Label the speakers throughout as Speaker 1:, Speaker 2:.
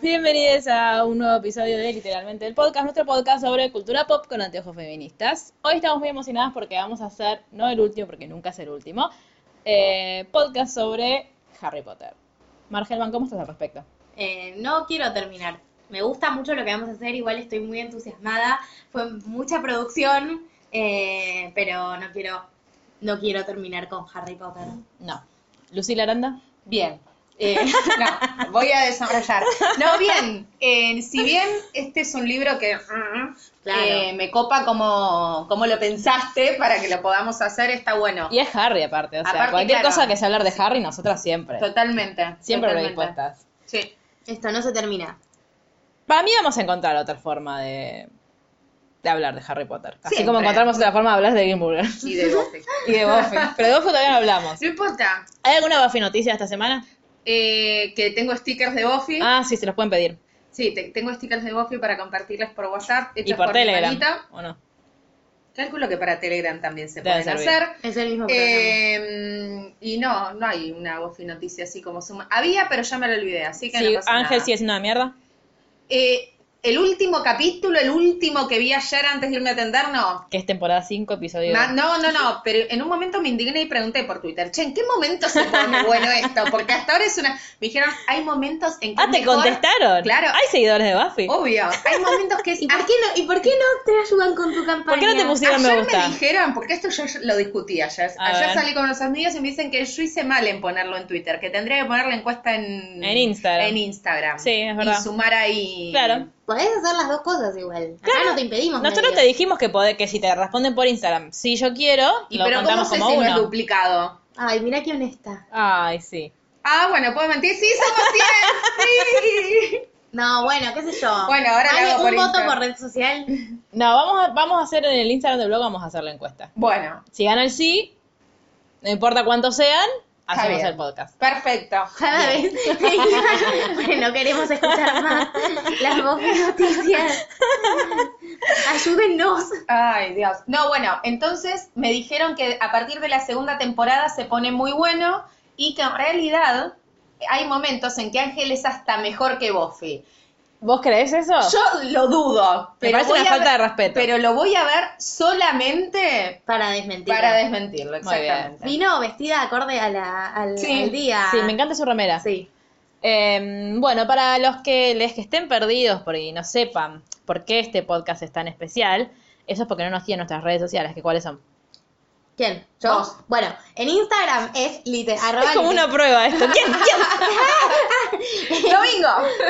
Speaker 1: Bienvenidos a un nuevo episodio de Literalmente el Podcast, nuestro podcast sobre cultura pop con anteojos feministas. Hoy estamos muy emocionadas porque vamos a hacer, no el último porque nunca es el último, eh, podcast sobre Harry Potter. Margelman, ¿cómo estás al respecto?
Speaker 2: Eh, no quiero terminar. Me gusta mucho lo que vamos a hacer, igual estoy muy entusiasmada. Fue mucha producción, eh, pero no quiero, no quiero terminar con Harry Potter.
Speaker 1: No. ¿Lucila Aranda?
Speaker 2: Bien. Eh, no, voy a desarrollar. No, bien. eh, si bien este es un libro que mm,
Speaker 3: Claro.
Speaker 2: eh, me copa como, como lo pensaste para que lo podamos hacer, está bueno.
Speaker 1: Y es Harry aparte, o sea,
Speaker 2: Aparte,
Speaker 1: cualquier
Speaker 2: claro.
Speaker 1: cosa que sea hablar de Harry, nosotras siempre.
Speaker 3: Totalmente.
Speaker 1: Siempre lo
Speaker 3: totalmente.
Speaker 1: dispuestas.
Speaker 3: Sí.
Speaker 2: Esto no se termina.
Speaker 1: Para mí vamos a encontrar otra forma de, de hablar de Harry Potter. Así
Speaker 2: Siempre.
Speaker 1: como encontramos otra forma de hablar de Grimburger
Speaker 3: Y de Buffy.
Speaker 1: y de Buffy. Pero de Buffy todavía no hablamos.
Speaker 3: No importa.
Speaker 1: ¿Hay alguna Buffy noticia esta semana?
Speaker 3: Eh, que tengo stickers de Buffy.
Speaker 1: Ah, sí, se los pueden pedir.
Speaker 3: Sí, te- tengo stickers de Buffy para compartirles por WhatsApp.
Speaker 1: Y
Speaker 3: hechos
Speaker 1: por,
Speaker 3: mi
Speaker 1: Telegram.
Speaker 3: manita.
Speaker 1: ¿O no?
Speaker 3: Calculo que para Telegram también se
Speaker 1: Deben
Speaker 3: pueden
Speaker 1: servir.
Speaker 3: hacer.
Speaker 2: Es el mismo
Speaker 3: Eh, y no, no hay una Buffy noticia así como suma. Había, pero ya me lo olvidé, así que
Speaker 1: Sí,
Speaker 3: no pasa
Speaker 1: Ángel
Speaker 3: nada.
Speaker 1: sigue siendo una mierda.
Speaker 3: Eh, el último capítulo, el último que vi ayer antes de irme a atender, no.
Speaker 1: Que es temporada 5, episodio.
Speaker 3: Ma- No, no, no, pero en un momento me indigné y pregunté por Twitter, che, ¿en qué momento se pone bueno esto? Porque hasta ahora es una... Me dijeron, hay momentos en que...
Speaker 1: ah,
Speaker 3: es
Speaker 1: ¿te
Speaker 3: mejor-
Speaker 1: contestaron?
Speaker 3: Claro.
Speaker 1: ¿Hay seguidores de Buffy?
Speaker 3: Obvio, hay momentos que es...
Speaker 2: ¿Y por, qué no, ¿Y por qué no te ayudan con tu campaña?
Speaker 1: ¿Por qué no te
Speaker 3: Ayer
Speaker 1: pusieron me gusta?
Speaker 3: dijeron, porque esto yo lo discutí ayer,
Speaker 1: A
Speaker 3: ayer
Speaker 1: ver.
Speaker 3: salí con unos amigos y me dicen que yo hice mal en ponerlo en Twitter, que tendría que poner la encuesta en...
Speaker 1: En Instagram.
Speaker 3: En Instagram.
Speaker 1: Sí, es verdad.
Speaker 3: Y sumar ahí...
Speaker 1: Claro.
Speaker 2: Podés hacer las dos cosas igual. Acá no te impedimos.
Speaker 1: Nosotros
Speaker 2: medio.
Speaker 1: te dijimos que, podés- que si te responden por Instagram, si yo quiero,
Speaker 3: Y
Speaker 1: lo
Speaker 3: pero ¿cómo
Speaker 1: contamos
Speaker 3: sé si
Speaker 1: como
Speaker 3: no es
Speaker 1: uno.
Speaker 3: duplicado?
Speaker 2: Ay, mira qué honesta.
Speaker 1: Ay, sí.
Speaker 3: Ah, bueno, puedo mentir. Sí, somos 100. Sí.
Speaker 2: No, bueno, qué sé yo.
Speaker 3: Bueno, ahora lo
Speaker 2: Dale
Speaker 3: hago por
Speaker 2: un voto
Speaker 3: Instagram.
Speaker 2: por red social.
Speaker 1: No, vamos a, vamos a hacer en el Instagram del blog, vamos a hacer la encuesta.
Speaker 3: Bueno,
Speaker 1: Si gana el sí, no importa cuántos sean,
Speaker 3: Está
Speaker 1: hacemos
Speaker 3: bien.
Speaker 1: el podcast.
Speaker 3: perfecto.
Speaker 2: Cada vez no queremos escuchar más las voces noticias. Ayúdennos.
Speaker 3: Ay, Dios. No, bueno, entonces me dijeron que a partir de la segunda temporada se pone muy bueno y que en realidad hay momentos en que Ángel es hasta mejor que Buffy.
Speaker 1: ¿Vos creés eso?
Speaker 3: Yo lo dudo,
Speaker 1: Me
Speaker 3: pero
Speaker 1: parece
Speaker 3: voy
Speaker 1: una
Speaker 3: a
Speaker 1: falta
Speaker 3: ver-
Speaker 1: de respeto.
Speaker 3: Pero lo voy a ver solamente
Speaker 2: Para desmentir.
Speaker 3: para desmentirlo,
Speaker 1: Muy bien.
Speaker 3: exactamente.
Speaker 2: Vino vestida acorde a la, al,
Speaker 3: Sí,
Speaker 2: al día.
Speaker 1: Sí, me encanta su remera.
Speaker 2: Sí.
Speaker 1: Eh, bueno, para los que les que estén perdidos por- y no sepan por qué este podcast es tan especial, eso es porque no nos siguen en nuestras redes sociales, que cuáles son.
Speaker 2: ¿Quién? ¿Yo?
Speaker 3: Vos.
Speaker 2: Bueno, en Instagram es liter, arroba
Speaker 1: Es como
Speaker 2: liter-
Speaker 1: una prueba esto. ¿Quién? ¿Quién?
Speaker 3: Domingo.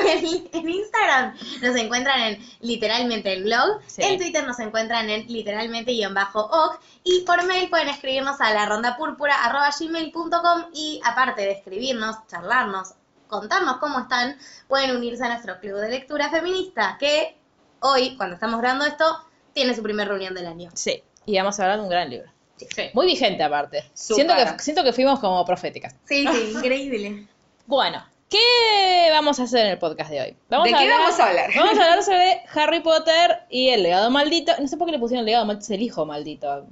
Speaker 2: en, en Instagram nos encuentran en literalmente el blog,
Speaker 1: Sí.
Speaker 2: en Twitter nos encuentran en literalmente guión bajo oc y por mail pueden escribirnos a la ronda púrpura arroba gmail.com y aparte de escribirnos, charlarnos, contarnos cómo están, pueden unirse a nuestro club de lectura feminista que hoy, cuando estamos grabando esto, tiene su primera reunión del año.
Speaker 1: Sí, Eh, y vamos a hablar de un gran libro.
Speaker 3: Sí.
Speaker 1: Muy vigente aparte.
Speaker 3: Súper.
Speaker 1: Siento que, siento que fuimos como proféticas.
Speaker 2: Sí, sí, increíble.
Speaker 1: Bueno, ¿qué vamos a hacer en el podcast de hoy? Vamos
Speaker 3: ¿De qué vamos a hablar?
Speaker 1: Vamos a hablar sobre Harry Potter y el legado maldito. No sé por qué le pusieron legado maldito, es el hijo maldito.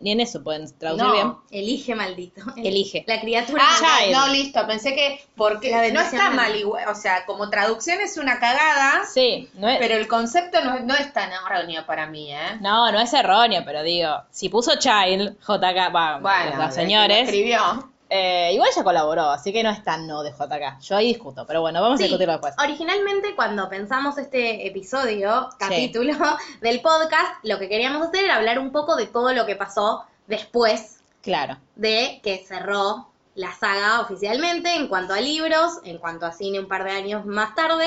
Speaker 1: Ni en eso pueden traducir
Speaker 3: No.
Speaker 1: bien.
Speaker 2: Elige, maldito.
Speaker 1: Elige.
Speaker 2: La criatura.
Speaker 3: Ah,
Speaker 1: Child.
Speaker 3: no, listo, pensé que porque
Speaker 2: La
Speaker 3: no
Speaker 2: bendición
Speaker 3: está
Speaker 2: del-
Speaker 3: mal igual, o sea, como traducción es una cagada,
Speaker 1: Sí, no es,
Speaker 3: pero el concepto no, no es tan erróneo para mí, ¿eh?
Speaker 1: no, no es erróneo, pero digo, si puso Child, JK, va,
Speaker 3: Bueno,
Speaker 1: los
Speaker 3: el que lo
Speaker 1: señores,
Speaker 3: escribió.
Speaker 1: eh, igual ya colaboró, así que no es tan no de JK. Yo ahí discuto, pero bueno, vamos
Speaker 2: Sí,
Speaker 1: a discutirlo después.
Speaker 2: Originalmente, cuando pensamos este episodio, capítulo del podcast, lo que queríamos hacer era hablar un poco de todo lo que pasó después
Speaker 1: Claro.
Speaker 2: de que cerró la saga oficialmente en cuanto a libros, en cuanto a cine un par de años más tarde,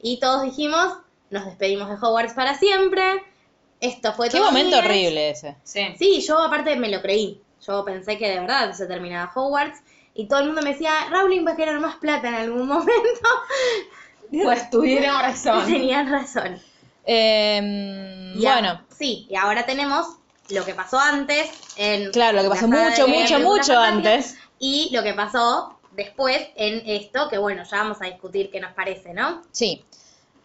Speaker 2: y todos dijimos, nos despedimos de Hogwarts para siempre, Esto fue
Speaker 1: Qué
Speaker 2: todo,
Speaker 1: momento
Speaker 2: amigas.
Speaker 1: horrible ese.
Speaker 3: Sí.
Speaker 2: Sí, yo aparte me lo creí. Yo pensé que de verdad se terminaba Hogwarts y todo el mundo me decía, Rowling va a querer más plata en algún momento.
Speaker 3: Pues tuvieron razón.
Speaker 2: Tenían razón.
Speaker 1: Eh,
Speaker 2: Y a-
Speaker 1: bueno,
Speaker 2: Sí, y ahora tenemos lo que pasó antes en
Speaker 1: claro, lo que
Speaker 2: la
Speaker 1: pasó
Speaker 2: saga
Speaker 1: mucho,
Speaker 2: de
Speaker 1: mucho,
Speaker 2: Películas
Speaker 1: mucho
Speaker 2: Fantásticas
Speaker 1: antes.
Speaker 2: Y lo que pasó después en esto, que bueno, ya vamos a discutir qué nos parece, ¿no?
Speaker 1: Sí.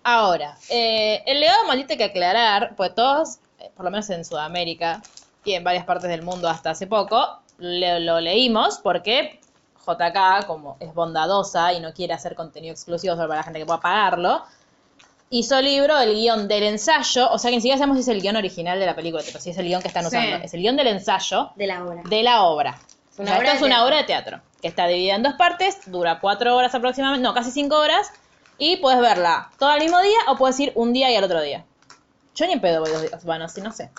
Speaker 1: Ahora, eh, el legado maldito hay que aclarar, pues todos, eh, por lo menos en Sudamérica y en varias partes del mundo hasta hace poco, le- lo leímos porque JK, como es bondadosa y no quiere hacer contenido exclusivo solo para la gente que pueda pagarlo, hizo libro el guión del ensayo, o sea que ni siquiera sabemos si es el guión original de la película, pero si es el guión que están
Speaker 3: Sí.
Speaker 1: usando, es el guión del ensayo
Speaker 2: De la obra.
Speaker 1: de la obra.
Speaker 2: Una
Speaker 1: O sea,
Speaker 2: obra
Speaker 1: esto
Speaker 2: de
Speaker 1: es una
Speaker 2: teatro.
Speaker 1: obra de teatro, que está dividida en dos partes, dura cuatro horas aproximadamente, no, casi cinco horas, y puedes verla todo al mismo día o puedes ir un día y al otro día. Yo ni en pedo voy dos días, bueno, sí, no sé.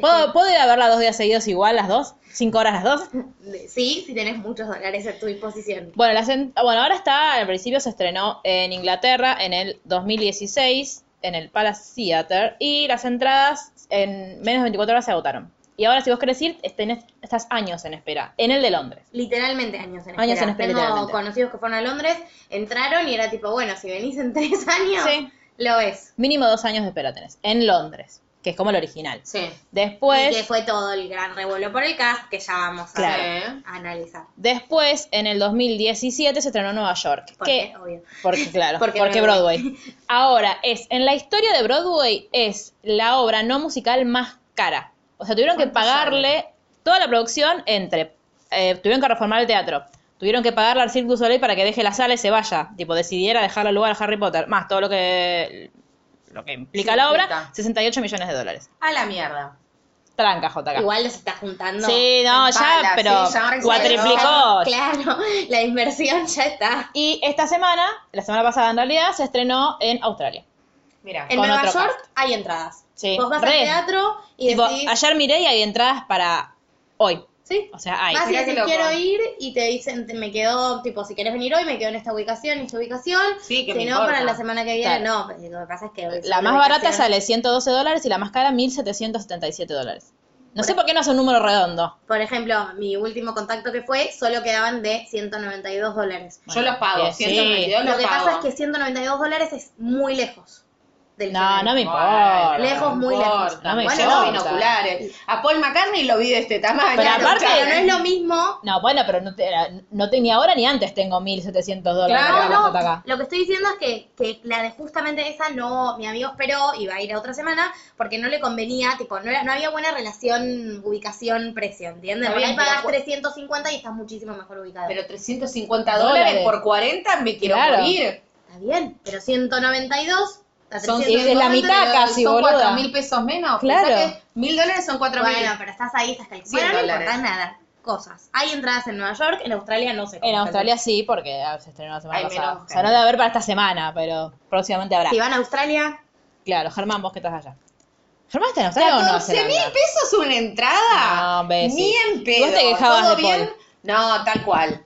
Speaker 1: ¿Puedo, puedo ir a verla dos días seguidos igual, las dos? ¿Cinco horas las dos?
Speaker 2: Sí, si tenés muchos dólares a tu disposición.
Speaker 1: Bueno, la sen- bueno, ahora está, al principio se estrenó en Inglaterra en el 2016 en el Palace Theater y las entradas en menos de 24 horas se agotaron. Y ahora si vos querés ir, tenés- estás años en espera, en el de Londres.
Speaker 2: Literalmente años en espera.
Speaker 1: Años en espera,
Speaker 2: Tengo
Speaker 1: literalmente.
Speaker 2: conocidos que fueron a Londres, entraron y era tipo, bueno, si venís en tres años,
Speaker 1: Sí.
Speaker 2: lo es.
Speaker 1: Mínimo dos años de espera tenés, en Londres, que es como el original.
Speaker 3: Sí.
Speaker 1: Después,
Speaker 2: y que fue todo el gran revuelo por el cast que ya vamos a,
Speaker 3: Claro.
Speaker 2: a analizar.
Speaker 1: después, en el 2017 se estrenó en Nueva York.
Speaker 2: Porque,
Speaker 1: que,
Speaker 2: obvio.
Speaker 1: porque claro,
Speaker 2: Porque
Speaker 1: porque,
Speaker 2: Broadway.
Speaker 1: Broadway. Ahora, es, en la historia de Broadway es la obra no musical más cara. O sea, tuvieron que
Speaker 3: ¿Cuánto sale?
Speaker 1: pagarle toda la producción entre, eh, tuvieron que reformar el teatro. Tuvieron que pagarle al Cirque du Soleil para que deje la sala y se vaya. Tipo, decidiera dejarle lugar a Harry Potter. Más todo lo que, lo que implica
Speaker 3: Sí,
Speaker 1: la obra,
Speaker 3: implica.
Speaker 1: 68 millones de dólares.
Speaker 3: A la mierda.
Speaker 1: Tranca, JK.
Speaker 2: Igual los está juntando.
Speaker 1: sí, no,
Speaker 3: en
Speaker 1: ya,
Speaker 3: pala,
Speaker 1: pero
Speaker 3: sí, ya ahora que se
Speaker 1: cuatriplicó.
Speaker 3: llegó,
Speaker 2: Claro, la inversión ya está.
Speaker 1: Y esta semana, la semana pasada en realidad, se estrenó en Australia.
Speaker 3: Mira.
Speaker 2: En
Speaker 1: Con
Speaker 2: Nueva
Speaker 1: otro
Speaker 2: York hay entradas.
Speaker 1: Sí,
Speaker 2: Vos vas al
Speaker 1: re.
Speaker 2: teatro y
Speaker 1: Tipo,
Speaker 2: decís,
Speaker 1: ayer miré y hay entradas para hoy.
Speaker 2: sí,
Speaker 1: O sea, hay.
Speaker 2: vas y
Speaker 3: mirá
Speaker 2: decís,
Speaker 3: qué loco.
Speaker 2: quiero ir y te dicen, te- me quedo, tipo, si quieres venir hoy, me quedo en esta ubicación, en esta ubicación.
Speaker 3: Sí, que
Speaker 2: si
Speaker 3: me
Speaker 2: no,
Speaker 3: importa.
Speaker 2: para la semana que viene,
Speaker 1: Claro.
Speaker 2: no. pues, Lo que pasa es que hoy es
Speaker 1: La
Speaker 2: una
Speaker 1: más barata
Speaker 2: ubicación.
Speaker 1: sale 112 dólares y la más cara 1.777 dólares. No sé por qué no hace un número redondo.
Speaker 2: Por ejemplo, mi último contacto que fue, solo quedaban de 192 dólares.
Speaker 3: Yo los pago.
Speaker 1: que sí.
Speaker 3: 192
Speaker 2: Lo
Speaker 3: los
Speaker 2: que
Speaker 3: pago.
Speaker 2: pasa es que 192 dólares es muy lejos del
Speaker 1: No,
Speaker 2: final.
Speaker 1: no me
Speaker 3: Bueno,
Speaker 1: importa.
Speaker 2: Lejos, muy lejos.
Speaker 3: importa.
Speaker 1: No me
Speaker 3: bueno, no,
Speaker 1: importa.
Speaker 3: binoculares. A Paul McCartney lo vi de este tamaño.
Speaker 1: Pero
Speaker 2: Claro,
Speaker 1: aparte-
Speaker 2: pero no es lo mismo.
Speaker 1: No, bueno, pero no, te- era- no te- ni ahora ni antes tengo 1.700 dólares.
Speaker 3: Claro,
Speaker 1: para la
Speaker 2: No, no,
Speaker 1: JK.
Speaker 2: lo que estoy diciendo es que, que la de justamente esa no, mi amigo esperó y va a ir a otra semana porque no le convenía, tipo, no, era- no había buena relación ubicación-precio, ¿entiendes?
Speaker 3: Está
Speaker 2: Por
Speaker 3: bien,
Speaker 2: ahí pagas
Speaker 3: pero-
Speaker 2: 350 y estás muchísimo mejor ubicado.
Speaker 3: Pero 350 dólares
Speaker 1: Dólares.
Speaker 3: por 40 me quiero
Speaker 1: Claro.
Speaker 3: morir.
Speaker 2: Está bien, pero 192, a
Speaker 3: Son
Speaker 2: 300,
Speaker 1: es la mitad
Speaker 3: pero
Speaker 1: casi,
Speaker 3: Son
Speaker 1: boluda.
Speaker 3: 4 mil pesos menos.
Speaker 1: Claro.
Speaker 3: Pensá que Mil dólares son 4 mil.
Speaker 2: Bueno, pero estás ahí, estás calculando.
Speaker 3: Cien
Speaker 2: Bueno, no
Speaker 3: dólares.
Speaker 2: importa nada, cosas. Hay entradas en Nueva York, en Australia no sé. cómo
Speaker 1: En
Speaker 2: están.
Speaker 1: Australia sí, porque ah, se estrenó la semana
Speaker 3: Hay menos
Speaker 1: pasada. O sea,
Speaker 3: gente.
Speaker 1: no debe haber para esta semana, pero próximamente habrá.
Speaker 2: Si van a Australia,
Speaker 1: Claro, Germán, vos que estás allá. ¿Germán está en Australia o no?
Speaker 3: 14 mil
Speaker 1: Zelanda?
Speaker 3: pesos una entrada.
Speaker 1: No, hombre,
Speaker 3: Ni
Speaker 1: sí.
Speaker 3: en pedo.
Speaker 1: Vos te quejabas
Speaker 3: ¿Todo
Speaker 1: de
Speaker 3: bien?
Speaker 1: Paul.
Speaker 3: No, tal cual.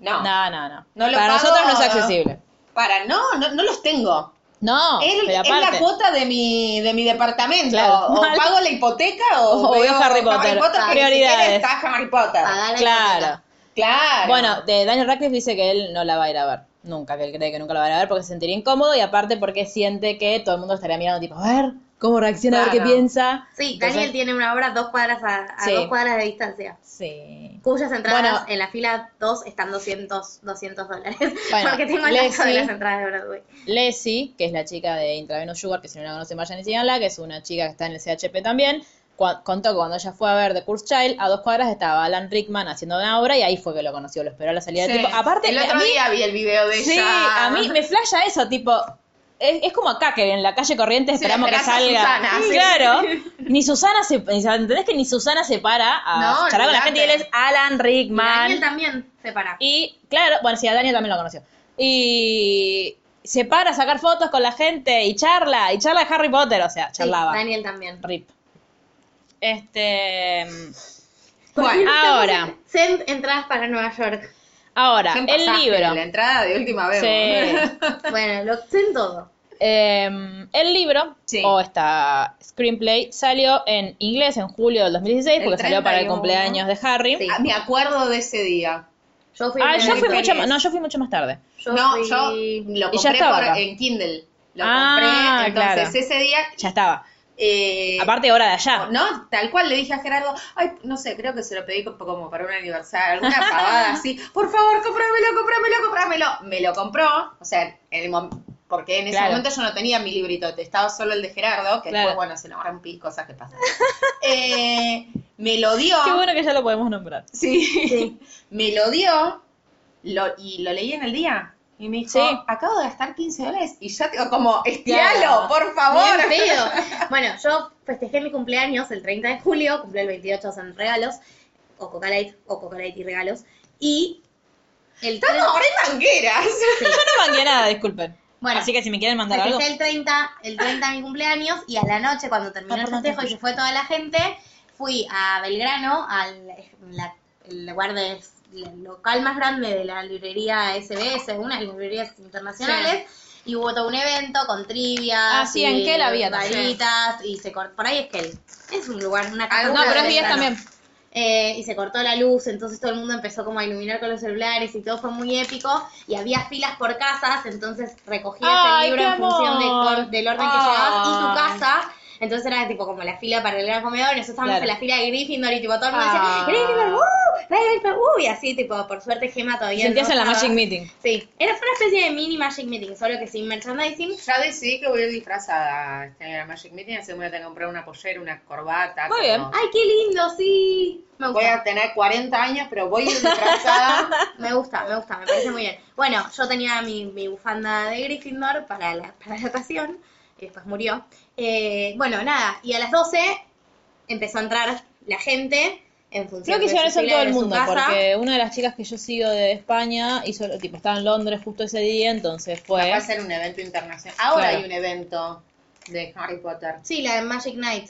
Speaker 3: No.
Speaker 1: No, no, no.
Speaker 3: No lo
Speaker 1: para
Speaker 3: pago,
Speaker 1: nosotros no es
Speaker 3: no.
Speaker 1: accesible.
Speaker 3: Para, no, no, no los tengo.
Speaker 1: No,
Speaker 3: es,
Speaker 1: pero
Speaker 3: es la
Speaker 1: aparte.
Speaker 3: cuota de mi, de mi departamento.
Speaker 1: Claro.
Speaker 3: O pago la hipoteca o,
Speaker 1: O veo Harry Potter.
Speaker 3: porque ni
Speaker 1: Prioridades.
Speaker 3: siquiera está Harry Potter.
Speaker 2: pagá la
Speaker 1: Claro.
Speaker 3: Claro.
Speaker 1: Bueno, de Daniel Radcliffe dice que él no la va a ir a ver. Nunca, que él cree que nunca la va a ir a ver porque se sentiría incómodo y aparte porque siente que todo el mundo estaría mirando tipo, a ver, cómo reacciona, a ver qué
Speaker 3: Claro.
Speaker 1: piensa.
Speaker 2: Sí,
Speaker 1: Entonces-
Speaker 2: Daniel tiene una obra a dos cuadras a, a
Speaker 1: Sí.
Speaker 2: dos cuadras de distancia.
Speaker 1: Sí.
Speaker 2: Cuyas entradas
Speaker 1: Bueno.
Speaker 2: en la fila 2 están 200, 200 dólares.
Speaker 1: Bueno,
Speaker 2: Porque tengo el
Speaker 1: Lexi-
Speaker 2: dato de las entradas de Broadway.
Speaker 1: Leslie, que es la chica de Intravenous Sugar, que si no la conocen vayan y síganla, que es una chica que está en el CHP también, cua- contó que cuando ella fue a ver The Curse Child, a dos cuadras estaba Alan Rickman haciendo una obra y ahí fue que lo conoció, lo esperó a la salida
Speaker 3: Sí.
Speaker 1: del tipo. Aparte,
Speaker 3: el
Speaker 1: a
Speaker 3: otro
Speaker 1: mí,
Speaker 3: día vi el video de
Speaker 1: sí,
Speaker 3: ella.
Speaker 1: a mí me flasha eso, tipo... Es, es como acá, que en la calle corriente esperamos que
Speaker 3: esperás a
Speaker 1: salga.
Speaker 3: Susana, sí.
Speaker 1: Claro. Ni Susana se. ni- ¿Entendés que ni Susana se para a
Speaker 3: No,
Speaker 1: charlar con la gente y él
Speaker 3: olvidate.
Speaker 1: es Alan Rickman?
Speaker 2: Daniel también se para.
Speaker 1: Y claro, bueno, sí, a Daniel también lo conoció. Y se para a sacar fotos con la gente y charla, y charla de Harry Potter, o sea,
Speaker 2: Sí,
Speaker 1: charlaba.
Speaker 2: Daniel también.
Speaker 1: Rip. Este.
Speaker 3: Bueno,
Speaker 1: ahora,
Speaker 2: Send entradas para Nueva York.
Speaker 1: ahora,
Speaker 3: Ten
Speaker 1: el
Speaker 3: pasaje,
Speaker 1: libro.
Speaker 3: La entrada de última vez.
Speaker 1: Sí.
Speaker 2: Bueno, lo send todo.
Speaker 1: Eh, el libro,
Speaker 3: Sí.
Speaker 1: o esta screenplay, salió en inglés en julio del 2016
Speaker 3: El
Speaker 1: porque salió para el
Speaker 3: 31.
Speaker 1: cumpleaños de Harry.
Speaker 2: Sí.
Speaker 3: Ah, Me acuerdo de ese día.
Speaker 2: Yo fui
Speaker 1: Ah,
Speaker 2: el
Speaker 1: yo fui
Speaker 2: primer
Speaker 1: mucho
Speaker 2: mes.
Speaker 1: más, no, yo fui mucho más tarde.
Speaker 2: Yo
Speaker 3: no,
Speaker 2: fui-
Speaker 3: yo lo
Speaker 1: Y ya
Speaker 3: compré
Speaker 1: estaba
Speaker 3: por,
Speaker 1: acá.
Speaker 3: en Kindle. Lo
Speaker 1: Ah,
Speaker 3: compré, entonces
Speaker 1: claro.
Speaker 3: ese día...
Speaker 1: Ya estaba.
Speaker 3: eh,
Speaker 1: Aparte, hora de allá.
Speaker 3: No, tal cual le dije a Gerardo, ay, no sé, creo que se lo pedí co- como para un aniversario, alguna pavada así, por favor, cómpramelo, cómpramelo, cómpramelo. Me lo compró, o sea, en el mom- porque en ese
Speaker 1: Claro.
Speaker 3: momento yo no tenía mi librito, estaba solo el de Gerardo, que
Speaker 1: Claro.
Speaker 3: después, bueno, se lo rompí, cosas que pasan. Eh, me lo dio,
Speaker 1: Qué bueno que ya lo podemos nombrar.
Speaker 3: sí, me lo dio lo- y lo leí en el día. Y me dijo,
Speaker 1: Sí.
Speaker 3: acabo de gastar 15 dólares y ya tengo como, estialo,
Speaker 2: Claro.
Speaker 3: por
Speaker 2: Bien
Speaker 3: favor.
Speaker 2: pedo. Bueno, yo festejé mi cumpleaños el 30 de julio, cumplí el 28 en regalos, o coca Light, o coca Light y regalos, y el 30,
Speaker 3: Estamos re mangueras.
Speaker 1: Yo no mangué nada, disculpen.
Speaker 2: bueno,
Speaker 1: Así que si me quieren mandar algo.
Speaker 2: festejé el 30, el 30 mi cumpleaños, y a la noche cuando terminó
Speaker 1: Ah,
Speaker 2: el
Speaker 1: perdón,
Speaker 2: festejo y
Speaker 1: tranquila.
Speaker 2: se fue toda la gente, fui a Belgrano, al la- el lugar de el local más grande de la librería SBS, una de las librerías internacionales, y hubo todo un evento con trivia.
Speaker 1: Ah, sí, en Kell había también.
Speaker 2: varitas, y se cort- por ahí es Kell. Es un lugar, una casa.
Speaker 1: No,
Speaker 3: Alguna
Speaker 1: pero es
Speaker 3: vez,
Speaker 1: 10
Speaker 3: ah, no.
Speaker 1: también.
Speaker 2: Eh, y se cortó la luz, entonces todo el mundo empezó como a iluminar con los celulares y todo fue muy épico. Y había filas por casas, entonces recogías
Speaker 1: Ay,
Speaker 2: el libro
Speaker 1: qué
Speaker 2: en función de
Speaker 1: amor.
Speaker 2: cor- del orden que
Speaker 1: Ay.
Speaker 2: llegabas y tu casa. Entonces era tipo como la fila para el gran comedor, nosotros estábamos
Speaker 1: Claro.
Speaker 2: en la fila de Gryffindor y tipo todo el mundo
Speaker 1: Ah.
Speaker 2: decía, Gryffindor, ¡uh! Gryffindor, ¡uh! Y así tipo, por suerte Gema todavía
Speaker 1: Sentías
Speaker 2: no
Speaker 1: en la
Speaker 2: estaba.
Speaker 1: Magic Meeting.
Speaker 2: Sí, era fue una especie de mini Magic Meeting, solo que sin merchandising.
Speaker 3: Ya decidí que voy a ir disfrazada este año a la Magic Meeting, así que me voy a tener que comprar una pollera, una corbata.
Speaker 1: Muy
Speaker 3: como-
Speaker 1: bien.
Speaker 2: ¡Ay, qué lindo! Sí, me gusta.
Speaker 3: Voy a tener 40 años, pero voy a ir disfrazada.
Speaker 2: Me gusta, me gusta, me parece muy bien. Bueno, yo tenía mi, mi bufanda de Gryffindor para la, para la natación, y después murió. Eh, bueno, nada, y a las 12 empezó a entrar la gente en función
Speaker 1: Creo que
Speaker 2: de
Speaker 1: hicieron eso
Speaker 2: su
Speaker 1: en
Speaker 2: fila,
Speaker 1: todo
Speaker 2: de
Speaker 1: el
Speaker 2: su
Speaker 1: mundo,
Speaker 2: casa.
Speaker 1: porque una de las chicas que yo sigo de España hizo, tipo, estaba en Londres justo ese día, entonces
Speaker 3: Va a
Speaker 1: fue.
Speaker 3: ser un evento internacional. Ahora
Speaker 1: Claro.
Speaker 3: hay un evento de Harry Potter.
Speaker 2: Sí, la de Magic Knight,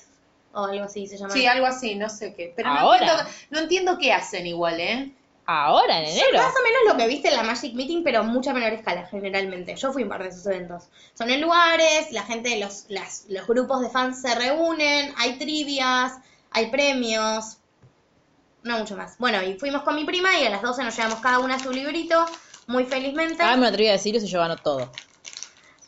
Speaker 2: o algo así se llama.
Speaker 3: Sí, algo así, no sé qué. Pero no
Speaker 1: Ahora.
Speaker 3: entiendo, no entiendo qué hacen igual, ¿eh?
Speaker 1: Ahora, en enero.
Speaker 2: Más o menos lo que viste en la Magic Meeting, pero a mucha menor escala, generalmente. Yo fui a un par de esos eventos. Son en lugares, la gente, los, las, los grupos de fans se reúnen, hay trivias, hay premios. No mucho más. Bueno, y fuimos con mi prima y a las 12 nos llevamos cada una su librito, muy felizmente.
Speaker 1: Ah, me lo atreví a decir eso yo gano todo.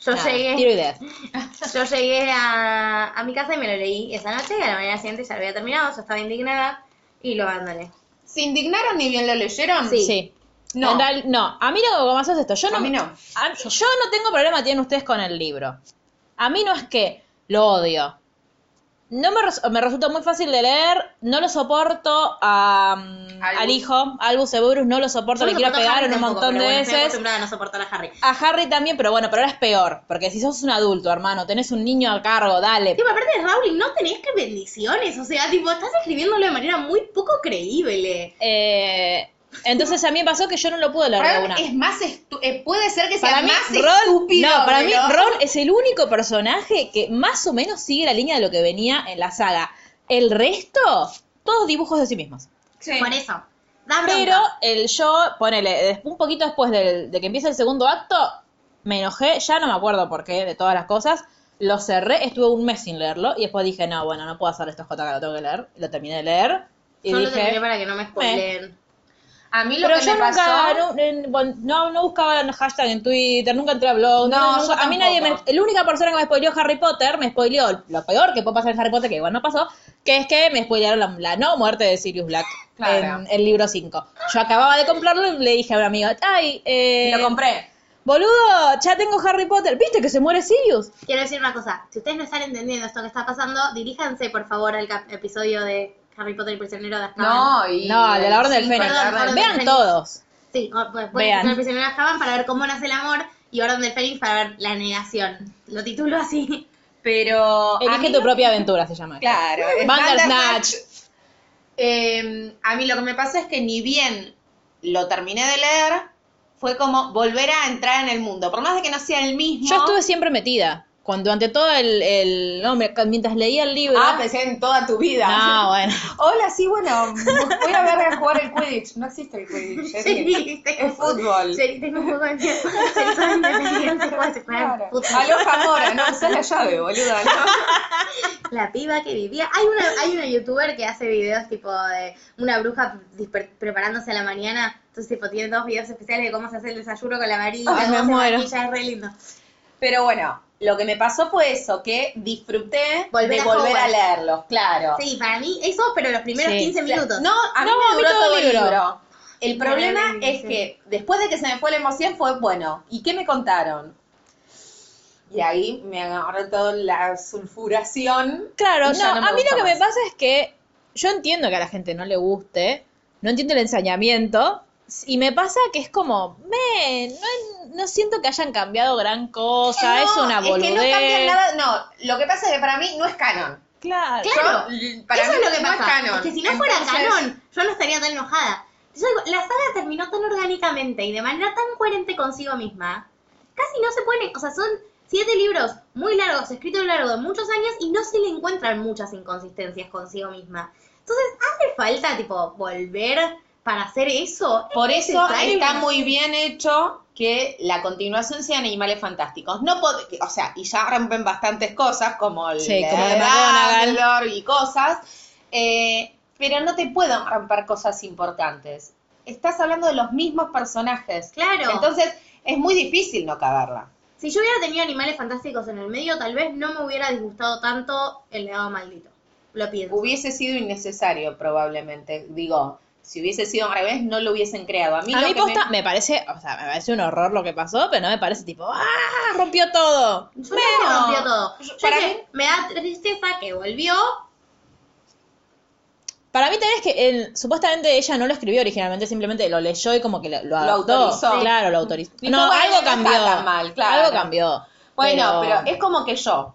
Speaker 2: yo,
Speaker 1: Nada, Tiro
Speaker 2: llegué,
Speaker 1: ideas.
Speaker 2: yo llegué a, a mi casa y me lo leí esa noche y a la mañana siguiente ya lo había terminado, yo estaba indignada y lo abandoné.
Speaker 3: ¿Se indignaron ni bien lo leyeron?
Speaker 2: Sí.
Speaker 1: Sí.
Speaker 3: No.
Speaker 1: En real- no, a mí lo que más es esto. Yo no,
Speaker 3: A mí no.
Speaker 1: a- yo no tengo problema, tienen ustedes con el libro. A mí no es que lo odio. No me, res- me resulta muy fácil de leer, no lo soporto a, mm,
Speaker 3: Albus.
Speaker 1: al hijo, Albus Severus, no lo soporto,
Speaker 2: Yo
Speaker 1: le
Speaker 2: no
Speaker 1: quiero
Speaker 2: soporto a
Speaker 1: pegar en
Speaker 2: Harry
Speaker 1: un
Speaker 2: tampoco,
Speaker 1: montón
Speaker 2: pero
Speaker 1: de
Speaker 2: bueno, estoy
Speaker 1: veces.
Speaker 2: acostumbrada a no soportar a Harry.
Speaker 1: A Harry también, pero bueno, pero ahora es peor, porque si sos un adulto, hermano, tenés un niño a cargo, dale.
Speaker 2: Tipo, aparte de Rowling, no tenés que bendiciones. O sea, tipo, estás escribiéndolo de manera muy poco creíble.
Speaker 1: Eh, entonces a mí me pasó que yo no lo pude leer de
Speaker 3: Ron
Speaker 1: una.
Speaker 3: es más estu- eh, puede ser que sea
Speaker 1: Para mí,
Speaker 3: más
Speaker 1: Ron,
Speaker 3: estúpido.
Speaker 1: no, para mí
Speaker 3: pero-
Speaker 1: Ron es el único personaje que más o menos sigue la línea de lo que venía en la saga. El resto, todos dibujos de sí mismos.
Speaker 3: Sí.
Speaker 2: Por eso. Da bronca.
Speaker 1: Pero el yo, ponele, des- un poquito después del- de que empiece el segundo acto, me enojé, ya no me acuerdo por qué, de todas las cosas. Lo cerré, estuve un mes sin leerlo y después dije, no, bueno, no puedo hacer esto, JK, lo tengo que leer. Lo terminé de leer y
Speaker 2: Solo
Speaker 1: dije...
Speaker 2: terminé para que no me spoilen.
Speaker 3: A mí lo
Speaker 1: Pero
Speaker 3: que
Speaker 1: yo
Speaker 3: me
Speaker 1: nunca,
Speaker 3: pasó...
Speaker 1: no, en- bueno, no, no buscaba en hashtag en Twitter, nunca entré a blog.
Speaker 3: No,
Speaker 1: nunca-
Speaker 3: yo
Speaker 1: a mí
Speaker 3: tampoco.
Speaker 1: nadie me. La única persona que me spoileó Harry Potter, me spoileó lo peor que puede pasar en Harry Potter, que igual no pasó, que es que me spoilearon la, la no muerte de Sirius Black
Speaker 3: Claro.
Speaker 1: en el libro 5. Yo acababa de comprarlo y le dije a un amigo, ay, eh,
Speaker 3: Lo compré.
Speaker 1: boludo, ya tengo Harry Potter, ¿viste que se muere Sirius?
Speaker 2: Quiero decir una cosa. Si ustedes no están entendiendo esto que está pasando, diríjanse, por favor, al cap- episodio de Harry Potter y Prisionero de Azkaban.
Speaker 3: No, y...
Speaker 1: Ah. No, el de la Orden del
Speaker 3: Sí,
Speaker 1: Fénix.
Speaker 2: perdón, Orden del
Speaker 1: Vean
Speaker 2: Fénix.
Speaker 1: todos.
Speaker 2: Sí, o- pues pueden
Speaker 1: Vean.
Speaker 2: escuchar El Prisionero de Azkaban para ver cómo nace el amor y Orden del Fénix para ver la negación. Lo titulo así.
Speaker 3: Pero... a mí
Speaker 1: Elige tu
Speaker 3: lo-
Speaker 1: propia aventura, se llama. esto.
Speaker 3: Claro. es
Speaker 1: Bandersnatch.
Speaker 3: Eh, a mí lo que me pasó es que ni bien lo terminé de leer, fue como volver a entrar en el mundo. Por más de que no sea el mismo.
Speaker 1: Yo estuve siempre metida. Cuando ante todo el, el no, me- mientras leía el libro.
Speaker 3: Ah, pensé en toda tu vida.
Speaker 1: no, bueno.
Speaker 3: Hola, sí, bueno, voy a ver a jugar el Quidditch. No existe el Quidditch, es, es fútbol.
Speaker 2: Sí, tengo un poco de miedo. Soy toda independiente, puedo jugar
Speaker 3: Claro.
Speaker 2: fútbol.
Speaker 3: Aloha Mora, no usás la llave, boluda, ¿no?
Speaker 2: La piba que vivía. Hay una, hay una youtuber que hace videos tipo de una bruja disper- preparándose a la mañana. Entonces, tipo, tiene dos videos especiales de cómo se hace el desayuno con la varita,
Speaker 1: Ay, me
Speaker 2: cómo se
Speaker 1: muero.
Speaker 2: maquilla, es re lindo.
Speaker 3: Pero bueno, lo que me pasó fue eso, que disfruté
Speaker 2: Volver
Speaker 3: de
Speaker 2: a
Speaker 3: volver a
Speaker 2: Hogwarts.
Speaker 3: leerlos, claro.
Speaker 2: Sí, para mí eso, pero los primeros
Speaker 1: Sí.
Speaker 2: 15 minutos.
Speaker 3: No, a mí
Speaker 1: No,
Speaker 3: me duró todo el libro. El
Speaker 2: Me
Speaker 3: problema
Speaker 2: alegro,
Speaker 3: es
Speaker 2: sí.
Speaker 3: que después de que se me fue la emoción fue, bueno, ¿y qué me contaron? Y ahí me agarró toda la sulfuración.
Speaker 1: Claro,
Speaker 3: y ya
Speaker 1: no,
Speaker 3: no me
Speaker 1: a mí
Speaker 3: gustó
Speaker 1: lo que me
Speaker 3: más.
Speaker 1: pasa es que yo entiendo que a la gente no le guste, no entiendo el ensañamiento, y me pasa que es como, me, no, no siento que hayan cambiado gran cosa,
Speaker 3: No,
Speaker 1: es una boludez.
Speaker 3: Es que no cambian nada, no, lo que pasa es que para mí no es canon.
Speaker 1: Claro.
Speaker 2: Claro.
Speaker 3: Yo- para
Speaker 2: eso
Speaker 3: mí
Speaker 2: es lo que
Speaker 3: no
Speaker 2: pasa.
Speaker 3: es canon.
Speaker 2: que si no fuera
Speaker 3: Entonces,
Speaker 2: canon, yo no estaría tan enojada. Yo digo, la saga terminó tan orgánicamente y de manera tan coherente consigo misma. Casi no se ponen, o sea, son siete libros muy largos, escritos a lo largo de muchos años y no se le encuentran muchas inconsistencias consigo misma. Entonces, ¿hace falta, tipo, volver para hacer eso? ¿Es
Speaker 3: Por eso
Speaker 2: necesario?
Speaker 3: está muy bien hecho que la continuación sean animales fantásticos. No pod- o sea, y ya rompen bastantes cosas como el
Speaker 1: Sí, como de
Speaker 3: Dumbledore
Speaker 1: McGonagall.
Speaker 3: y cosas, eh, pero no te pueden romper cosas importantes. Estás hablando de los mismos personajes.
Speaker 2: Claro.
Speaker 3: Entonces, es muy difícil no cagarla.
Speaker 2: Si yo hubiera tenido animales fantásticos en el medio, tal vez no me hubiera disgustado tanto el legado maldito. Lo pienso.
Speaker 3: Hubiese sido innecesario probablemente. Digo, si hubiese sido al revés, no lo hubiesen creado. A mí,
Speaker 1: A
Speaker 3: lo
Speaker 1: mí
Speaker 3: que me-
Speaker 1: posta, me... parece, o sea, me parece un horror lo que pasó, pero no me parece tipo, ¡ah! Rompió todo.
Speaker 2: Yo creo que
Speaker 3: Bueno,
Speaker 2: rompió todo.
Speaker 3: yo-
Speaker 2: Yo
Speaker 3: para
Speaker 2: dije,
Speaker 3: mí-
Speaker 2: me da tristeza que volvió.
Speaker 1: Para mí también es que él- supuestamente ella no lo escribió originalmente, simplemente lo leyó y como que lo, lo adaptó.
Speaker 3: autorizó.
Speaker 1: Claro, lo autorizó.
Speaker 3: Dijo,
Speaker 1: no,
Speaker 3: bueno,
Speaker 1: algo
Speaker 3: no
Speaker 1: cambió.
Speaker 3: está tan mal, claro.
Speaker 1: Algo cambió.
Speaker 3: Bueno, pero... es como que yo,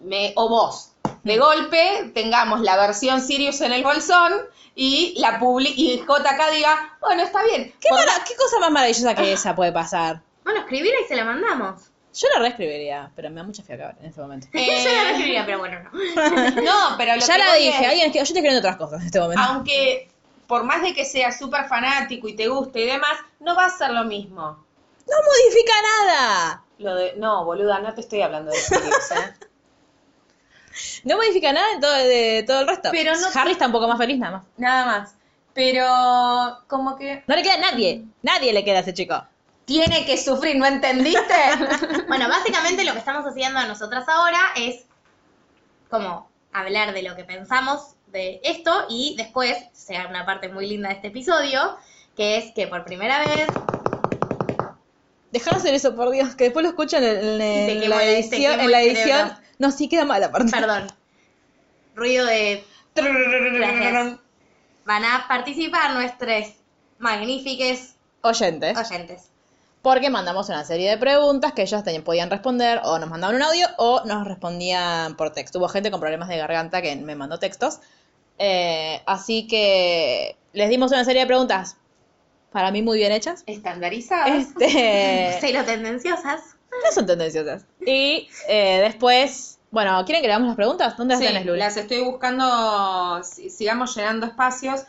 Speaker 3: me, o vos,
Speaker 1: Mm.
Speaker 3: de golpe tengamos la versión Sirius en el bolsón y la publi y JK diga, bueno, está bien.
Speaker 1: ¿Qué,
Speaker 3: Por-
Speaker 1: mara- qué cosa más maravillosa que esa puede pasar?
Speaker 2: Bueno, escribirla y se la mandamos.
Speaker 1: Yo la reescribiría, pero me da mucha fiaca en este momento.
Speaker 3: Eh,
Speaker 2: Yo la reescribiría, pero bueno, no.
Speaker 3: no, pero lo
Speaker 1: Ya
Speaker 3: que
Speaker 1: la
Speaker 3: voy
Speaker 1: dije,
Speaker 3: es,
Speaker 1: alguien, es que- yo estoy escribiendo otras cosas en este momento.
Speaker 3: aunque por más de que seas súper fanático y te guste y demás, no va a ser lo mismo.
Speaker 1: ¡No modifica nada!
Speaker 3: Lo de, no, boluda, no te estoy hablando de Sirius, ¿eh?
Speaker 1: No modifica nada en todo, de todo el resto.
Speaker 3: Pero no-
Speaker 1: Harry está un poco más feliz nada más.
Speaker 3: Nada más. Pero como que
Speaker 1: No le queda a nadie. Nadie le queda a ese chico.
Speaker 3: tiene que sufrir, ¿no entendiste?
Speaker 2: Bueno, básicamente lo que estamos haciendo nosotras ahora es como hablar de lo que pensamos de esto y después, sea una parte muy linda de este episodio, que es que por primera vez
Speaker 1: Dejanos hacer eso, por Dios, que después lo escuchan en, en-
Speaker 2: Y te
Speaker 1: en
Speaker 2: quemo
Speaker 1: la
Speaker 2: el- te
Speaker 1: edición.
Speaker 2: quemo
Speaker 1: En la
Speaker 2: el cerebro.
Speaker 1: edición. No, sí queda mal aparte.
Speaker 2: Perdón. Ruido de. Gracias. Van a participar nuestros magníficos
Speaker 1: Oyentes.
Speaker 2: oyentes.
Speaker 1: Porque mandamos una serie de preguntas que ellos tenían- podían responder, o nos mandaban un audio, o nos respondían por texto. Hubo gente con problemas de garganta que me mandó textos. Eh, así que les dimos una serie de preguntas, para mí muy bien hechas.
Speaker 3: Estandarizadas.
Speaker 1: Este,
Speaker 2: Cero tendenciosas.
Speaker 1: no son tendenciosas. Y eh, después, bueno, ¿quieren que leamos las preguntas? ¿Dónde las
Speaker 3: Sí,
Speaker 1: tenés, Luli?
Speaker 3: las estoy buscando, si- sigamos llenando espacios.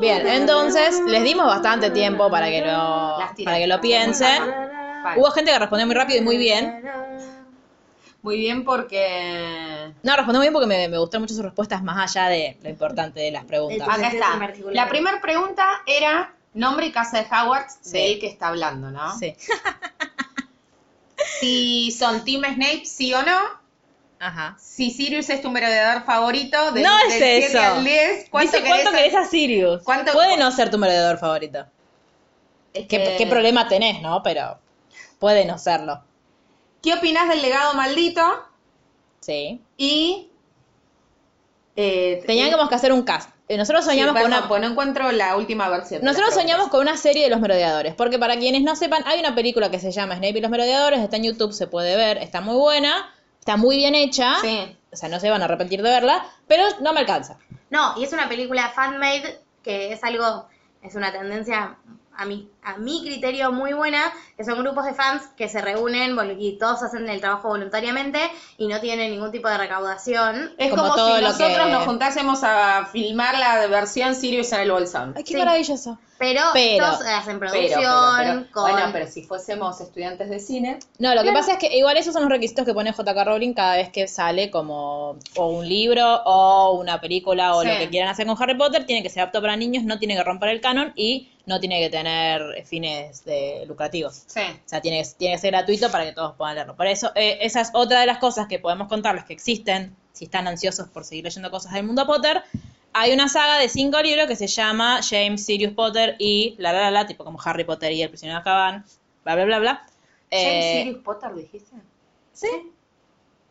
Speaker 1: Bien, entonces les dimos bastante tiempo para que lo,
Speaker 3: Las tiré.
Speaker 1: para que lo piensen.
Speaker 3: Vale.
Speaker 1: Hubo gente que respondió muy rápido y muy bien.
Speaker 3: Muy bien porque...
Speaker 1: No, respondió muy bien porque me, me gustaron mucho sus respuestas más allá de lo importante de las preguntas.
Speaker 2: Ah,
Speaker 3: Acá
Speaker 2: Entonces, en
Speaker 3: está.
Speaker 2: particular.
Speaker 3: La primera pregunta era nombre y casa de Howard,
Speaker 1: Sí.
Speaker 3: de él que está hablando, ¿no?
Speaker 1: Sí.
Speaker 3: Si son Team Snape, sí o no.
Speaker 1: Ajá.
Speaker 3: Si Sirius es tu merodeador favorito, del,
Speaker 1: No es
Speaker 3: del
Speaker 1: eso.
Speaker 3: 7 al 10, ¿cuánto
Speaker 1: ¿Cuánto Dice cuánto
Speaker 3: querés
Speaker 1: querés a Sirius.
Speaker 3: ¿Cuánto-
Speaker 1: Puede no ser tu merodeador favorito.
Speaker 3: Es
Speaker 1: ¿Qué,
Speaker 3: que-
Speaker 1: qué problema tenés, no? Pero puede no serlo.
Speaker 3: ¿Qué opinás del legado maldito?
Speaker 1: Sí.
Speaker 3: Y. Eh,
Speaker 1: Teníamos que hacer un cast. Eh, Nosotros
Speaker 3: sí,
Speaker 1: soñamos con
Speaker 3: perdón,
Speaker 1: una.
Speaker 3: pues no encuentro la última versión. de la
Speaker 1: Nosotros
Speaker 3: pregunta.
Speaker 1: soñamos con una serie de los merodeadores, porque para quienes no sepan, hay una película que se llama Snape y los merodeadores, está en YouTube, se puede ver, está muy buena, está muy bien hecha,
Speaker 3: Sí.
Speaker 1: o sea, no se van a arrepentir de verla, pero no me alcanza.
Speaker 2: No, y es una película fan-made que es algo, es una tendencia a mi, a mi criterio muy buena, que son grupos de fans que se reúnen vol- y todos hacen el trabajo voluntariamente y no tienen ningún tipo de recaudación.
Speaker 3: Es
Speaker 1: Como
Speaker 3: como,
Speaker 1: todo
Speaker 3: si
Speaker 1: lo
Speaker 3: nosotros
Speaker 1: que-
Speaker 3: nos juntásemos a filmar la versión Sirius en el Bolsón.
Speaker 1: Ay, qué
Speaker 2: Sí.
Speaker 1: maravilloso.
Speaker 2: Pero,
Speaker 1: Pero,
Speaker 2: todos hacen
Speaker 3: Pero,
Speaker 2: producción,
Speaker 3: pero, pero-
Speaker 2: con...
Speaker 3: Bueno, pero si fuésemos estudiantes de cine,
Speaker 1: No, lo que pasa es que igual esos son los requisitos que pone JK Rowling cada vez que sale como o un libro o una película o
Speaker 3: Sí.
Speaker 1: lo que quieran hacer con Harry Potter, tiene que ser apto para niños, no tiene que romper el canon y no tiene que tener fines de lucrativos.
Speaker 3: sí.
Speaker 1: O sea, tiene, que- tiene que ser gratuito para que todos puedan leerlo. Por eso, eh, esa es otra de las cosas que podemos contarles que existen, si están ansiosos por seguir leyendo cosas del mundo Potter. Hay una saga de cinco libros que se llama James, Sirius Potter y la la la la, tipo como Harry Potter y el prisionero de Azkaban, bla bla bla bla.
Speaker 3: James
Speaker 1: Eh,
Speaker 3: Sirius Potter, dijiste.
Speaker 1: Sí.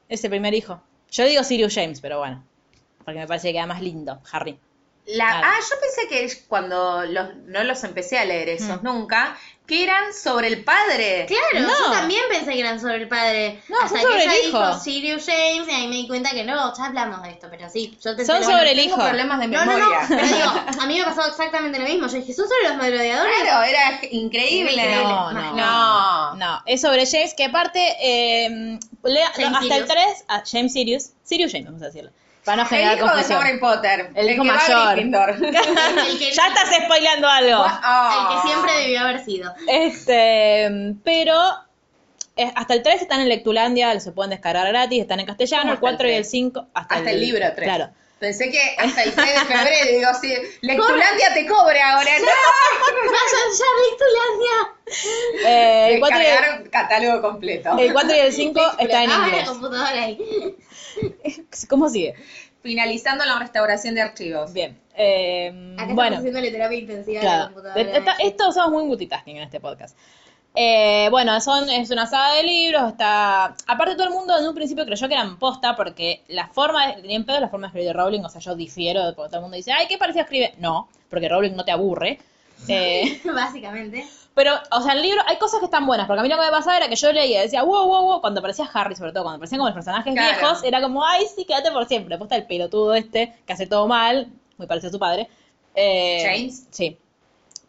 Speaker 1: Es el primer hijo. Yo digo Sirius James, pero bueno. Porque me parece que queda más lindo, Harry.
Speaker 3: La-
Speaker 1: Claro.
Speaker 3: Ah, yo pensé que es cuando los, no los empecé a leer esos
Speaker 1: Mm.
Speaker 3: nunca, que eran sobre el padre.
Speaker 2: Claro,
Speaker 1: No.
Speaker 2: yo también pensé que eran sobre el padre.
Speaker 1: No, son
Speaker 2: hasta
Speaker 1: sobre
Speaker 2: que ella
Speaker 1: el hijo.
Speaker 2: dijo Sirius James y ahí me di cuenta que no, ya hablamos de esto, pero sí, yo te
Speaker 1: Son
Speaker 2: pero
Speaker 1: sobre el
Speaker 3: Tengo
Speaker 1: hijo.
Speaker 3: problemas de
Speaker 2: No, no,
Speaker 3: memoria.
Speaker 2: no, pero digo, a mí me pasó exactamente lo mismo. Yo dije, ¿son sobre los madrodeadores?
Speaker 3: Claro, era increíble.
Speaker 1: No, no,
Speaker 3: No.
Speaker 1: No, es sobre James, que aparte, eh, lea-
Speaker 2: James
Speaker 1: hasta el
Speaker 2: Sirius.
Speaker 1: 3, a James Sirius, Sirius James, vamos a decirlo, para no
Speaker 3: El
Speaker 1: generar
Speaker 3: hijo
Speaker 1: confusión.
Speaker 3: de Harry Potter.
Speaker 1: El hijo
Speaker 3: que va a
Speaker 1: mayor.
Speaker 3: Gryffindor.
Speaker 2: El que-
Speaker 1: ya estás spoileando algo.
Speaker 3: Ah.
Speaker 2: El que siempre debió haber sido.
Speaker 1: Este, pero eh, hasta el 3 están en Lectulandia, se pueden descargar gratis, están en castellano,
Speaker 3: ¿Cómo
Speaker 1: el
Speaker 3: hasta el
Speaker 1: 4 y el
Speaker 3: tres?
Speaker 1: 5 hasta,
Speaker 3: Hasta el libro 3.
Speaker 1: Claro.
Speaker 3: Pensé que hasta el 3 de febrero, digo, sí, Lectulandia te cobra ahora,
Speaker 2: ¡Vayan ya a Lictulandia!
Speaker 1: Eh,
Speaker 3: ¿no?
Speaker 1: el, 4 y el,
Speaker 3: Descargar catálogo completo. Ah,
Speaker 1: el 4 y el 5 están en
Speaker 2: Explotaba la
Speaker 1: inglés.
Speaker 2: computadora ahí.
Speaker 1: ¿Cómo sigue?
Speaker 3: Finalizando la restauración de archivos.
Speaker 1: Bien. eh,
Speaker 2: Acá estamos
Speaker 1: bueno.
Speaker 2: haciéndole terapia intensiva a la
Speaker 1: Claro.
Speaker 2: computadora.
Speaker 1: De- esta- esto somos muy multitasking en este podcast. Eh, bueno, son, es una saga de libros, está... Aparte todo el mundo en un principio creyó que eran posta porque la forma, de, ni en pedo la forma de escribir de Rowling, o sea, yo difiero de porque todo el mundo dice, ay, qué parecido escribe. No, porque Rowling no te aburre. Eh,
Speaker 2: Básicamente.
Speaker 1: pero, o sea, el libro, hay cosas que están buenas, porque a mí lo que me pasaba era que yo leía y decía, wow, wow, wow, cuando aparecía Harry, sobre todo, cuando aparecían como los personajes
Speaker 3: Claro.
Speaker 1: viejos, era como, ay, sí, quédate por siempre. Posta el pelotudo este, que hace todo mal, muy parecido a su padre. Eh,
Speaker 3: James.
Speaker 1: Sí.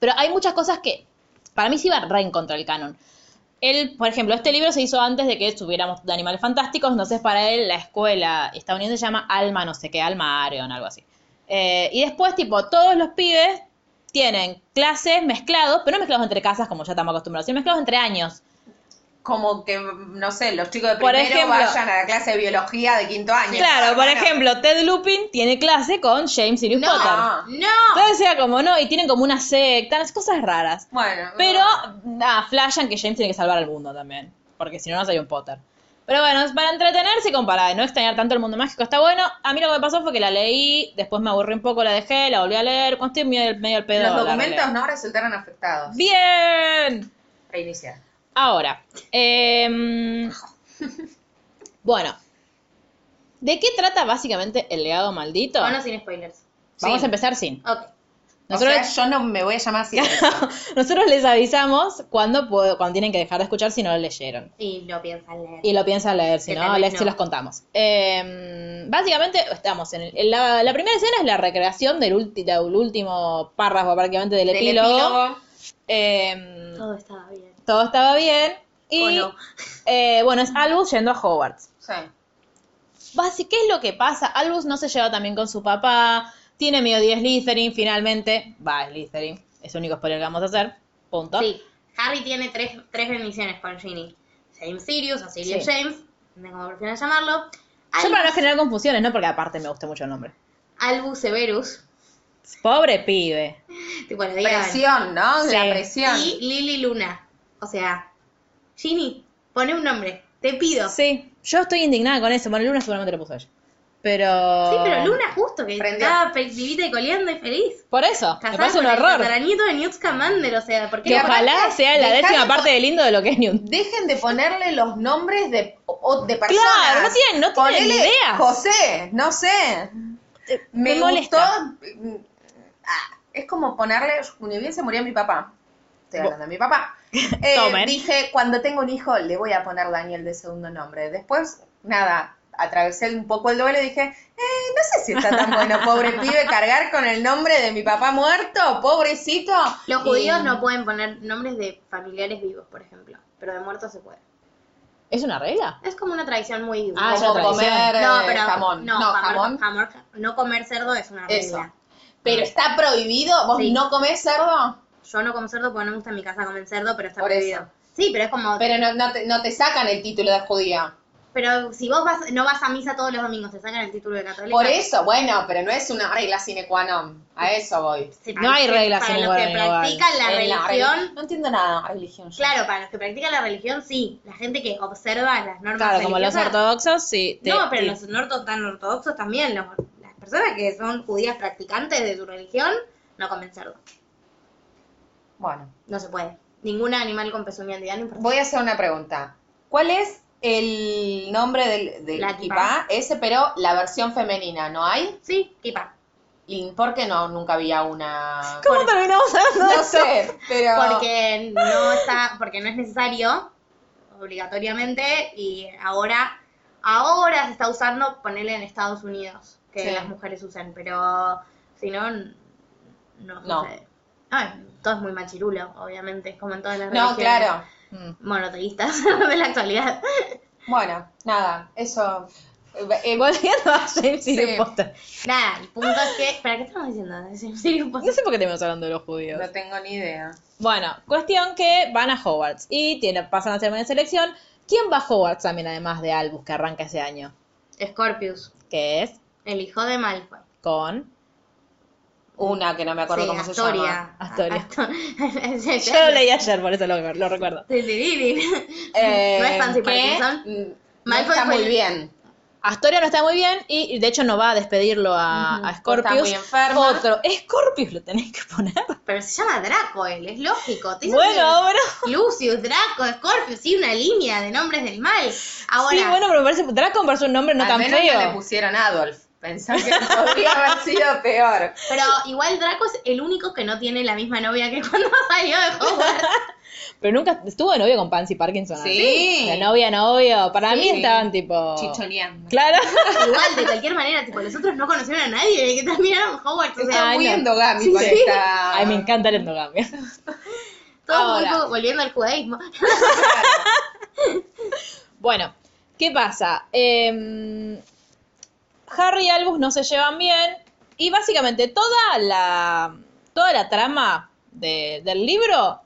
Speaker 1: Pero hay muchas cosas que, para mí, sí van re en contra del canon. Él, por ejemplo, este libro se hizo antes de que subiéramos de Animales Fantásticos, entonces para él la escuela estadounidense se llama Alma, no sé qué, Alma Areon, algo así. Eh, y después, tipo, todos los pibes tienen clases mezclados, pero no mezclados entre casas, como ya estamos acostumbrados, sino mezclados entre años.
Speaker 3: Como que, no sé, los chicos de
Speaker 1: Por
Speaker 3: primero
Speaker 1: ejemplo-
Speaker 3: vayan a la clase de biología de quinto año.
Speaker 1: Claro, por
Speaker 3: Bueno,
Speaker 1: ejemplo, Ted Lupin tiene clase con James Sirius
Speaker 3: No.
Speaker 1: Potter.
Speaker 2: ¡No!
Speaker 1: Entonces era como, no, y tienen como una secta, unas cosas raras.
Speaker 3: Bueno.
Speaker 1: Pero, nada, flashan que James tiene que salvar al mundo también. Porque si no, no sería un Potter. Pero bueno, es para entretenerse y comparar, no extrañar tanto el mundo mágico está bueno. A mí lo que me pasó fue que la leí, después me aburrí un poco, la dejé, la volví a leer. Cuando estoy medio, medio al pedo.
Speaker 3: Los
Speaker 1: la
Speaker 3: documentos
Speaker 1: releo.
Speaker 3: no resultaron afectados.
Speaker 1: ¡Bien!
Speaker 3: Reiniciar.
Speaker 1: Ahora, em, bueno, ¿de qué trata básicamente el legado maldito?
Speaker 3: Ah,
Speaker 2: Bueno, sin spoilers.
Speaker 1: Vamos
Speaker 3: sí.
Speaker 1: a empezar sin.
Speaker 2: Ok.
Speaker 1: Nosotros,
Speaker 3: O sea, yo no me voy a llamar así.
Speaker 1: nosotros les avisamos cuando, puedo- cuando tienen que dejar de escuchar si no lo leyeron.
Speaker 2: Y lo piensan leer.
Speaker 1: Y lo piensa leer, si
Speaker 2: Que
Speaker 1: no,
Speaker 2: tal vez
Speaker 1: les, se
Speaker 2: no.
Speaker 1: los contamos. Eh, básicamente, estamos en, el- en la, la primera escena es la recreación del, ulti- del último párrafo prácticamente del,
Speaker 3: Del
Speaker 1: epílogo.
Speaker 3: epílogo.
Speaker 1: Eh,
Speaker 2: Todo estaba bien.
Speaker 1: todo estaba bien. Y
Speaker 2: O no.
Speaker 1: eh, bueno, es Albus yendo a Hogwarts.
Speaker 3: Sí.
Speaker 1: Basi- ¿Qué es lo que pasa? Albus no se lleva también con su papá, tiene medio 10 Slytherin, finalmente va a Slytherin. Es el único spoiler que vamos a hacer. Punto.
Speaker 2: Sí, Harry tiene tres, tres bendiciones con Ginny. James Sirius, o Sirius
Speaker 1: Sí.
Speaker 2: James, no sé cómo prefieran llamarlo.
Speaker 1: Yo para no
Speaker 2: Albus,
Speaker 1: generar confusiones, ¿no? Porque aparte me gusta mucho el nombre.
Speaker 2: Albus Severus,
Speaker 1: Pobre pibe.
Speaker 2: tipo lo odiaban.
Speaker 3: Presión, ¿no?
Speaker 1: Sí.
Speaker 3: La presión.
Speaker 2: Y Lily Luna. O sea, Ginny, pone un nombre, te pido. Sí,
Speaker 1: Sí, yo estoy indignada con eso. Bueno, Luna seguramente lo puso ella. Pero.
Speaker 2: pero Luna justo, que
Speaker 3: Prendió.
Speaker 2: estaba pe- vivita y coleando y feliz.
Speaker 1: Por eso, me
Speaker 2: Casada
Speaker 1: parece un
Speaker 2: con el
Speaker 1: horror.
Speaker 2: tataranieto de Newt Scamander, o sea, ¿por qué
Speaker 1: Que
Speaker 2: no-
Speaker 1: ojalá
Speaker 3: aparte,
Speaker 1: sea la
Speaker 3: dejá
Speaker 1: décima
Speaker 3: de
Speaker 1: parte
Speaker 3: po-
Speaker 1: de lindo de lo que es Newt.
Speaker 3: Dejen de ponerle los nombres de, o- de personas.
Speaker 1: Claro, no tienen- no tienen
Speaker 3: Ponele
Speaker 1: idea.
Speaker 3: José, no sé.
Speaker 1: me
Speaker 3: Me,
Speaker 1: molesta.
Speaker 3: gustó. mm, Ah, es como ponerle. Cuando bien se murió mi papá. Estoy hablando de mi papá. Eh,
Speaker 1: Tomen.
Speaker 3: dije, cuando tengo un hijo, le voy a poner Daniel de segundo nombre. Después, nada. atravesé un poco el duelo y dije, eh, no sé si está tan bueno, pobre pibe, cargar con el nombre de mi papá muerto, pobrecito.
Speaker 2: Los judíos
Speaker 3: Y-
Speaker 2: no pueden poner nombres de familiares vivos, por ejemplo, pero de muertos se puede.
Speaker 1: ¿Es una regla?
Speaker 2: Es como una tradición muy
Speaker 1: Ah, es
Speaker 3: Como
Speaker 1: una tradición.
Speaker 3: comer eh,
Speaker 2: no, pero
Speaker 3: jamón.
Speaker 2: No, jamón,
Speaker 3: jamón.
Speaker 2: jamón, no comer cerdo es una
Speaker 3: Eso.
Speaker 2: regla.
Speaker 3: Pero está prohibido, vos
Speaker 2: Sí.
Speaker 3: no comés cerdo,
Speaker 2: Yo no como cerdo porque no me gusta en mi casa comer cerdo, pero está
Speaker 3: Por
Speaker 2: prohibido.
Speaker 3: eso.
Speaker 2: Sí, pero es como pero,
Speaker 3: pero no, no te, no te sacan el título de judía.
Speaker 2: si vos vas no vas a misa todos los domingos, te sacan el título de católica.
Speaker 3: Por eso, bueno, pero no es una regla sine qua non, a eso voy.
Speaker 2: Sí,
Speaker 1: No
Speaker 2: para
Speaker 1: hay
Speaker 2: los que-
Speaker 1: reglas
Speaker 2: para
Speaker 1: en
Speaker 2: los que
Speaker 1: lugar de lugar.
Speaker 2: practican la
Speaker 3: En la
Speaker 2: religión.
Speaker 3: relig- no entiendo nada, religión. yo.
Speaker 2: Claro, para los que practican la religión sí, la gente que observa las normas
Speaker 1: Claro, como los
Speaker 2: religiosas.
Speaker 1: ortodoxos, este, sí. te-
Speaker 2: No, pero
Speaker 1: te-
Speaker 2: los no orto- tan ortodoxos también, los- las personas que son judías practicantes de su religión no comen cerdo.
Speaker 3: Bueno,
Speaker 2: No se puede. Ningún animal con pezuña de no importa.
Speaker 3: voy a hacer una pregunta. ¿Cuál es el nombre del, del
Speaker 2: La
Speaker 3: kipá? Ese, pero la versión femenina, ¿no hay?
Speaker 2: Sí, kipa.
Speaker 3: ¿Y por qué no? Nunca había una...
Speaker 1: ¿Cómo terminamos hablando de
Speaker 3: No
Speaker 1: esto?
Speaker 3: sé, pero...
Speaker 2: Porque no está, porque no es necesario, obligatoriamente, y ahora, ahora se está usando ponerle en Estados Unidos, que
Speaker 3: Sí.
Speaker 2: las mujeres usan, pero si no, n- no
Speaker 3: No.
Speaker 2: sucede. Ah, todo es muy machirulo, obviamente, como en todas las
Speaker 3: No,
Speaker 2: religiones
Speaker 3: claro.
Speaker 1: Mm.
Speaker 2: monoteístas de la actualidad.
Speaker 3: Bueno, nada, eso... eh, eh,
Speaker 1: Volviendo a James y
Speaker 3: Sí.
Speaker 1: Harry Potter.
Speaker 2: Nada, el punto es que, ¿para qué estamos diciendo? En serio, pues,
Speaker 1: No sé por qué terminamos hablando de los judíos.
Speaker 3: no tengo ni idea.
Speaker 1: Bueno, cuestión que van a Hogwarts y tiene, pasan la ceremonia de selección. ¿Quién va a Hogwarts también, además de Albus, que arranca ese año?
Speaker 2: Scorpius,
Speaker 1: Que es
Speaker 2: el hijo de Malfoy.
Speaker 1: con...
Speaker 3: Una que no me acuerdo
Speaker 2: Sí,
Speaker 3: cómo se
Speaker 2: Astoria.
Speaker 3: llama.
Speaker 1: Astoria.
Speaker 2: Asto-
Speaker 1: Yo lo leí ayer, por eso lo, lo recuerdo.
Speaker 2: Sí, sí, sí, sí.
Speaker 3: Eh,
Speaker 2: no es Fancy
Speaker 3: que,
Speaker 2: Parkinson.
Speaker 3: mm, No
Speaker 2: Malfoy
Speaker 3: está
Speaker 2: fue
Speaker 3: muy
Speaker 2: el-
Speaker 3: bien.
Speaker 1: Astoria no está muy bien y, y de hecho no va a despedirlo a, a Scorpius.
Speaker 3: Está muy enferma.
Speaker 1: Otro. Scorpius lo tenés que poner.
Speaker 2: Pero se llama Draco él, es lógico. te dice
Speaker 1: Bueno,
Speaker 2: que-
Speaker 1: ahora.
Speaker 2: Lucius, Draco, Scorpio, sí, una línea de nombres del mal. Ahora,
Speaker 1: Sí, bueno, pero me parece. Draco me parece un nombre no
Speaker 3: Ah, Al
Speaker 1: tan
Speaker 3: menos
Speaker 1: feo.
Speaker 3: no le pusieron Adolf. Pensaba que podría haber sido peor.
Speaker 2: pero igual Draco es el único que no tiene la misma novia que cuando salió de Hogwarts.
Speaker 1: Pero nunca estuvo de novio con Pansy Parkinson.
Speaker 3: Sí.
Speaker 1: así. De novia, novio. Para mí
Speaker 3: Sí.
Speaker 1: estaban tipo.
Speaker 3: Chichoneando.
Speaker 1: Claro.
Speaker 2: Igual, de cualquier manera, tipo, los otros no conocieron a nadie de que terminaron en Hogwarts. O sea,
Speaker 3: Está
Speaker 1: Ay,
Speaker 3: muy
Speaker 1: Ah, no.
Speaker 3: endogámico
Speaker 2: Sí, sí.
Speaker 3: esta.
Speaker 1: Ay, me encanta el endogamia.
Speaker 2: todo muy
Speaker 1: ahora.
Speaker 2: poco- volviendo al judaísmo.
Speaker 1: Bueno, ¿qué pasa? Eh, Harry y Albus no se llevan bien y básicamente toda la, toda la trama de- del libro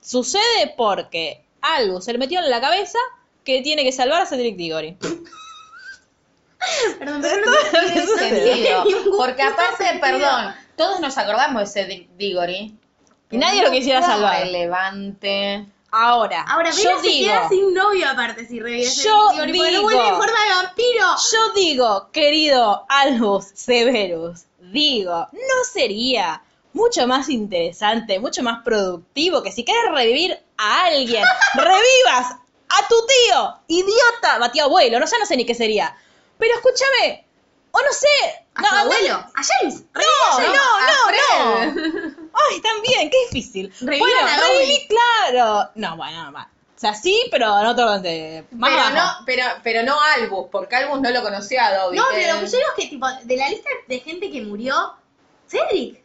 Speaker 1: sucede porque Albus se le metió en la cabeza que tiene que salvar a Cedric Diggory.
Speaker 2: Perdón, pero no me
Speaker 3: Tiene sentido. Porque aparte, perdón, todos nos acordamos de ese Di- Diggory.
Speaker 1: Y nadie lo quisiera
Speaker 3: Nada
Speaker 1: salvar.
Speaker 3: relevante.
Speaker 1: Ahora,
Speaker 2: Ahora, Vera
Speaker 1: yo
Speaker 2: se
Speaker 1: digo,
Speaker 2: queda sin novio aparte si revives
Speaker 1: Yo
Speaker 2: el libro, porque no
Speaker 1: digo.
Speaker 2: vuelve en forma de vampiro.
Speaker 1: yo digo, querido Albus Severus, digo, ¿no sería mucho más interesante, mucho más productivo que si quieres revivir a alguien, revivas a tu tío, idiota, va tío abuelo, no, ya no sé ni qué sería. Pero escúchame, o no sé,
Speaker 2: A
Speaker 1: no,
Speaker 2: su
Speaker 1: no-
Speaker 2: abuelo, a James. Ah,
Speaker 1: No, no,
Speaker 3: a
Speaker 1: no,
Speaker 3: Fred.
Speaker 1: no. Ay, también, qué difícil.
Speaker 2: Revivan
Speaker 1: bueno,
Speaker 2: a
Speaker 1: reviví, claro. No, bueno, no, más. O sea, sí, pero en otro donde. Más
Speaker 3: Pero
Speaker 1: bajo.
Speaker 3: no, pero, pero no Albus, porque Albus no lo conocía a Dobby.
Speaker 2: No, pero lo que yo digo es que, tipo, de la lista de gente que murió, Cedric,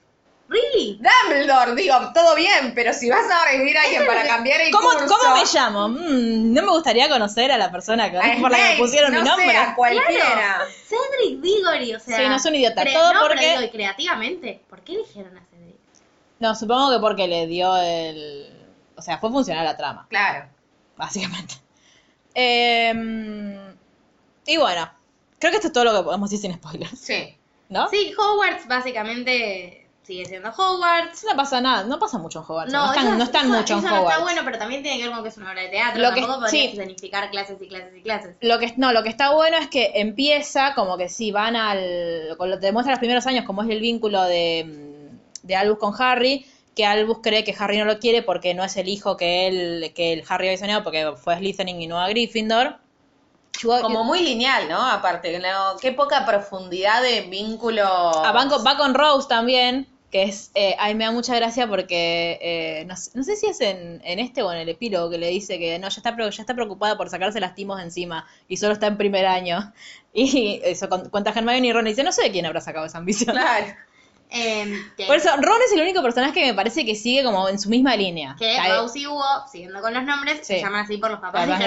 Speaker 2: really.
Speaker 3: Dumbledore, digo, todo bien, pero si vas a revivir a alguien para cambiar el
Speaker 1: ¿Cómo,
Speaker 3: curso...
Speaker 1: ¿Cómo me llamo? Mm, no me gustaría conocer a la persona que,
Speaker 3: a
Speaker 1: por la que me
Speaker 3: Snape,
Speaker 1: pusieron
Speaker 3: no
Speaker 1: mi nombre.
Speaker 3: Sea cualquiera.
Speaker 2: Claro. Cedric Diggory, o sea.
Speaker 1: Sí, no es un idiota,
Speaker 2: cre-
Speaker 1: todo
Speaker 2: no, pero
Speaker 1: porque-
Speaker 2: digo, y creativamente, ¿por qué eligieron a Cedric?
Speaker 1: No, supongo que porque le dio el. O sea, fue funcionar la trama,
Speaker 3: Claro.
Speaker 1: básicamente. Em, y bueno, creo que esto es todo lo que podemos decir sin spoilers,
Speaker 3: Sí.
Speaker 1: ¿no?
Speaker 2: Sí, Hogwarts básicamente sigue siendo Hogwarts.
Speaker 1: No pasa nada, no pasa mucho en Hogwarts. No, están,
Speaker 2: eso-
Speaker 1: no están
Speaker 2: eso-
Speaker 1: mucho en
Speaker 2: eso
Speaker 1: Hogwarts.
Speaker 2: No está bueno, pero también tiene que ver con que es una obra de teatro.
Speaker 1: Lo que-
Speaker 2: Tampoco podrías
Speaker 1: sí.
Speaker 2: planificar clases y clases y clases.
Speaker 1: Lo que, no, lo que está bueno es que empieza como que sí, van al. con lo- Te muestra los primeros años como es el vínculo de, de Albus con Harry, que Albus cree que Harry no lo quiere porque no es el hijo que él, que el Harry había soñado porque fue a Slytherin y no a Gryffindor. Yo-
Speaker 3: Como muy lineal, ¿no? Aparte, no, qué poca profundidad de vínculo.
Speaker 1: Ah, a Banco- va con Rose también, que es, eh, ay, me da mucha gracia porque, eh, no, sé- no sé si es en, en este o en el epílogo que le dice que no, ya está, pre- ya está preocupada por sacarse las timos de encima y solo está en primer año. Y eso, con- cuenta Hermione y Ron y dice, no sé de quién habrá sacado esa ambición.
Speaker 3: Claro.
Speaker 2: Eh, que-
Speaker 1: Por eso, Ron es el único personaje que me parece que sigue como en su misma línea.
Speaker 2: Que
Speaker 1: Está-
Speaker 2: Rose y Hugo, siguiendo con los nombres, se
Speaker 1: Sí.
Speaker 2: llaman así por los papás
Speaker 1: Papás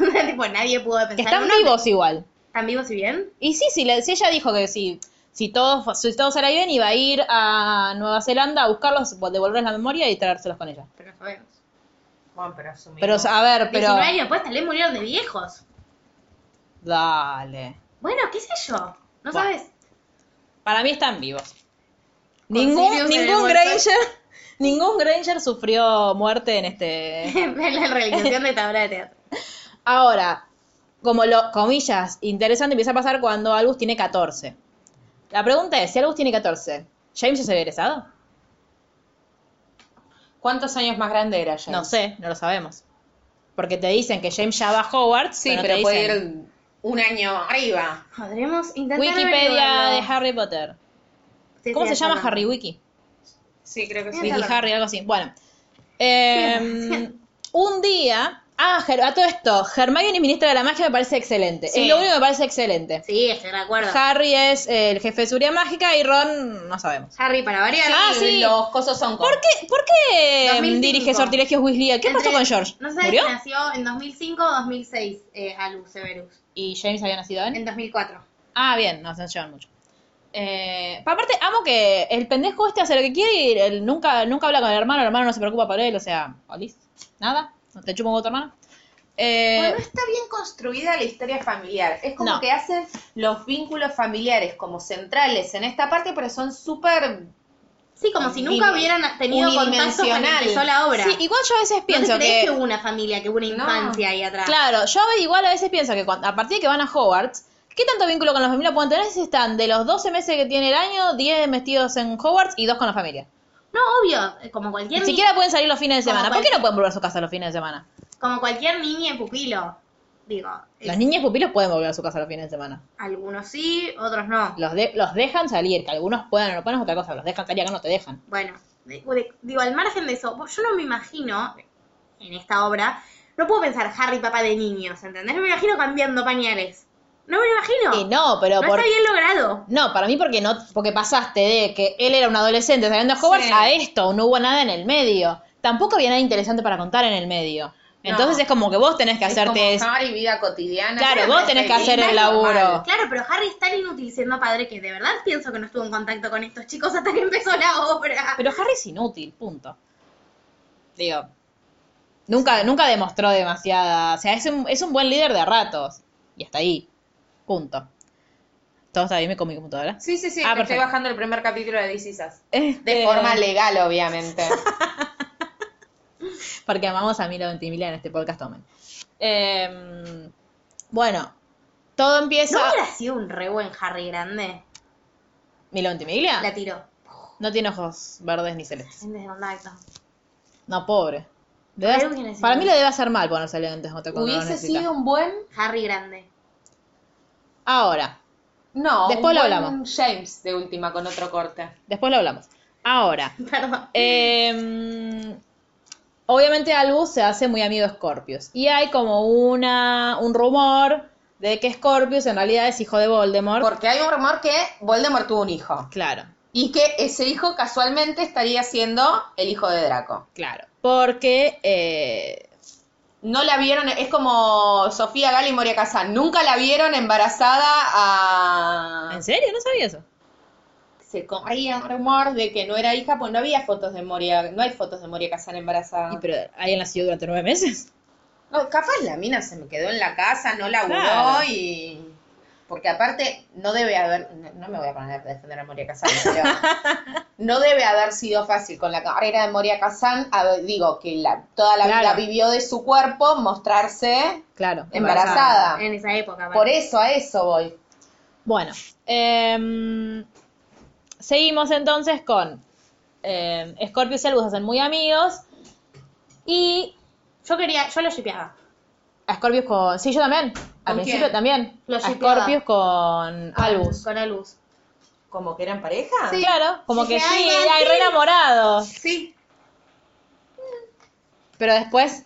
Speaker 1: de
Speaker 2: tipo, nadie pudo pensar
Speaker 1: que
Speaker 2: en
Speaker 1: están
Speaker 2: un nombre.
Speaker 1: vivos igual.
Speaker 2: ¿Están vivos y bien?
Speaker 1: Y sí, sí, le- si ella dijo que sí, si todo, fu- si todo sale bien, iba a ir a Nueva Zelanda a buscarlos, devolverles la memoria y traérselos con ella.
Speaker 2: Pero no sabemos.
Speaker 3: Bueno, pero asumimos.
Speaker 1: Pero, a ver, pero...
Speaker 2: 19 años después tal vez murieron de viejos.
Speaker 1: Dale.
Speaker 2: Bueno, qué sé yo. No
Speaker 1: Buah.
Speaker 2: sabes.
Speaker 1: Para mí están vivos.
Speaker 2: Con Sirius
Speaker 1: Ningún,
Speaker 2: en el
Speaker 1: ningún
Speaker 2: almuerzo.
Speaker 1: Granger, ningún Granger sufrió muerte en este...
Speaker 2: en la realización de esta obra de teatro.
Speaker 1: Ahora, como lo, comillas, interesante empieza a pasar cuando Albus tiene 14. La pregunta es, si Albus tiene 14, ¿James ya se había egresado?
Speaker 3: ¿Cuántos años más grande era James?
Speaker 1: No sé, no lo sabemos. Porque te dicen que James ya va a Hogwarts,
Speaker 3: Sí,
Speaker 1: no
Speaker 3: pero
Speaker 1: te
Speaker 3: puede
Speaker 1: dicen.
Speaker 3: ir un año arriba.
Speaker 2: Podremos intentar
Speaker 1: Wikipedia de
Speaker 2: averiguarlo.
Speaker 1: Harry Potter.
Speaker 2: Sí,
Speaker 1: ¿Cómo
Speaker 2: sí,
Speaker 1: se
Speaker 2: está
Speaker 1: llama
Speaker 2: hablando.
Speaker 1: Harry Wiki?
Speaker 3: Sí, creo que
Speaker 2: sí.
Speaker 3: sí.
Speaker 1: Wiki
Speaker 2: Tienes razón.
Speaker 1: Harry, algo así. Bueno. Eh, un día... Ah, Her- a todo esto, Hermione, ministra de la magia, me parece excelente.
Speaker 2: Sí.
Speaker 1: Es lo único que me parece excelente.
Speaker 2: Sí, estoy de acuerdo.
Speaker 1: Harry es eh, el jefe de seguridad mágica y Ron, no sabemos.
Speaker 2: Harry, para variar.
Speaker 1: Ah, sí.
Speaker 3: Los cosos son
Speaker 1: ¿Por qué, por qué mm,
Speaker 2: 2005?
Speaker 1: dirige Sortilegios Weasley? ¿Qué pasó
Speaker 2: Entre-
Speaker 1: con George?
Speaker 2: No sé
Speaker 1: ¿Murió?
Speaker 2: si nació en 2005 o 2006 eh, Albus Severus.
Speaker 1: ¿Y James había nacido en?
Speaker 2: En 2004.
Speaker 1: Ah, bien, no se llevan mucho. Eh, pa- aparte, amo que el pendejo este hace lo que quiere y él nunca, nunca habla con el hermano, el hermano no se preocupa por él, o sea, ¿olis? ¿Nada? ¿No ¿Te chupa un huevo tu hermano? Eh,
Speaker 3: Bueno, no está bien construida la historia familiar. Es como
Speaker 1: No.
Speaker 3: que hacen los vínculos familiares como centrales en esta parte, pero son súper...
Speaker 2: Sí, como si nunca
Speaker 3: Uni-
Speaker 2: hubieran tenido contacto cuando
Speaker 3: unidimensional.
Speaker 2: empezó la obra.
Speaker 1: sí, igual yo a veces
Speaker 2: ¿No
Speaker 1: pienso
Speaker 2: te crees que...
Speaker 1: que...
Speaker 2: hubo una familia, que hubo una infancia ahí atrás?
Speaker 1: Claro, yo a ve- igual a veces pienso que cuando- a partir de que van a Hogwarts, ¿qué tanto vínculo con la familia pueden tener si están de los 12 meses que tiene el año, 10 metidos en Hogwarts y 2 con la familia?
Speaker 2: No, obvio, eh, como cualquier,
Speaker 1: Ni
Speaker 2: ni-
Speaker 1: siquiera pueden salir los fines de
Speaker 2: Como
Speaker 1: semana. ¿Por qué no pueden volver a su casa los fines de semana?
Speaker 2: como cualquier niña en pupilo. Digo, es-
Speaker 1: Las niñas pupilos pueden volver a su casa los fines de semana.
Speaker 2: algunos sí, otros no.
Speaker 1: Los, de- los dejan salir, que algunos puedan o no puedan, es otra cosa. Los dejan salir, acá no te dejan.
Speaker 2: Bueno, de- de- digo, al margen de eso, vos- yo no me imagino en esta obra, no puedo pensar Harry papá de niños, ¿entendés? No me imagino cambiando pañales. No me lo imagino.
Speaker 1: Y no, pero
Speaker 2: no
Speaker 1: por-
Speaker 2: está bien logrado.
Speaker 1: No, para mí porque no porque pasaste de que él era un adolescente saliendo a Hogwarts
Speaker 3: Sí.
Speaker 1: a esto, no hubo nada en el medio. Tampoco había nada interesante para contar en el medio. Entonces es como que vos tenés que
Speaker 3: es
Speaker 1: hacerte
Speaker 3: como
Speaker 1: es-
Speaker 3: Harry, vida cotidiana.
Speaker 1: Claro,
Speaker 3: Pero
Speaker 1: vos
Speaker 3: no
Speaker 1: tenés
Speaker 3: es
Speaker 1: que hacer
Speaker 3: feliz,
Speaker 1: el
Speaker 3: no es normal.
Speaker 1: laburo.
Speaker 2: Claro, pero Harry es tan inútil siendo padre que de verdad pienso que no estuvo en contacto con estos chicos hasta que empezó la obra.
Speaker 1: Pero Harry es inútil, punto. Digo, nunca, nunca demostró demasiada. O sea, es un, es un buen líder de a ratos. Y hasta ahí. Punto. Todo está bien, me comí como computadora.
Speaker 3: Sí, sí, sí,
Speaker 1: Ah,
Speaker 3: que estoy
Speaker 1: perfecto.
Speaker 3: bajando el primer capítulo de This Is Us. De
Speaker 1: Este,
Speaker 3: forma legal, obviamente.
Speaker 1: Porque amamos a Milo Ventimiglia en este podcast, tomen. Eh, bueno, todo empieza.
Speaker 2: ¿No hubiera sido un re buen Harry grande?
Speaker 1: ¿Milo Ventimiglia?
Speaker 2: La tiró.
Speaker 1: No tiene ojos verdes ni celestes.
Speaker 2: Lentes de contacto.
Speaker 1: No, pobre. Le debe-
Speaker 2: Creo que necesita-
Speaker 1: para mí le debe hacer mal ponerse lentes no te- cuando no
Speaker 3: Hubiese
Speaker 1: necesita.
Speaker 3: sido un buen...
Speaker 2: Harry grande.
Speaker 1: Ahora,
Speaker 3: No,
Speaker 1: Después
Speaker 3: un
Speaker 1: lo
Speaker 3: buen
Speaker 1: hablamos.
Speaker 3: James de última con otro corte.
Speaker 1: después lo hablamos. Ahora.
Speaker 2: Perdón.
Speaker 1: Eh, obviamente Albus se hace muy amigo de Scorpius. Y hay como una, un rumor de que Scorpius en realidad es hijo de Voldemort.
Speaker 3: Porque hay un rumor que Voldemort tuvo un hijo.
Speaker 1: Claro,
Speaker 3: Y que ese hijo casualmente estaría siendo el hijo de Draco.
Speaker 1: claro. Porque eh,
Speaker 3: No la vieron, es como Sofía Gali y Moria Casán. Nunca la vieron embarazada a...
Speaker 1: ¿En serio? No sabía eso.
Speaker 3: Se corría un rumor de que no era hija, pues no había fotos de Moria, no hay fotos de Moria Casán embarazada.
Speaker 1: ¿Y pero alguien la siguió durante nueve meses?
Speaker 3: No, capaz la mina se me quedó en la casa, no laburó
Speaker 1: Claro.
Speaker 3: y... Porque aparte no debe haber, no, no me voy a poner a defender a Moria Kazan, pero no debe haber sido fácil con la carrera de Moria Kazan, a ver, digo que la, toda la vida
Speaker 1: Claro.
Speaker 3: vivió de su cuerpo mostrarse
Speaker 1: Claro.
Speaker 3: embarazada.
Speaker 2: En esa época.
Speaker 3: Por
Speaker 2: vale.
Speaker 3: eso, a eso voy.
Speaker 1: Bueno, em, seguimos entonces con em, Scorpius y Albus hacen muy amigos. Y
Speaker 2: Yo quería, yo lo shipeaba.
Speaker 1: a Scorpius con. Sí, yo también. Al
Speaker 3: ¿Con
Speaker 1: principio
Speaker 3: quién?
Speaker 1: también.
Speaker 2: Lo
Speaker 1: a
Speaker 2: shipeaba.
Speaker 1: Scorpius con Albus.
Speaker 2: Con Albus.
Speaker 3: como que eran pareja.
Speaker 2: Sí.
Speaker 1: Claro, como
Speaker 2: Sí,
Speaker 1: que sí,
Speaker 2: ay,
Speaker 1: hay
Speaker 2: Martín.
Speaker 1: re enamorados.
Speaker 2: Sí,
Speaker 1: Pero después,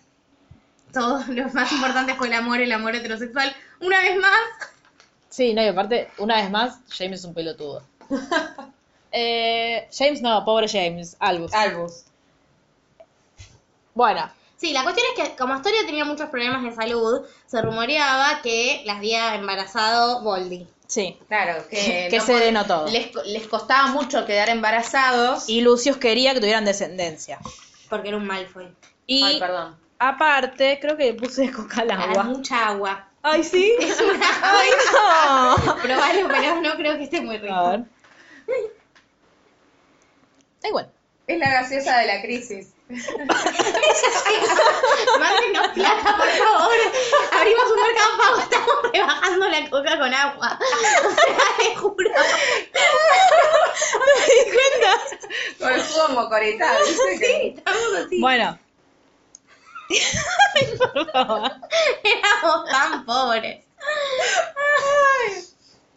Speaker 2: todo lo más importante fue el amor, el amor heterosexual. Una vez más,
Speaker 1: sí, no, y aparte, una vez más, James es un pelotudo. Eh, James no, pobre James, Albus.
Speaker 3: Albus.
Speaker 1: Bueno,
Speaker 2: Sí, la cuestión es que como Astoria tenía muchos problemas de salud, se rumoreaba que las había embarazado Boldy.
Speaker 1: sí.
Speaker 3: Claro, que,
Speaker 1: Que
Speaker 3: no
Speaker 1: se
Speaker 3: pod-
Speaker 1: denó todo.
Speaker 3: Les, co- les costaba mucho quedar embarazados.
Speaker 1: Y Lucius quería que tuvieran descendencia.
Speaker 2: Porque era un Malfoy.
Speaker 1: Y
Speaker 3: Ay, perdón.
Speaker 1: aparte, creo que le puse de coca al
Speaker 2: Era
Speaker 1: agua.
Speaker 2: mucha agua.
Speaker 1: Ay, sí. Ay, no.
Speaker 2: Probalo, pero no creo que esté muy rico.
Speaker 1: A ver. Da igual.
Speaker 3: Es la gaseosa de la crisis.
Speaker 2: Mándenos plata, por favor. Abrimos un mercado pago, estamos rebajando la coca con agua. O sea, te juro.
Speaker 3: Con el jugo mocoretá, ¿viste? Que-
Speaker 2: Estamos así.
Speaker 1: Bueno,
Speaker 2: Éramos tan pobres.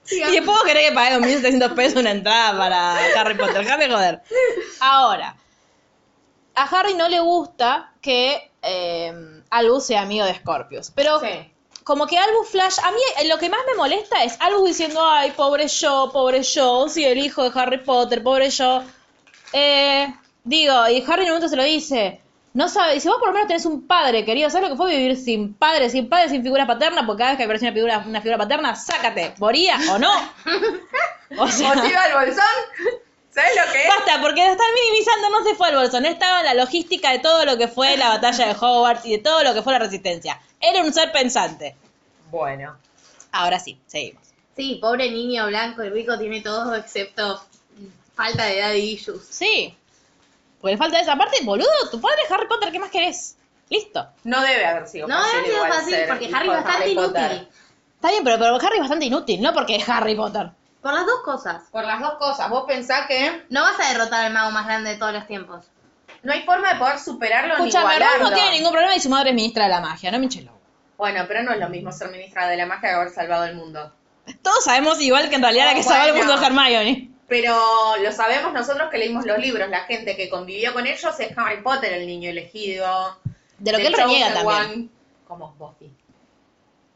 Speaker 1: y después vos querés que pague 2.700 pesos una entrada para Harry Potter. Déjame joder. Ahora, a Harry no le gusta que eh, Albus sea amigo de Scorpius. Pero
Speaker 3: Sí.
Speaker 1: como que Albus Flash, a mí eh, lo que más me molesta es Albus diciendo, ay, pobre yo, pobre yo, sí, el hijo de Harry Potter, pobre yo. Eh, digo, y Harry en un momento se lo dice, no sabe, dice, vos por lo menos tenés un padre, querido, ¿sabes lo que fue vivir sin padre, sin padre, sin figura paterna? Porque cada vez que aparece una figura, una figura paterna, sácate, moría o no. O sea,
Speaker 3: ¿O te iba al bolsón? ¿Sabes lo que es?
Speaker 1: Basta, porque lo están minimizando, no se fue al bolsón, estaba en la logística de todo lo que fue la batalla de Hogwarts y de todo lo que fue la resistencia. Era un ser pensante.
Speaker 3: Bueno.
Speaker 1: Ahora sí, seguimos.
Speaker 2: Sí, pobre niño blanco y rico tiene todo excepto falta de edad de issues.
Speaker 1: Sí. Porque le falta esa parte, boludo, tu padre es Harry Potter, ¿qué más querés? Listo.
Speaker 3: No debe haber sido
Speaker 2: No,
Speaker 3: fácil.
Speaker 2: debe haber sido
Speaker 3: igual
Speaker 2: fácil
Speaker 3: ser
Speaker 2: porque
Speaker 3: hijo
Speaker 2: Harry
Speaker 3: de
Speaker 2: es bastante
Speaker 3: Potter.
Speaker 2: inútil.
Speaker 1: Está bien, pero, pero Harry es bastante inútil, ¿no? Porque es Harry Potter.
Speaker 2: Por las dos cosas.
Speaker 3: Por las dos cosas. Vos pensás que
Speaker 2: No vas a derrotar al mago más grande de todos los tiempos.
Speaker 3: no hay forma de poder superarlo ni
Speaker 1: Escúchame, Ron
Speaker 3: igualarlo.
Speaker 1: no tiene ningún problema y su madre es ministra de la magia, no Michelo.
Speaker 3: Bueno, pero no es lo mismo ser ministra de la magia que haber salvado el mundo.
Speaker 1: Todos sabemos igual que en realidad la que
Speaker 3: Oh,
Speaker 1: salva el
Speaker 3: bueno.
Speaker 1: mundo es Hermione.
Speaker 3: Pero lo sabemos nosotros que leímos los libros, la gente que convivió con ellos es Harry Potter, el niño elegido.
Speaker 1: De lo
Speaker 3: The
Speaker 1: que él reniega
Speaker 3: Chosen
Speaker 1: también.
Speaker 3: One. Como Buffy.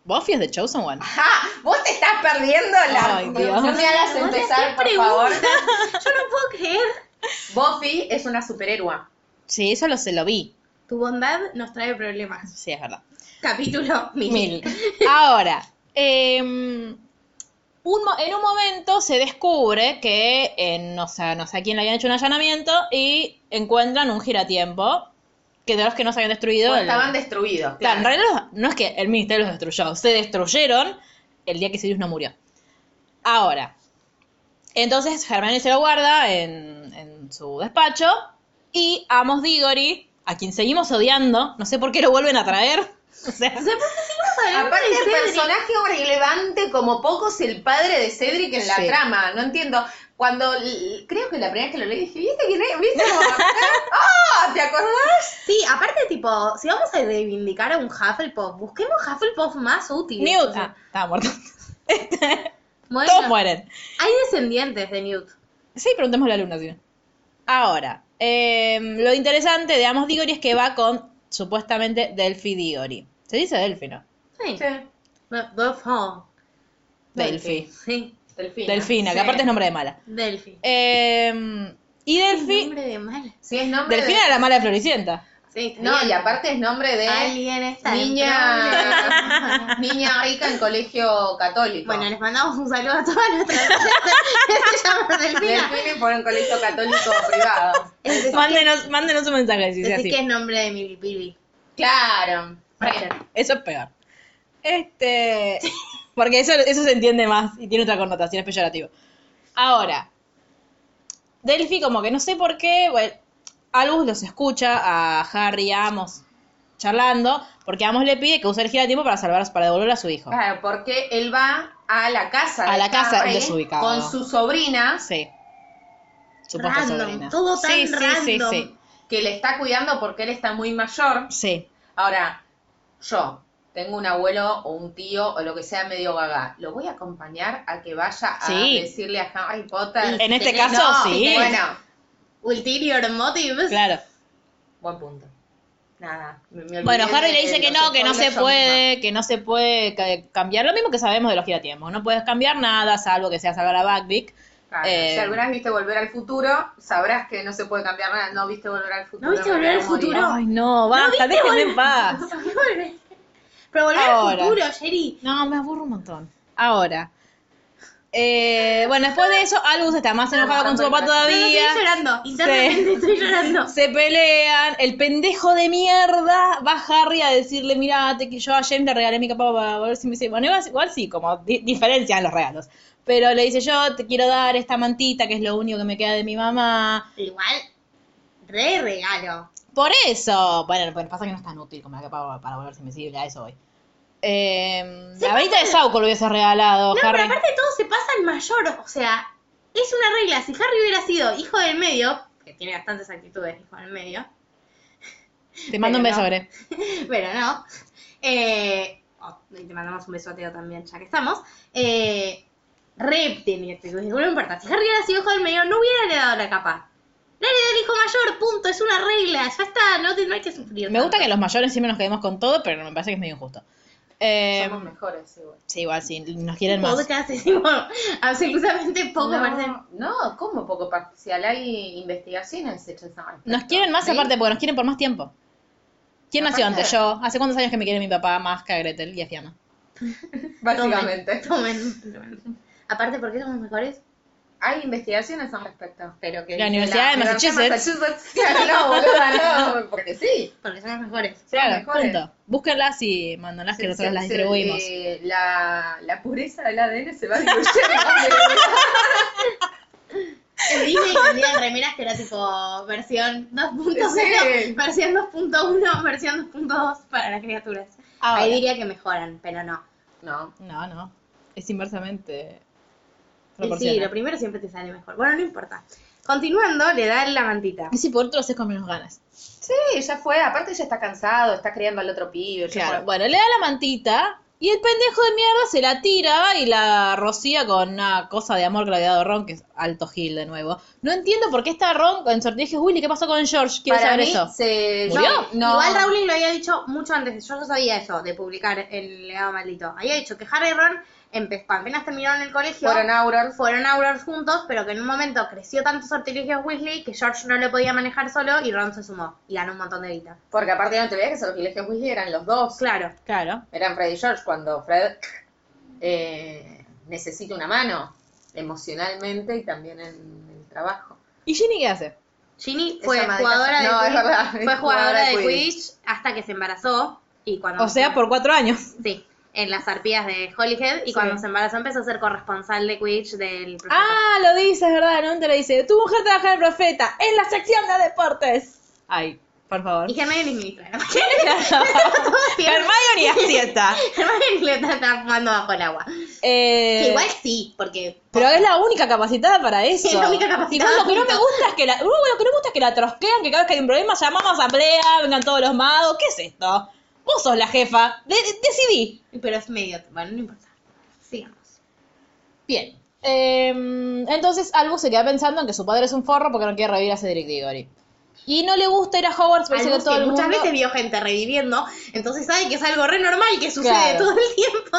Speaker 1: Buffy es de Chosen One.
Speaker 3: ¡Ja! Vos te estás perdiendo la...
Speaker 1: Ay, Dios.
Speaker 3: no me hagas empezar, por favor.
Speaker 2: Yo no puedo creer.
Speaker 3: Buffy es una superhéroe.
Speaker 1: Sí, eso lo, se lo vi.
Speaker 2: Tu bondad nos trae problemas.
Speaker 1: Sí, es verdad.
Speaker 2: Capítulo mil.
Speaker 1: Mil. Ahora, em, un mo- en un momento se descubre que, en, o sea, no sé a quién le habían hecho un allanamiento y encuentran un giratiempo que de los que no se habían destruido.
Speaker 3: O
Speaker 1: el-
Speaker 3: estaban destruidos.
Speaker 1: Claro, en
Speaker 3: claro.
Speaker 1: realidad los- no es que el ministerio los destruyó, se destruyeron el día que Sirius no murió. Ahora, entonces Germán se lo guarda en, en su despacho y Amos Diggory, a quien seguimos odiando, no sé por qué lo vuelven a traer. O sea,
Speaker 3: Aparte, el personaje relevante como pocos el padre de Cedric en la
Speaker 1: Sí.
Speaker 3: trama. No entiendo. Cuando, l- creo que la primera vez que lo leí dije, ¿viste quién es? ¿Viste cómo acá? ¡Ah! ¿Te acordás?
Speaker 2: Sí, aparte, tipo, si vamos a reivindicar a un Hufflepuff, busquemos Hufflepuff más útil.
Speaker 1: Newt.
Speaker 2: O
Speaker 1: Ah,
Speaker 2: sea,
Speaker 1: estaba muerto. Este,
Speaker 2: bueno,
Speaker 1: Todos mueren.
Speaker 2: hay descendientes de Newt.
Speaker 1: Sí, preguntemos a la luna, Ahora, em, lo interesante de Amos Diggory es que va con supuestamente Delphi Diggory. Se dice Delphi, ¿no?
Speaker 2: Sí.
Speaker 3: Sí.
Speaker 2: Bu- Buffon.
Speaker 1: Delphi.
Speaker 2: Sí,
Speaker 3: Delfina.
Speaker 1: Delfina, que
Speaker 3: Sí.
Speaker 1: aparte es nombre de mala.
Speaker 2: Delphi.
Speaker 1: Em, y Delphi.
Speaker 2: Nombre de mal.
Speaker 3: Sí, es nombre
Speaker 1: Delfina
Speaker 3: de-
Speaker 1: era la mala de Floricienta.
Speaker 2: Sí, está
Speaker 3: No,
Speaker 2: bien.
Speaker 3: y aparte es nombre de
Speaker 2: Alguien está en
Speaker 3: niña, niña rica en colegio católico.
Speaker 2: Bueno, les mandamos un saludo a todas nuestras oyentes. Se llama Delfina.
Speaker 3: Delfina por un colegio católico privado.
Speaker 2: Es decir,
Speaker 1: Mándenos, mándenos un mensaje si es
Speaker 2: decir
Speaker 1: así.
Speaker 2: que es nombre de Milipili.
Speaker 3: Claro.
Speaker 1: Eso es peor. Este. Porque eso, eso se entiende más y tiene otra connotación, es peyorativo. Ahora, Delphi, como que no sé por qué, bueno, Albus los escucha a Harry y a Amos charlando, porque Amos le pide que use el giratiempo para salvar, para devolver a su hijo.
Speaker 3: Claro, porque él va a la casa
Speaker 1: A
Speaker 3: de
Speaker 1: la casa
Speaker 3: Harry
Speaker 1: desubicado.
Speaker 3: con su sobrina
Speaker 1: Sí. Supuesta sobrina.
Speaker 2: Random, todo tan
Speaker 1: sí, sí,
Speaker 2: random.
Speaker 1: sí, sí.
Speaker 3: que le está cuidando porque él está muy mayor.
Speaker 1: Sí.
Speaker 3: Ahora, yo tengo un abuelo o un tío o lo que sea medio gaga, lo voy a acompañar a que vaya a
Speaker 1: Sí.
Speaker 3: decirle a Harry Potter.
Speaker 1: En este caso,
Speaker 2: No,
Speaker 1: sí.
Speaker 3: Bueno,
Speaker 2: Ulterior motives.
Speaker 1: Claro.
Speaker 3: buen punto. Nada. me- me
Speaker 1: Bueno,
Speaker 3: olvidé
Speaker 1: Harry
Speaker 3: de-
Speaker 1: le dice
Speaker 3: de
Speaker 1: que
Speaker 3: los
Speaker 1: no, que no se
Speaker 3: spoilers yo misma.
Speaker 1: puede, que no se puede ca- cambiar. Lo mismo que sabemos de los giratiempos. No puedes cambiar nada, salvo que sea salvar a Buckbeak.
Speaker 3: Claro,
Speaker 1: Eh,
Speaker 3: si alguna vez viste Volver al Futuro, sabrás que no se puede cambiar nada. No viste Volver al Futuro.
Speaker 2: ¿No viste
Speaker 3: me
Speaker 2: Volver al
Speaker 3: quiero morir.
Speaker 2: Futuro?
Speaker 1: Ay, no, basta,
Speaker 2: viste
Speaker 1: déjenme
Speaker 2: Volver-
Speaker 1: en paz.
Speaker 2: Pero volver al
Speaker 1: Ahora.
Speaker 2: futuro, Jerry.
Speaker 1: No, me aburro un montón. Ahora. Eh, bueno, después de eso, Albus está más enojado con su papá
Speaker 2: No, no,
Speaker 1: todavía.
Speaker 2: estoy llorando. Internamente estoy llorando.
Speaker 1: Se pelean, el pendejo de mierda va a Harry a decirle, mira, te- yo a James le regalé mi capa para ver si me dice, bueno, igual, igual sí, como di- diferencian los regalos. Pero le dice, yo te quiero dar esta mantita que es lo único que me queda de mi mamá.
Speaker 2: Igual, re regalo.
Speaker 1: Por eso, bueno, pero pasa que no es tan útil como la capa para, para volverse invisible, a eso voy. Eh, la varita de Sauco lo hubiese regalado,
Speaker 2: No,
Speaker 1: Harry.
Speaker 2: pero aparte todo se pasa al mayor. O sea, es una regla. Si Harry hubiera sido hijo del medio, que tiene bastantes actitudes, hijo del medio,
Speaker 1: Te mando un
Speaker 2: pero
Speaker 1: beso,
Speaker 2: no.
Speaker 1: Gre.
Speaker 2: pero no. Eh, oh, y te mandamos un beso a Teo también, ya que estamos. Eh, re tenía actitudes, no me importa. Si Harry hubiera sido hijo del medio, no hubiera heredado la capa. La heredó el hijo mayor, punto. Es una regla. Ya está, no, te- no hay que sufrir.
Speaker 1: Me gusta
Speaker 2: tanto.
Speaker 1: que los mayores siempre nos quedemos con todo, pero me parece que es medio injusto. Eh,
Speaker 3: Somos mejores, igual.
Speaker 1: sí, igual, sí, nos quieren más.
Speaker 2: podcast decimos absolutamente poco,
Speaker 3: no,
Speaker 2: parece.
Speaker 3: No, ¿cómo poco parcial? Hay investigaciones hechas al respecto.
Speaker 1: Nos quieren más
Speaker 3: Sí.
Speaker 1: aparte, porque nos quieren por más tiempo. ¿Quién nació
Speaker 3: Aparte-
Speaker 1: antes? Yo. ¿Hace cuántos años que me quiere mi papá más que a Gretel y a Fiamma?
Speaker 3: Básicamente.
Speaker 2: Tomen, tomen. Aparte, ¿por qué somos mejores?
Speaker 3: Hay investigaciones al respecto. Pero que
Speaker 1: La
Speaker 3: dice
Speaker 1: Universidad de Massachusetts.
Speaker 3: Massachusetts. Claro, no, boluda, no, porque sí.
Speaker 2: Porque somos mejores.
Speaker 3: Son
Speaker 1: Claro,
Speaker 3: mejores.
Speaker 1: punto. Búsquenlas y mándanlas que
Speaker 3: Se-
Speaker 1: nosotros
Speaker 3: se-
Speaker 1: las
Speaker 3: se-
Speaker 1: distribuimos.
Speaker 3: eh, la, la pureza del ADN se va diluyendo.
Speaker 2: En Disney vendían remeras que era tipo versión 2.0,
Speaker 3: Sí.
Speaker 2: versión 2.1, versión 2.2 para las criaturas.
Speaker 1: Ahora.
Speaker 2: Ahí diría que mejoran, pero no.
Speaker 3: no.
Speaker 1: No, no. Es inversamente
Speaker 2: Y sí, lo
Speaker 1: proporcional.
Speaker 2: primero siempre te sale mejor. Bueno, no importa. Continuando, le da la mantita.
Speaker 1: Y si por otro lo haces con menos ganas.
Speaker 3: Sí, ya fue. Aparte ya está cansado, está criando al otro pibe. ya
Speaker 1: Claro.
Speaker 3: fue.
Speaker 1: Bueno, le da la mantita y el pendejo de mierda se la tira y la rocía con una cosa de amor que le había dado Ron, que es alto Gil de nuevo. No entiendo por qué está Ron en sorteo. Willy, ¿qué pasó con George? Quiero
Speaker 3: Para
Speaker 1: saber
Speaker 3: mí,
Speaker 1: eso.
Speaker 3: Se...
Speaker 1: ¿Murió?
Speaker 3: yo- No.
Speaker 2: Igual Rowling lo había dicho mucho antes, yo no sabía eso de publicar el legado maldito. Había dicho que Harry y Ron empe- apenas terminaron el colegio,
Speaker 3: Fueron Auror.
Speaker 2: fueron a Auror juntos, pero que en un momento creció tanto sortilegio Weasley que George no lo podía manejar solo y Ron se sumó y ganó un montón de guita.
Speaker 3: Porque aparte no te veías que sortilegios Weasley eran los dos.
Speaker 2: Claro.
Speaker 1: Claro.
Speaker 3: Eran Fred y George cuando Fred eh, necesita una mano emocionalmente y también en el trabajo.
Speaker 1: ¿Y Ginny qué hace?
Speaker 2: Ginny
Speaker 3: Es
Speaker 2: fue
Speaker 3: ama de
Speaker 2: jugadora
Speaker 3: casa.
Speaker 2: de,
Speaker 3: No, es
Speaker 2: Quidditch-
Speaker 3: verdad,
Speaker 2: fue jugadora
Speaker 3: es jugadora de
Speaker 2: de
Speaker 3: Quidditch.
Speaker 2: Quidditch hasta que se embarazó y cuando
Speaker 1: O sea, por cuatro años.
Speaker 2: sí, en las arpías de Holyhead y cuando se embarazó empezó a ser corresponsal de Quidditch del profesor.
Speaker 1: Ah, lo dice, es verdad, no te lo dice. Tu mujer trabaja en el profeta, en la sección de deportes. Ay, por favor.
Speaker 2: Y Hermione es ministra. ¿no?
Speaker 1: Hermione así está.
Speaker 2: Hermione le está tapando bajo el agua.
Speaker 1: Eh,
Speaker 2: Que igual sí, porque
Speaker 1: Pero es la única capacitada para eso.
Speaker 2: Es la única capacitada,
Speaker 1: Y lo que no me
Speaker 2: punto.
Speaker 1: gusta es que la, uh, lo que no me gusta es que la trosquean, que cada vez que hay un problema llamamos a asamblea, vengan todos los magos. ¿Qué es esto? Vos sos la jefa. De- de- decidí.
Speaker 2: pero es medio, bueno, no importa. Sigamos.
Speaker 1: Bien. Eh, entonces Albus se queda pensando en que su padre es un forro porque no quiere revivir a Cedric Diggory. Y no le gusta ir a Hogwarts, parece
Speaker 2: Algo
Speaker 1: que todo
Speaker 2: que
Speaker 1: el mundo...
Speaker 2: muchas veces vio gente reviviendo, entonces sabe que es algo re normal que sucede
Speaker 1: Claro.
Speaker 2: todo el tiempo.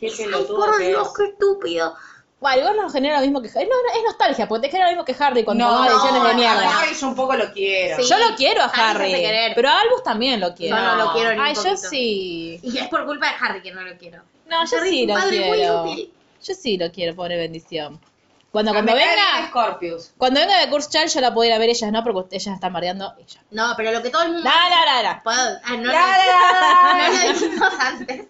Speaker 3: Qué
Speaker 2: Ay,
Speaker 3: pelotudo
Speaker 2: por
Speaker 3: que
Speaker 2: Dios,
Speaker 3: es.
Speaker 2: qué estúpido.
Speaker 1: Bueno, igual nos genera lo mismo que Harry. No, no, es nostalgia, porque te genera lo mismo que Harry cuando toma decisiones de mierda.
Speaker 3: Harry yo un poco lo quiero.
Speaker 2: Sí.
Speaker 1: Yo lo quiero a
Speaker 2: Harry se
Speaker 1: Harry,
Speaker 2: hace querer.
Speaker 1: pero a Albus también lo quiero.
Speaker 2: Yo no lo quiero ni un
Speaker 1: Ay, yo
Speaker 2: poquito.
Speaker 1: sí.
Speaker 2: Y es por culpa de Harry que no lo quiero.
Speaker 1: No, yo
Speaker 2: Harry es
Speaker 1: sí
Speaker 2: un
Speaker 1: lo
Speaker 2: padre muy
Speaker 1: quiero.
Speaker 2: útil.
Speaker 1: Yo sí lo quiero, pobre bendición. Cuando,
Speaker 3: A
Speaker 1: cuando
Speaker 3: mí me cae bien
Speaker 1: venga,
Speaker 3: Scorpius.
Speaker 1: cuando venga de Curse Child, yo la puedo ir a ver ellas, ¿no? Porque ellas están bardeando y yo.
Speaker 2: No, pero lo que todo el mundo.
Speaker 1: No, no, no, no.
Speaker 2: Puedo- Ah, no,
Speaker 3: La,
Speaker 2: no, no lo dijimos antes.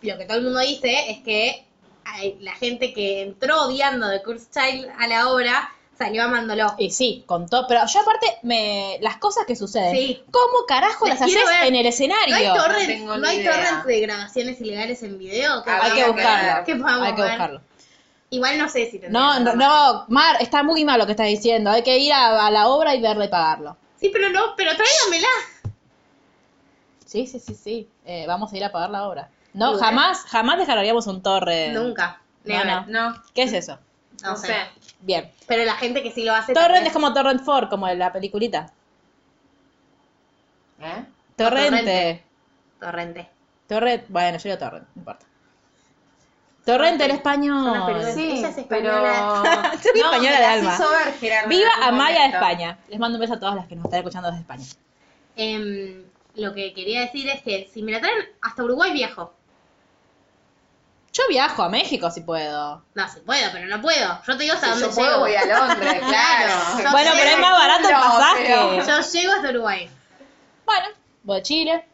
Speaker 2: Lo que todo el mundo dice es que ay, la gente que entró odiando de Curse Child a la obra salió amándolo.
Speaker 1: Y sí, con todo. Pero yo aparte, me las cosas que suceden.
Speaker 2: Sí.
Speaker 1: ¿Cómo carajo
Speaker 2: Las
Speaker 1: las,
Speaker 2: quiero
Speaker 1: haces
Speaker 2: ver.
Speaker 1: en el
Speaker 2: No hay
Speaker 1: escenario?
Speaker 3: No
Speaker 2: torrents,
Speaker 3: tengo
Speaker 2: no,
Speaker 3: ni
Speaker 2: hay
Speaker 3: idea.
Speaker 2: torrents de grabaciones ilegales en video. que
Speaker 3: Habrá
Speaker 1: Hay
Speaker 2: podamos
Speaker 1: que
Speaker 3: que
Speaker 1: buscarlo.
Speaker 3: ver.
Speaker 2: que podamos
Speaker 1: Hay que
Speaker 2: ver.
Speaker 1: buscarlo.
Speaker 2: Igual no sé si
Speaker 1: No,
Speaker 2: tendremos
Speaker 1: no, no,
Speaker 2: más.
Speaker 1: Mar, está muy mal lo que estás diciendo. Hay que ir a, a la obra y verla y pagarlo.
Speaker 2: Sí, pero no, pero tráigamela.
Speaker 1: Sí, sí, sí, sí. Eh, vamos a ir a pagar la obra. No,
Speaker 2: Bueno.
Speaker 1: jamás, jamás descargaríamos un torre.
Speaker 2: Nunca.
Speaker 1: No,
Speaker 2: Never. No, no,
Speaker 1: ¿Qué es eso?
Speaker 2: sé.
Speaker 1: Bien.
Speaker 2: Pero la gente que sí lo hace. tal
Speaker 1: Torrent
Speaker 2: vez-
Speaker 1: es como Torrent 4, como en la peliculita.
Speaker 3: ¿Eh?
Speaker 1: Torrente.
Speaker 2: Torrente. Torrente.
Speaker 1: Torrent. Bueno, yo digo Torrent, no importa.
Speaker 2: Ah,
Speaker 1: Torrente en
Speaker 2: Una película.
Speaker 1: español.
Speaker 2: Sí, Ella es
Speaker 3: pero...
Speaker 2: española.
Speaker 1: Yo soy española
Speaker 3: me
Speaker 1: de
Speaker 3: las
Speaker 1: alma.
Speaker 3: hizo ver, Gerardo,
Speaker 1: Viva
Speaker 3: en algún
Speaker 1: Amaya de
Speaker 3: momento.
Speaker 1: España. Les mando un beso a todas las que nos están escuchando desde España.
Speaker 2: Em, lo que quería decir es que si me la traen hasta Uruguay viejo.
Speaker 1: Yo viajo a México si puedo.
Speaker 2: No, si puedo, pero no puedo. Yo te digo hasta
Speaker 3: Si
Speaker 2: dónde
Speaker 3: yo puedo,
Speaker 2: llego.
Speaker 3: voy a Londres, claro.
Speaker 2: Yo
Speaker 1: Bueno, pero es más barato el
Speaker 3: No,
Speaker 1: pasaje.
Speaker 3: pero-
Speaker 2: Yo llego hasta Uruguay.
Speaker 1: Bueno, voy a Chile.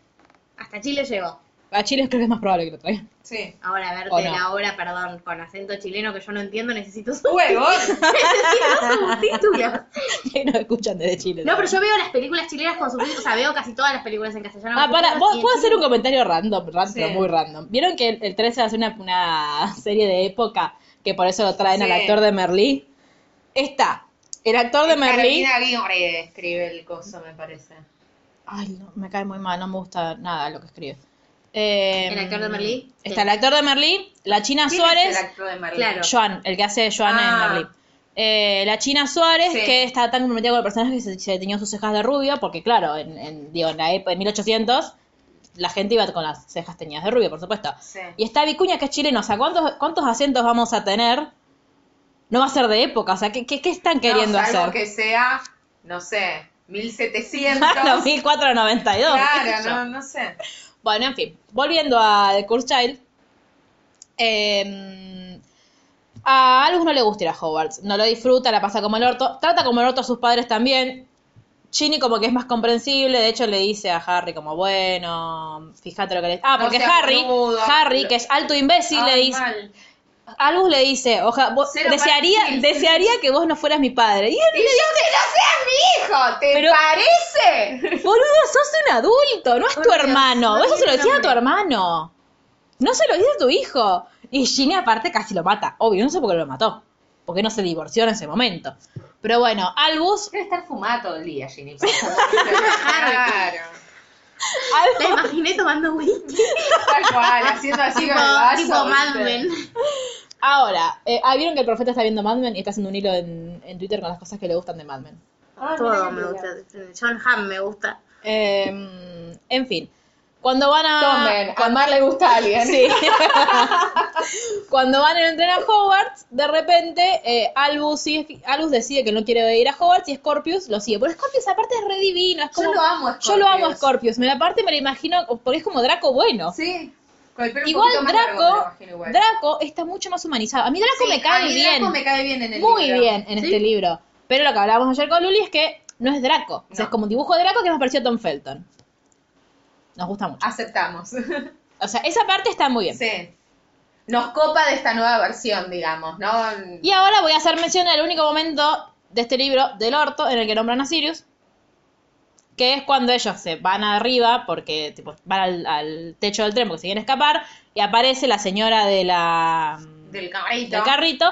Speaker 2: Hasta Chile llego.
Speaker 1: A Chile creo que es más probable que lo traigan.
Speaker 3: Sí.
Speaker 2: Ahora, a verte
Speaker 1: ¿O no?
Speaker 2: la obra, perdón, con acento chileno que yo no entiendo, necesito su-
Speaker 3: Huevón.
Speaker 2: necesito subtítulos.
Speaker 1: Y nos escuchan desde Chile.
Speaker 2: No, pero yo veo las películas chilenas con subtítulos, o sea, veo casi todas las películas en castellano.
Speaker 1: Ah,
Speaker 2: con
Speaker 1: para,
Speaker 2: subtítulos
Speaker 1: ¿puedo,
Speaker 2: y en
Speaker 1: puedo hacer un
Speaker 2: chileno.
Speaker 1: comentario random, random,
Speaker 3: Sí.
Speaker 1: muy random? ¿Vieron que el, el 13 hace una, una serie de época que por eso lo traen
Speaker 3: Sí.
Speaker 1: al actor de Merlí? Está, el actor de Merlí.
Speaker 3: Carolina Aguirre escribe el coso, me parece.
Speaker 1: Ay, no, me cae muy mal, no me gusta nada lo que escribe. Eh,
Speaker 2: ¿El actor de Merlí?
Speaker 1: Está el actor de Merlí, la China
Speaker 3: ¿Quién es
Speaker 1: Suárez,
Speaker 3: el actor de Merlín?
Speaker 2: Claro. actor?
Speaker 1: Joan, el que hace Joan
Speaker 3: Ah.
Speaker 1: en Merlí. Eh, la China Suárez,
Speaker 3: Sí.
Speaker 1: que está tan comprometida con el personaje que se, se teñió sus cejas de rubio, porque claro, en, en- digo, en la época de 1800 la gente iba con las cejas teñidas de rubio, por supuesto.
Speaker 3: Sí.
Speaker 1: Y está Vicuña, que es chileno. O sea, ¿cuántos, cuántos asientos vamos a tener? No va a ser de época. O sea, ¿qué, qué, qué están queriendo
Speaker 3: no, salvo
Speaker 1: hacer?
Speaker 3: que sea, no sé, 1700.
Speaker 1: Claro, 1492. qué sé yo.
Speaker 3: claro, no, no sé.
Speaker 1: Bueno, en fin. Volviendo a The Cursed Child. eh, a Albus no le gusta ir a Hogwarts. No lo disfruta, la pasa como el orto. Trata como el orto a sus padres también. Ginny como que es más comprensible, de hecho le dice a Harry como, bueno, fíjate lo que le... Ah,
Speaker 3: No
Speaker 1: porque
Speaker 3: seas
Speaker 1: Harry,
Speaker 3: boludo.
Speaker 1: Harry, que es alto imbécil, le
Speaker 3: Ay,
Speaker 1: dice,
Speaker 3: Ah, mal.
Speaker 1: Albus le dice, oja, vos-
Speaker 3: Cero
Speaker 1: desearía,
Speaker 3: para- sí.
Speaker 1: desearía que vos no fueras mi padre. Y
Speaker 3: Y yo que no seas mi hijo, ¿te
Speaker 1: Pero-
Speaker 3: parece?
Speaker 1: él, boludo, sos un adulto, no es tu
Speaker 3: Dios,
Speaker 1: hermano.
Speaker 3: no
Speaker 1: Eso se lo
Speaker 3: tiene
Speaker 1: decías a tu
Speaker 3: nombre.
Speaker 1: hermano. No se lo dices a tu hijo. Y Ginny aparte casi lo mata. Obvio, no sé por qué lo mató. Porque no se divorció en ese momento. Pero bueno, Albus,
Speaker 3: Debe estar fumada todo el día, Ginny. claro.
Speaker 2: La
Speaker 1: Albus,
Speaker 2: imaginé tomando whisky.
Speaker 3: Tal cual, haciendo así
Speaker 2: tipo,
Speaker 3: con el vaso.
Speaker 2: tipo Mad
Speaker 3: ¿viste?
Speaker 2: Men.
Speaker 1: ahora, eh, ah, vieron que el profeta está viendo Mad Men y está haciendo un hilo en, en Twitter con las cosas que le gustan de Mad Men.
Speaker 3: Ay, mira
Speaker 2: Todo
Speaker 3: qué
Speaker 2: me
Speaker 3: lindo.
Speaker 2: gusta. John Hamm me gusta.
Speaker 1: Eh, en fin, cuando van a...
Speaker 3: Tomen, a Mar le gusta a alguien.
Speaker 1: Sí. Cuando van en el tren a Hogwarts, de repente eh, Albus, sigue- Albus decide que no quiere ir a Hogwarts y Scorpius lo sigue. Pero Scorpius aparte es re divino. Es
Speaker 3: Yo
Speaker 1: como,
Speaker 3: lo amo a
Speaker 1: Yo lo amo a
Speaker 3: Scorpius.
Speaker 1: Scorpius. Me, aparte me lo imagino, porque es como Draco bueno.
Speaker 3: Sí. Con el pelo un
Speaker 1: igual
Speaker 3: poquito más largo, me lo
Speaker 1: Draco,
Speaker 3: imagino igual.
Speaker 1: Draco está mucho más humanizado. A mí Draco
Speaker 3: Sí,
Speaker 1: me cae
Speaker 3: a mí
Speaker 1: bien.
Speaker 3: Draco me cae bien en el
Speaker 1: muy
Speaker 3: libro.
Speaker 1: bien en
Speaker 3: Sí.
Speaker 1: este libro. Pero lo que hablábamos ayer con Luli es que no es Draco. O sea,
Speaker 3: No.
Speaker 1: es como un dibujo de Draco que nos pareció a Tom Felton. Nos gusta mucho.
Speaker 3: Aceptamos.
Speaker 1: O sea, esa parte está muy bien.
Speaker 3: sí. Nos copa de esta nueva versión, digamos, ¿no?
Speaker 1: Y ahora voy a hacer mención del único momento de este libro, del orto, en el que nombran a Sirius, que es cuando ellos se van arriba, porque tipo, van al, al techo del tren porque se quieren escapar, y aparece la señora de la,
Speaker 3: Del carrito.
Speaker 1: del carrito,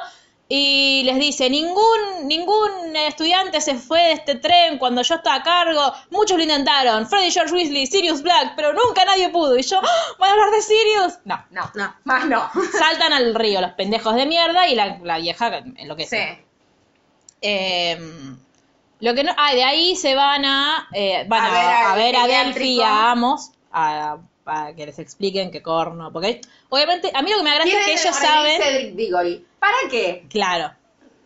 Speaker 1: y les dice, ningún, ningún estudiante se fue de este tren cuando yo estaba a cargo, muchos lo intentaron, Freddy George Weasley, Sirius Black, pero nunca nadie pudo, y yo, ¡Ah! ¿van a hablar de Sirius? No.
Speaker 3: No,
Speaker 2: No.
Speaker 3: más no.
Speaker 1: Saltan al río los pendejos de mierda y la, la vieja enloquece.
Speaker 3: Sí.
Speaker 1: Eh, lo que no, ah, de ahí se van a, eh, van
Speaker 3: A
Speaker 1: a,
Speaker 3: ver al
Speaker 1: a ver a Delphi y
Speaker 3: geriátrico.
Speaker 1: a Amos a, a que les expliquen qué corno, porque obviamente a mí lo que me agrada es que ellos saben,
Speaker 3: Cedric Diggory? ¿Para qué?
Speaker 1: claro,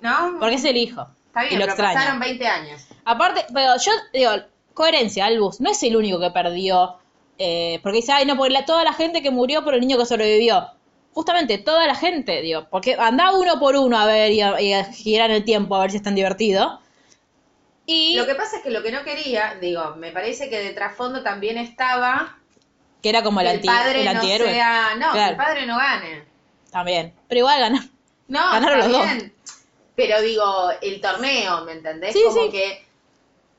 Speaker 3: ¿No?
Speaker 1: porque es el hijo
Speaker 3: Está
Speaker 1: y
Speaker 3: bien,
Speaker 1: lo
Speaker 3: pero
Speaker 1: extraña.
Speaker 3: pasaron 20 años.
Speaker 1: Aparte, pero yo digo, coherencia, Albus no es el único que perdió, eh, porque dice, ay, no, porque la- toda la gente que murió por el niño que sobrevivió. Justamente, toda la gente, digo, porque anda uno por uno a ver y a, y a girar el tiempo a ver si es tan divertido. Y
Speaker 3: Lo que pasa es que lo que no quería, digo, me parece que de trasfondo también estaba
Speaker 1: Que era como el,
Speaker 3: que el
Speaker 1: anti-
Speaker 3: padre
Speaker 1: el
Speaker 3: no
Speaker 1: antihéroe.
Speaker 3: sea, no, que
Speaker 1: Claro.
Speaker 3: el padre no gane.
Speaker 1: También. Pero igual ganó.
Speaker 3: No,
Speaker 1: Ganaron
Speaker 3: está
Speaker 1: los dos.
Speaker 3: bien. Pero digo, el torneo, ¿me entendés?
Speaker 1: Sí,
Speaker 3: Como
Speaker 1: sí.
Speaker 3: que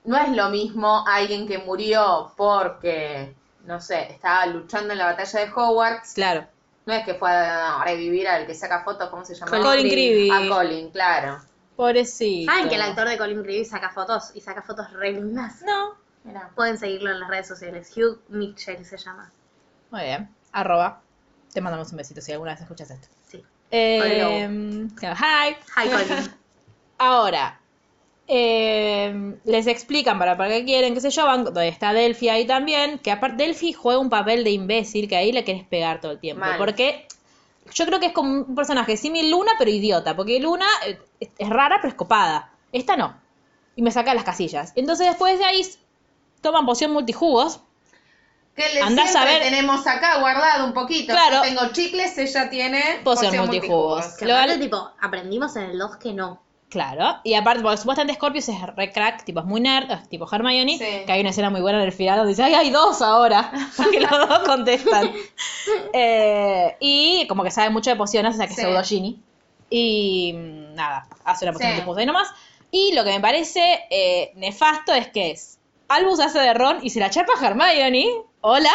Speaker 3: no es lo mismo alguien que murió porque, no sé, estaba luchando en la batalla de Hogwarts.
Speaker 1: Claro.
Speaker 3: No es que fue a revivir al que saca fotos, ¿cómo se llama?
Speaker 1: Colin Colin Creevy.
Speaker 3: A Ah, Colin, claro.
Speaker 1: Pobrecito.
Speaker 2: Ah, ¿Saben que el actor de Colin Creevy saca fotos? Y saca fotos re lindas.
Speaker 1: No.
Speaker 3: Mirá.
Speaker 2: Pueden seguirlo en las redes sociales. Hugh Mitchell se llama.
Speaker 1: Muy bien. Arroba. Te mandamos un besito si alguna vez escuchas esto.
Speaker 2: Sí.
Speaker 1: Eh, hi.
Speaker 2: Hi, Colin.
Speaker 1: Ahora, eh, les explican para, para qué quieren, qué sé yo, van, donde está Delphi ahí también, que aparte Delphi juega un papel de imbécil que ahí le querés pegar todo el tiempo.
Speaker 3: Mal.
Speaker 1: Porque yo creo que es como un personaje simi Luna, pero idiota. Porque Luna eh, es, es rara, pero es copada. Esta no. Y me saca de las casillas. Entonces después de ahí s- toman poción multijugos.
Speaker 3: Que le
Speaker 1: Andá a
Speaker 3: siempre
Speaker 1: saber-
Speaker 3: tenemos acá guardado un poquito.
Speaker 1: Claro.
Speaker 3: Yo tengo chicles, ella tiene
Speaker 1: Poción multijugos.
Speaker 2: Que
Speaker 1: Lo-
Speaker 2: aparte, tipo, aprendimos en el 2 que no.
Speaker 1: Claro, y aparte, porque supuestamente Scorpius es re crack, tipo es muy nerd, es tipo Hermione,
Speaker 3: Sí.
Speaker 1: que hay una escena muy buena en el final donde dice, ay, hay dos ahora, porque los dos contestan. Eh, y como que sabe mucho de pociones, o sea que
Speaker 3: Sí.
Speaker 1: es pseudo Ginny. Y mm, nada, hace una poción
Speaker 3: Sí.
Speaker 1: de ahí nomás. Y lo que me parece eh, nefasto es que es, Albus hace de Ron y se la chapa a Hermione, hola,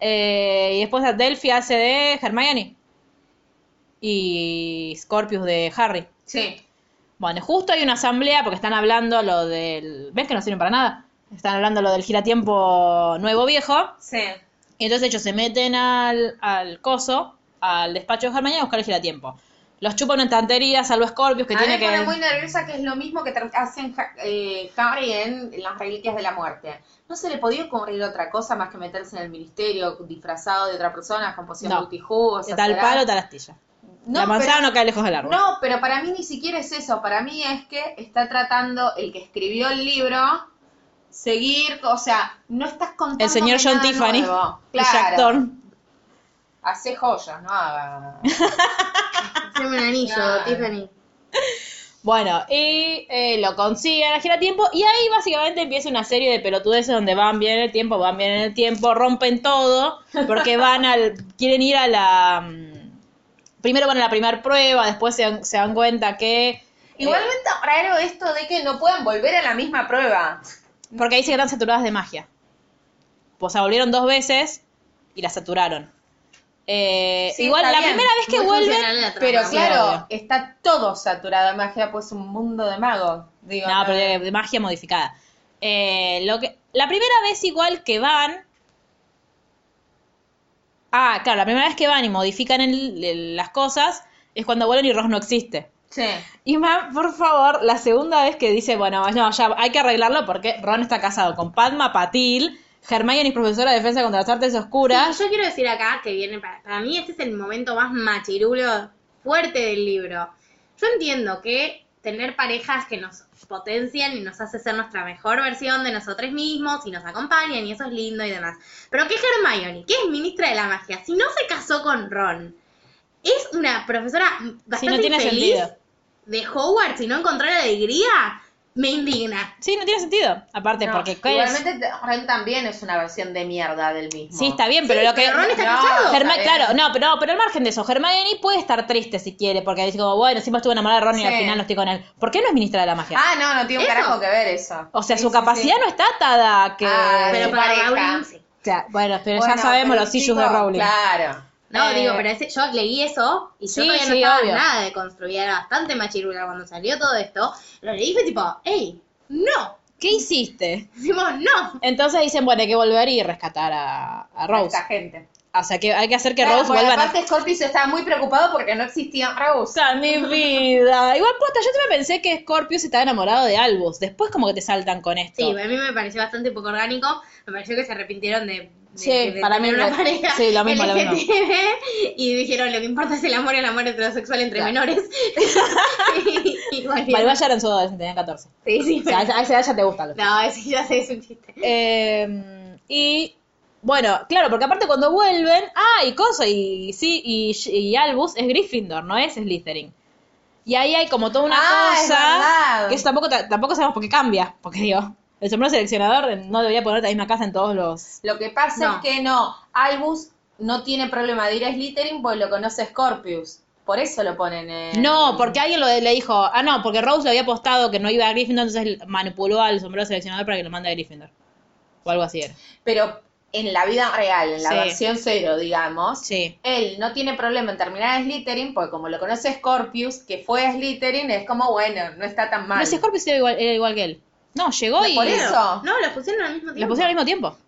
Speaker 1: Eh, y después a Delphi hace de Hermione. Y Scorpius de Harry.
Speaker 3: Sí.
Speaker 1: Bueno, justo hay una asamblea porque están hablando lo del. ¿Ves que no sirven para nada? Están hablando lo del giratiempo nuevo viejo.
Speaker 3: Sí.
Speaker 1: Y entonces ellos se meten al, al coso, al despacho de Germaña a buscar el giratiempo. Los chupa una estantería, salvo Scorpius, que
Speaker 3: a
Speaker 1: tiene
Speaker 3: mí me pone muy
Speaker 1: que.
Speaker 3: nerviosa que es lo mismo que tra- hacen Ja- eh, Harry en las reliquias de la muerte. No se le podía ocurrir otra cosa más que meterse en el ministerio disfrazado de otra persona, con poción
Speaker 1: No.
Speaker 3: multijugos.
Speaker 1: de tal
Speaker 3: hacer
Speaker 1: palo,
Speaker 3: algo.
Speaker 1: tal astilla.
Speaker 3: No,
Speaker 1: la manzana
Speaker 3: pero-
Speaker 1: no cae lejos del árbol.
Speaker 3: No, pero para mí ni siquiera es eso. Para mí es que está tratando el que escribió el libro seguir, o sea, no estás contando
Speaker 1: el señor John
Speaker 3: nada
Speaker 1: Tiffany
Speaker 3: nuevo.
Speaker 1: y Jack
Speaker 3: Claro.
Speaker 1: Thorne.
Speaker 3: Hace joyas, no haga.
Speaker 2: Haceme un anillo,
Speaker 3: Claro.
Speaker 2: Tiffany.
Speaker 1: Bueno, y eh, lo consiguen a giratiempo. Y ahí básicamente empieza una serie de pelotudeces donde van bien en el tiempo, van bien en el tiempo, rompen todo, porque van al. quieren ir a la. mm, Primero van a la primera prueba, después se dan, se dan cuenta que. eh,
Speaker 3: Igualmente raro esto de que no puedan volver a la misma prueba.
Speaker 1: Porque ahí se quedan saturadas de magia. O sea, volvieron dos veces y la saturaron. Eh,
Speaker 3: Sí,
Speaker 1: igual,
Speaker 3: está
Speaker 1: la
Speaker 3: bien.
Speaker 1: primera vez que
Speaker 2: Muy
Speaker 1: vuelven.
Speaker 2: funcional la trama.
Speaker 3: Pero
Speaker 1: Sí, obvio.
Speaker 3: claro, está todo saturado de magia, pues un mundo de magos. Digo,
Speaker 1: No, pero de, de magia modificada. Eh, lo que, la primera vez igual que van... Ah, claro, la primera vez que van y modifican el- el- las cosas es cuando vuelven y Ross no existe.
Speaker 3: Sí.
Speaker 1: Y más, por favor, la segunda vez que dice, bueno, no, ya hay que arreglarlo porque Ron está casado con Padma Patil, Hermione es profesora de defensa contra las artes oscuras.
Speaker 2: Sí, yo quiero decir acá que viene para, para mí este es el momento más machirulo fuerte del libro. Yo entiendo que tener parejas que nos potencian y nos hace ser nuestra mejor versión de nosotros mismos y nos acompañan y eso es lindo y demás. Pero que Hermione, que es ministra de la magia, si no se casó con Ron, es una profesora bastante
Speaker 1: Si no tiene
Speaker 2: infeliz
Speaker 1: sentido.
Speaker 2: de Howard, si no encontró la alegría, me indigna.
Speaker 1: Sí, no tiene sentido. Aparte,
Speaker 3: No,
Speaker 1: porque... ¿qué es?
Speaker 3: Ah, igualmente te- Ren también es una versión de mierda del mismo.
Speaker 1: Sí, está bien, pero lo que...
Speaker 2: pero Ron está casado.
Speaker 1: Germa-
Speaker 3: está bien.
Speaker 1: claro, no, pero no, pero al margen de eso, Hermione puede estar triste si quiere, porque dice como, bueno, siempre estuve enamorada de Ron y
Speaker 3: Sí.
Speaker 1: al final no estoy con él. ¿Por qué no es ministra de la magia?
Speaker 3: Ah, no, no tiene un
Speaker 2: Eso.
Speaker 3: carajo que ver eso.
Speaker 1: o sea,
Speaker 3: Sí,
Speaker 1: su
Speaker 3: sí,
Speaker 1: capacidad
Speaker 3: sí.
Speaker 1: no está atada a que...
Speaker 3: Ah,
Speaker 2: Pero
Speaker 3: su
Speaker 2: para
Speaker 3: pareja.
Speaker 2: Rowling sí.
Speaker 1: Claro, bueno, pero
Speaker 3: Bueno,
Speaker 1: ya sabemos
Speaker 3: pero
Speaker 1: los issues
Speaker 3: chicos,
Speaker 1: de Rowling.
Speaker 3: Claro.
Speaker 2: No,
Speaker 3: Eh,
Speaker 2: digo, pero ese- yo leí eso y yo
Speaker 1: Sí,
Speaker 2: todavía no
Speaker 1: sí,
Speaker 2: estaba
Speaker 1: obvio.
Speaker 2: nada de construir, era bastante machirula cuando salió todo esto. Lo leí y fue tipo, ¡ey! ¡No!
Speaker 1: ¿Qué hiciste?
Speaker 2: Decimos, ¡no!
Speaker 1: Entonces dicen, bueno, hay que volver y rescatar a, a
Speaker 3: a
Speaker 1: Rose.
Speaker 3: Esta gente.
Speaker 1: O sea, que hay que hacer que
Speaker 3: Claro,
Speaker 1: Rose
Speaker 3: porque
Speaker 1: vuelva a...
Speaker 3: aparte Scorpius estaba muy preocupado porque no existía Rose.
Speaker 1: Puta, mi vida. Igual, posta, yo también pensé que Scorpius estaba enamorado de Albus. Después como que te saltan con esto.
Speaker 2: Sí, a mí me pareció bastante poco orgánico. Me pareció que se arrepintieron de. de-
Speaker 1: Sí,
Speaker 2: de
Speaker 1: para
Speaker 2: tener
Speaker 1: mí
Speaker 2: una
Speaker 1: lo-
Speaker 2: pareja
Speaker 1: sí, lo mismo, lo mismo.
Speaker 2: LGTB, y dijeron lo que importa es el amor y el amor heterosexual entre
Speaker 1: Claro.
Speaker 2: menores y, y volvieron.
Speaker 1: Malvaya eran todos, tenían 14.
Speaker 2: sí, sí,
Speaker 1: O sea, a esa a esa edad ya te gustan los
Speaker 2: no, sí, ya sé, es un chiste
Speaker 1: Eh, y bueno, claro, porque aparte cuando vuelven, ah, y cosa, y sí, y, y Albus es Gryffindor, no es Slytherin. Y ahí hay como toda una
Speaker 3: Ah, es
Speaker 1: cosa
Speaker 3: verdad.
Speaker 1: que eso tampoco ta- tampoco sabemos por qué cambia, porque digo, el sombrero seleccionador no debería poner la misma casa en todos los.
Speaker 3: Lo que pasa
Speaker 2: No.
Speaker 3: es que no, Albus no tiene problema de ir a Slytherin porque lo conoce Scorpius. Por eso lo ponen
Speaker 2: Em.
Speaker 3: en...
Speaker 1: No, porque alguien lo, le dijo, ah, no, porque Rose le había apostado que no iba a Gryffindor, entonces manipuló al sombrero seleccionador para que lo mande a Gryffindor. O algo así era.
Speaker 3: Pero en la vida real, en la
Speaker 1: Sí.
Speaker 3: versión cero, digamos,
Speaker 1: Sí.
Speaker 3: él no tiene problema en terminar en Slytherin porque como lo conoce Scorpius, que fue a Slytherin, es como, bueno, no está tan mal.
Speaker 1: Pero si Scorpius era igual, era igual que él. No, llegó y
Speaker 3: Por eso.
Speaker 2: No, los pusieron al mismo
Speaker 1: lo
Speaker 2: tiempo.
Speaker 1: pusieron al mismo tiempo.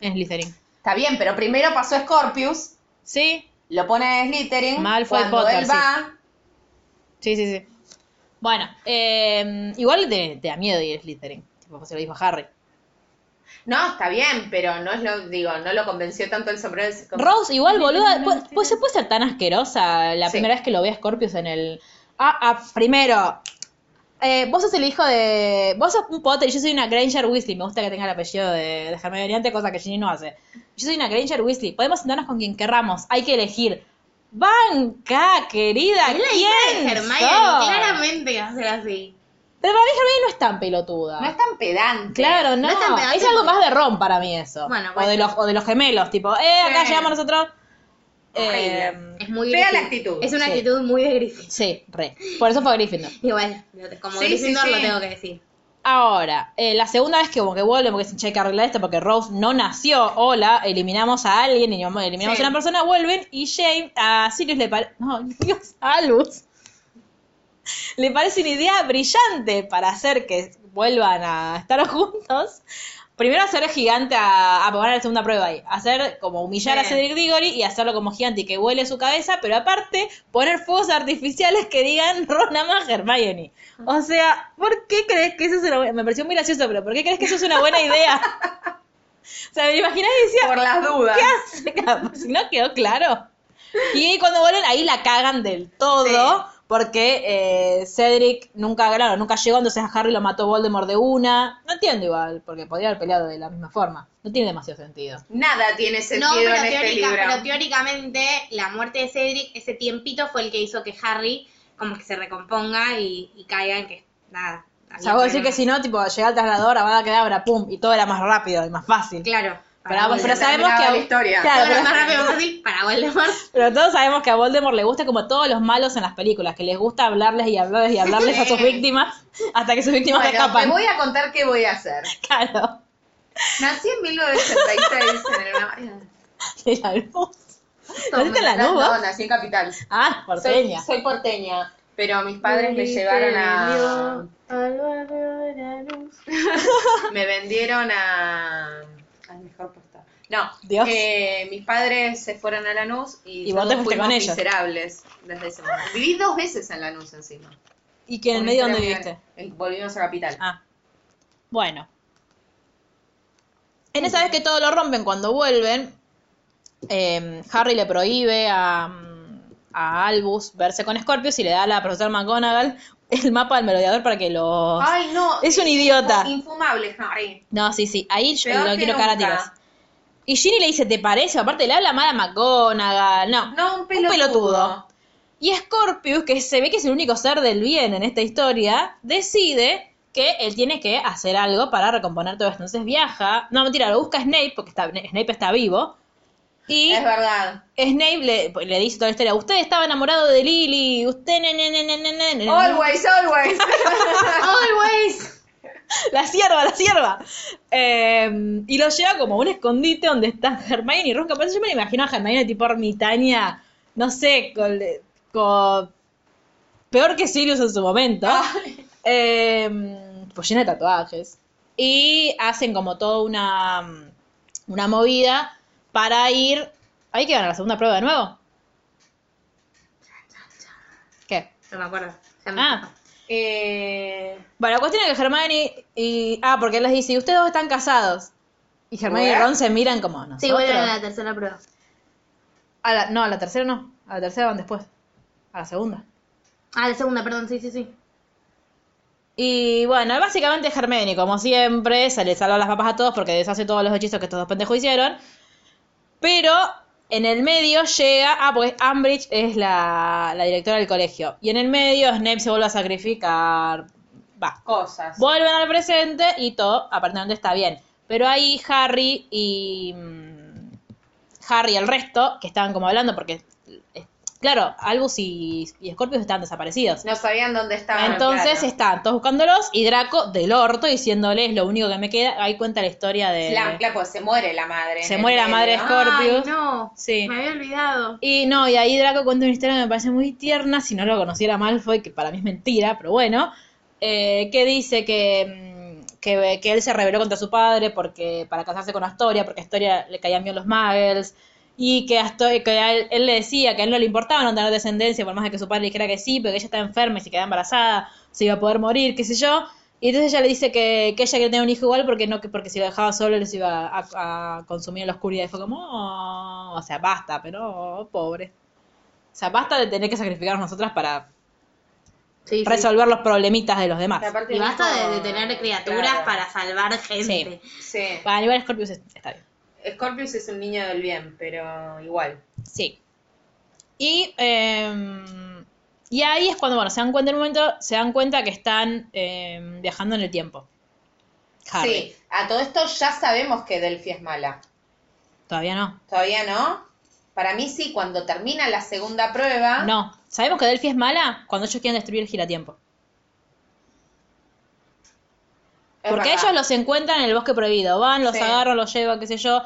Speaker 1: En Slytherin.
Speaker 3: Está bien, pero primero pasó Scorpius,
Speaker 1: Sí,
Speaker 3: lo pone a Slytherin.
Speaker 1: Malfoy
Speaker 3: Cuando
Speaker 1: Potter,
Speaker 3: él
Speaker 1: sí.
Speaker 3: va,
Speaker 1: sí, sí, sí. Bueno, eh, igual te, te da miedo ir a Slytherin. Tipo, se lo dijo Harry.
Speaker 3: No, está bien, pero no es lo, digo, no lo convenció tanto el sombrero. de-
Speaker 1: Rose, igual, boluda, pu- pues se puede ser tan asquerosa la
Speaker 3: Sí.
Speaker 1: primera vez que lo ve a Scorpius en el. Ah, ah, primero. eh, vos sos el hijo de. Vos sos un Potter y yo soy una Granger Weasley. Me gusta que tenga el apellido de, de Hermione Oriente, cosa que Ginny no hace. Yo soy una Granger Weasley. Podemos sentarnos con quien querramos. Hay que elegir. Banca, querida.
Speaker 2: Es la hija de
Speaker 1: ¿quién
Speaker 2: Hermione,
Speaker 1: sos?
Speaker 2: claramente que va a ser así.
Speaker 1: Pero para mí Hermione no es tan pelotuda.
Speaker 3: No es tan pedante.
Speaker 1: Claro, no.
Speaker 2: No es tan pedante
Speaker 1: es algo
Speaker 2: porque-
Speaker 1: más de Ron para mí eso.
Speaker 2: Bueno,
Speaker 1: o,
Speaker 2: bueno.
Speaker 1: de los, o de los gemelos, tipo, eh, acá
Speaker 3: Sí.
Speaker 1: llegamos nosotros.
Speaker 3: Horrible.
Speaker 1: Eh,
Speaker 2: Es muy
Speaker 3: Fea
Speaker 2: Griffin.
Speaker 3: la actitud.
Speaker 2: Es una
Speaker 1: Sí.
Speaker 2: actitud muy de Griffin.
Speaker 1: sí, re. Por eso fue Gryffindor.
Speaker 2: Igual, como
Speaker 3: Sí, sí,
Speaker 2: Gryffindor
Speaker 3: sí.
Speaker 2: lo tengo que decir.
Speaker 1: Ahora, eh, la segunda vez que como que vuelve, porque dicen, che, hay que arreglar esto porque Rose no nació, hola, eliminamos a alguien, eliminamos eliminamos
Speaker 3: Sí.
Speaker 1: a una persona, vuelven y James a Sirius le parece, no, Dios, a Luz, le parece una idea brillante para hacer que vuelvan a estar juntos. Primero hacer gigante a, a poner la segunda prueba ahí, hacer como humillar a
Speaker 3: Sí.
Speaker 1: Cedric Diggory y hacerlo como gigante y que huele su cabeza, pero aparte poner fuegos artificiales que digan Rona más Hermione. O sea, ¿por qué crees que eso es una buena Me pareció muy gracioso, pero ¿por qué crees que eso es una buena idea? o sea, me imaginaba y decía,
Speaker 3: Por las dudas.
Speaker 1: ¿qué hace? Capaz, Si no quedó claro. Y ahí cuando vuelven, ahí la cagan del todo.
Speaker 3: Sí.
Speaker 1: Porque eh, Cedric nunca, claro, nunca llegó, entonces a Harry lo mató Voldemort de una. No entiendo igual, porque podría haber peleado de la misma forma. No tiene demasiado sentido.
Speaker 3: Nada tiene sentido
Speaker 2: No, pero,
Speaker 3: en este
Speaker 2: teórica-
Speaker 3: libro.
Speaker 2: pero teóricamente la muerte de Cedric, ese tiempito fue el que hizo que Harry como que se recomponga y, y caiga en que nada.
Speaker 1: O sea, vos decís que si no, tipo, llega al trasladador, va a quedar, pum, y todo era más rápido y más fácil.
Speaker 2: Claro.
Speaker 1: Pero, vamos, pero
Speaker 3: se
Speaker 1: sabemos que.
Speaker 3: terminaba la historia.
Speaker 1: Claro,
Speaker 2: Todo lo
Speaker 1: pero-
Speaker 2: más rápido fácil para Voldemort.
Speaker 1: Pero todos sabemos que a Voldemort le gusta como todos los malos en las películas, que les gusta hablarles y hablarles y hablarles a sus víctimas hasta que sus víctimas
Speaker 3: Bueno, te
Speaker 1: escapan.
Speaker 3: voy a contar qué voy a hacer.
Speaker 1: Claro.
Speaker 3: Nací en 1986 en una...
Speaker 1: De la luz. ¿Naciste en la
Speaker 3: No,
Speaker 1: nube?
Speaker 3: No, nací en Capital.
Speaker 1: Ah,
Speaker 3: Soy,
Speaker 1: porteña.
Speaker 3: soy porteña, pero mis padres me llevaron a... me vendieron a al mejor postor. No,
Speaker 1: Dios.
Speaker 3: eh, mis padres se fueron a Lanús y,
Speaker 1: Y vos te fuiste
Speaker 3: todos fuimos
Speaker 1: con ellos.
Speaker 3: miserables desde ese momento. Viví dos veces en Lanús encima.
Speaker 1: ¿Y que en el
Speaker 3: Una
Speaker 1: medio dónde
Speaker 3: historia
Speaker 1: viviste?
Speaker 3: muy- en- Volvimos a Capital.
Speaker 1: Ah. Bueno. En esa vez que todo lo rompen, cuando vuelven, eh, Harry le prohíbe a, a Albus verse con Scorpius y le da a la profesora McGonagall el mapa del merodeador para que los...
Speaker 3: Ay, no. eh,
Speaker 1: Es un idiota.
Speaker 3: Infumable, Harry.
Speaker 1: No, sí, sí. Ahí yo
Speaker 3: Peor
Speaker 1: lo
Speaker 3: que
Speaker 1: quiero
Speaker 3: nunca.
Speaker 1: cagar a tiros. Y Ginny le dice, ¿te parece? Aparte le habla mal a McGonagall. No.
Speaker 3: No, un pelotudo.
Speaker 1: pelotudo. Y Scorpius, que se ve que es el único ser del bien en esta historia, decide que él tiene que hacer algo para recomponer todo esto. Entonces viaja. No, mentira, lo busca Snape, porque está, Snape está vivo. Y
Speaker 3: Es verdad.
Speaker 1: Snape le, le dice toda la historia. Usted estaba enamorado de Lily. Usted, ne, ne, ne, ne, ne, ne, ne".
Speaker 3: Always, always.
Speaker 2: Always.
Speaker 1: La sierva, la sierva. Eh, y lo lleva como a un escondite donde está Hermione y Ron. Capaz yo me la imagino a Hermione tipo ermitaña, no sé, con, con- peor que Sirius en su momento.
Speaker 2: Ah.
Speaker 1: Eh, pues llena de tatuajes. Y hacen como toda una, una movida para ir... ¿Hay que ganar la segunda prueba de nuevo? ¿Qué?
Speaker 2: No me acuerdo. Ya me
Speaker 1: Ah.
Speaker 3: eh,
Speaker 1: Bueno, la cuestión es que Germán y. Ah, porque él les dice, y ustedes dos están casados. Y Germán y
Speaker 3: ¿Eh?
Speaker 1: Ron se miran como, ¿nosotros?
Speaker 2: Sí, vuelven a la tercera prueba.
Speaker 1: A la- no, a la tercera no. A la tercera van después. A la segunda.
Speaker 2: Ah, la segunda, perdón, sí, sí, sí.
Speaker 1: Y bueno, básicamente Germán, como siempre, se le salva las papas a todos porque deshace todos los hechizos que estos dos pendejos hicieron. Pero en el medio llega. Ah, pues Ambridge es la, la directora del colegio. Y en el medio Snape se vuelve a sacrificar. Va,
Speaker 3: cosas.
Speaker 1: Vuelven al presente y todo aparentemente está bien. Pero ahí Harry y. mm, Harry y el resto, que estaban como hablando, porque. eh, Claro, Albus y, y Scorpius estaban desaparecidos.
Speaker 3: No sabían dónde estaban.
Speaker 1: Entonces
Speaker 3: claro.
Speaker 1: estaban todos buscándolos y Draco del orto diciéndoles lo único que me queda. Ahí cuenta la historia de.
Speaker 3: La- claro, pues se muere la madre.
Speaker 1: eh,
Speaker 3: en
Speaker 1: se
Speaker 3: el
Speaker 1: muere la madre de
Speaker 3: medio.
Speaker 1: Scorpius.
Speaker 2: Ay, no.
Speaker 1: Sí.
Speaker 2: Me había olvidado.
Speaker 1: Y no, y ahí Draco cuenta una historia que me parece muy tierna, si no lo conociera Malfoy, que para mí es mentira, pero bueno, eh, que dice que mm, que, que él se rebeló contra su padre porque para casarse con Astoria, porque a Astoria le caían bien los muggles, y que, Astoria, que a él, él le decía que a él no le importaba no tener descendencia, por más de que su padre le dijera que sí, pero que ella estaba enferma y se quedaba embarazada, se iba a poder morir, qué sé yo. Y entonces ella le dice que, que ella quería tener un hijo igual porque no que- porque si lo dejaba solo les iba a, a consumir en la oscuridad. Y fue como, "Oh", o sea, basta, pero oh, pobre. O sea, basta de tener que sacrificarnos nosotras para
Speaker 2: Sí, sí.
Speaker 1: resolver los problemitas de los demás.
Speaker 3: Y aparte
Speaker 2: Y basta de, de
Speaker 3: mismo-
Speaker 2: tener criaturas
Speaker 3: Claro.
Speaker 2: para salvar gente.
Speaker 3: Sí.
Speaker 1: Para Aníbal Scorpius es- está bien.
Speaker 3: Scorpius es un niño del bien, pero igual.
Speaker 1: Sí. Y, em, y ahí es cuando, bueno, se dan cuenta en un momento, se dan cuenta que están em, viajando en el tiempo. Harry.
Speaker 3: Sí, a todo esto ya sabemos que Delphi es mala.
Speaker 1: Todavía no.
Speaker 3: ¿Todavía no? Para mí sí, cuando termina la segunda prueba.
Speaker 1: No. Sabemos que Delphi es mala cuando ellos quieren destruir el giratiempo.
Speaker 3: es
Speaker 1: Porque
Speaker 3: verdad.
Speaker 1: ellos los encuentran en el bosque prohibido. Van, los
Speaker 3: Sí.
Speaker 1: agarran, los llevan, qué sé yo.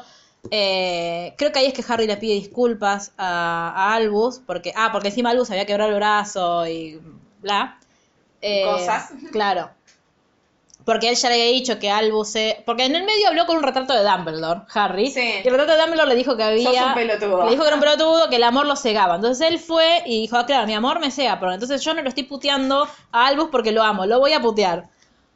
Speaker 1: Eh, creo que ahí es que Harry le pide disculpas a, a Albus. Porque, ah, porque encima Albus había quebrado el brazo y bla. Eh,
Speaker 3: Cosas.
Speaker 1: Claro. Porque él ya le había dicho que Albus se... Porque en el medio habló con un retrato de Dumbledore, Harry.
Speaker 3: Sí.
Speaker 1: Y el retrato de Dumbledore le dijo que había...
Speaker 3: Sos un pelotudo.
Speaker 1: Le dijo que era un pelotudo, que el amor lo cegaba. Entonces él fue y dijo, ah, claro, mi amor me cega, pero entonces yo no lo estoy puteando a Albus porque lo amo, lo voy a putear.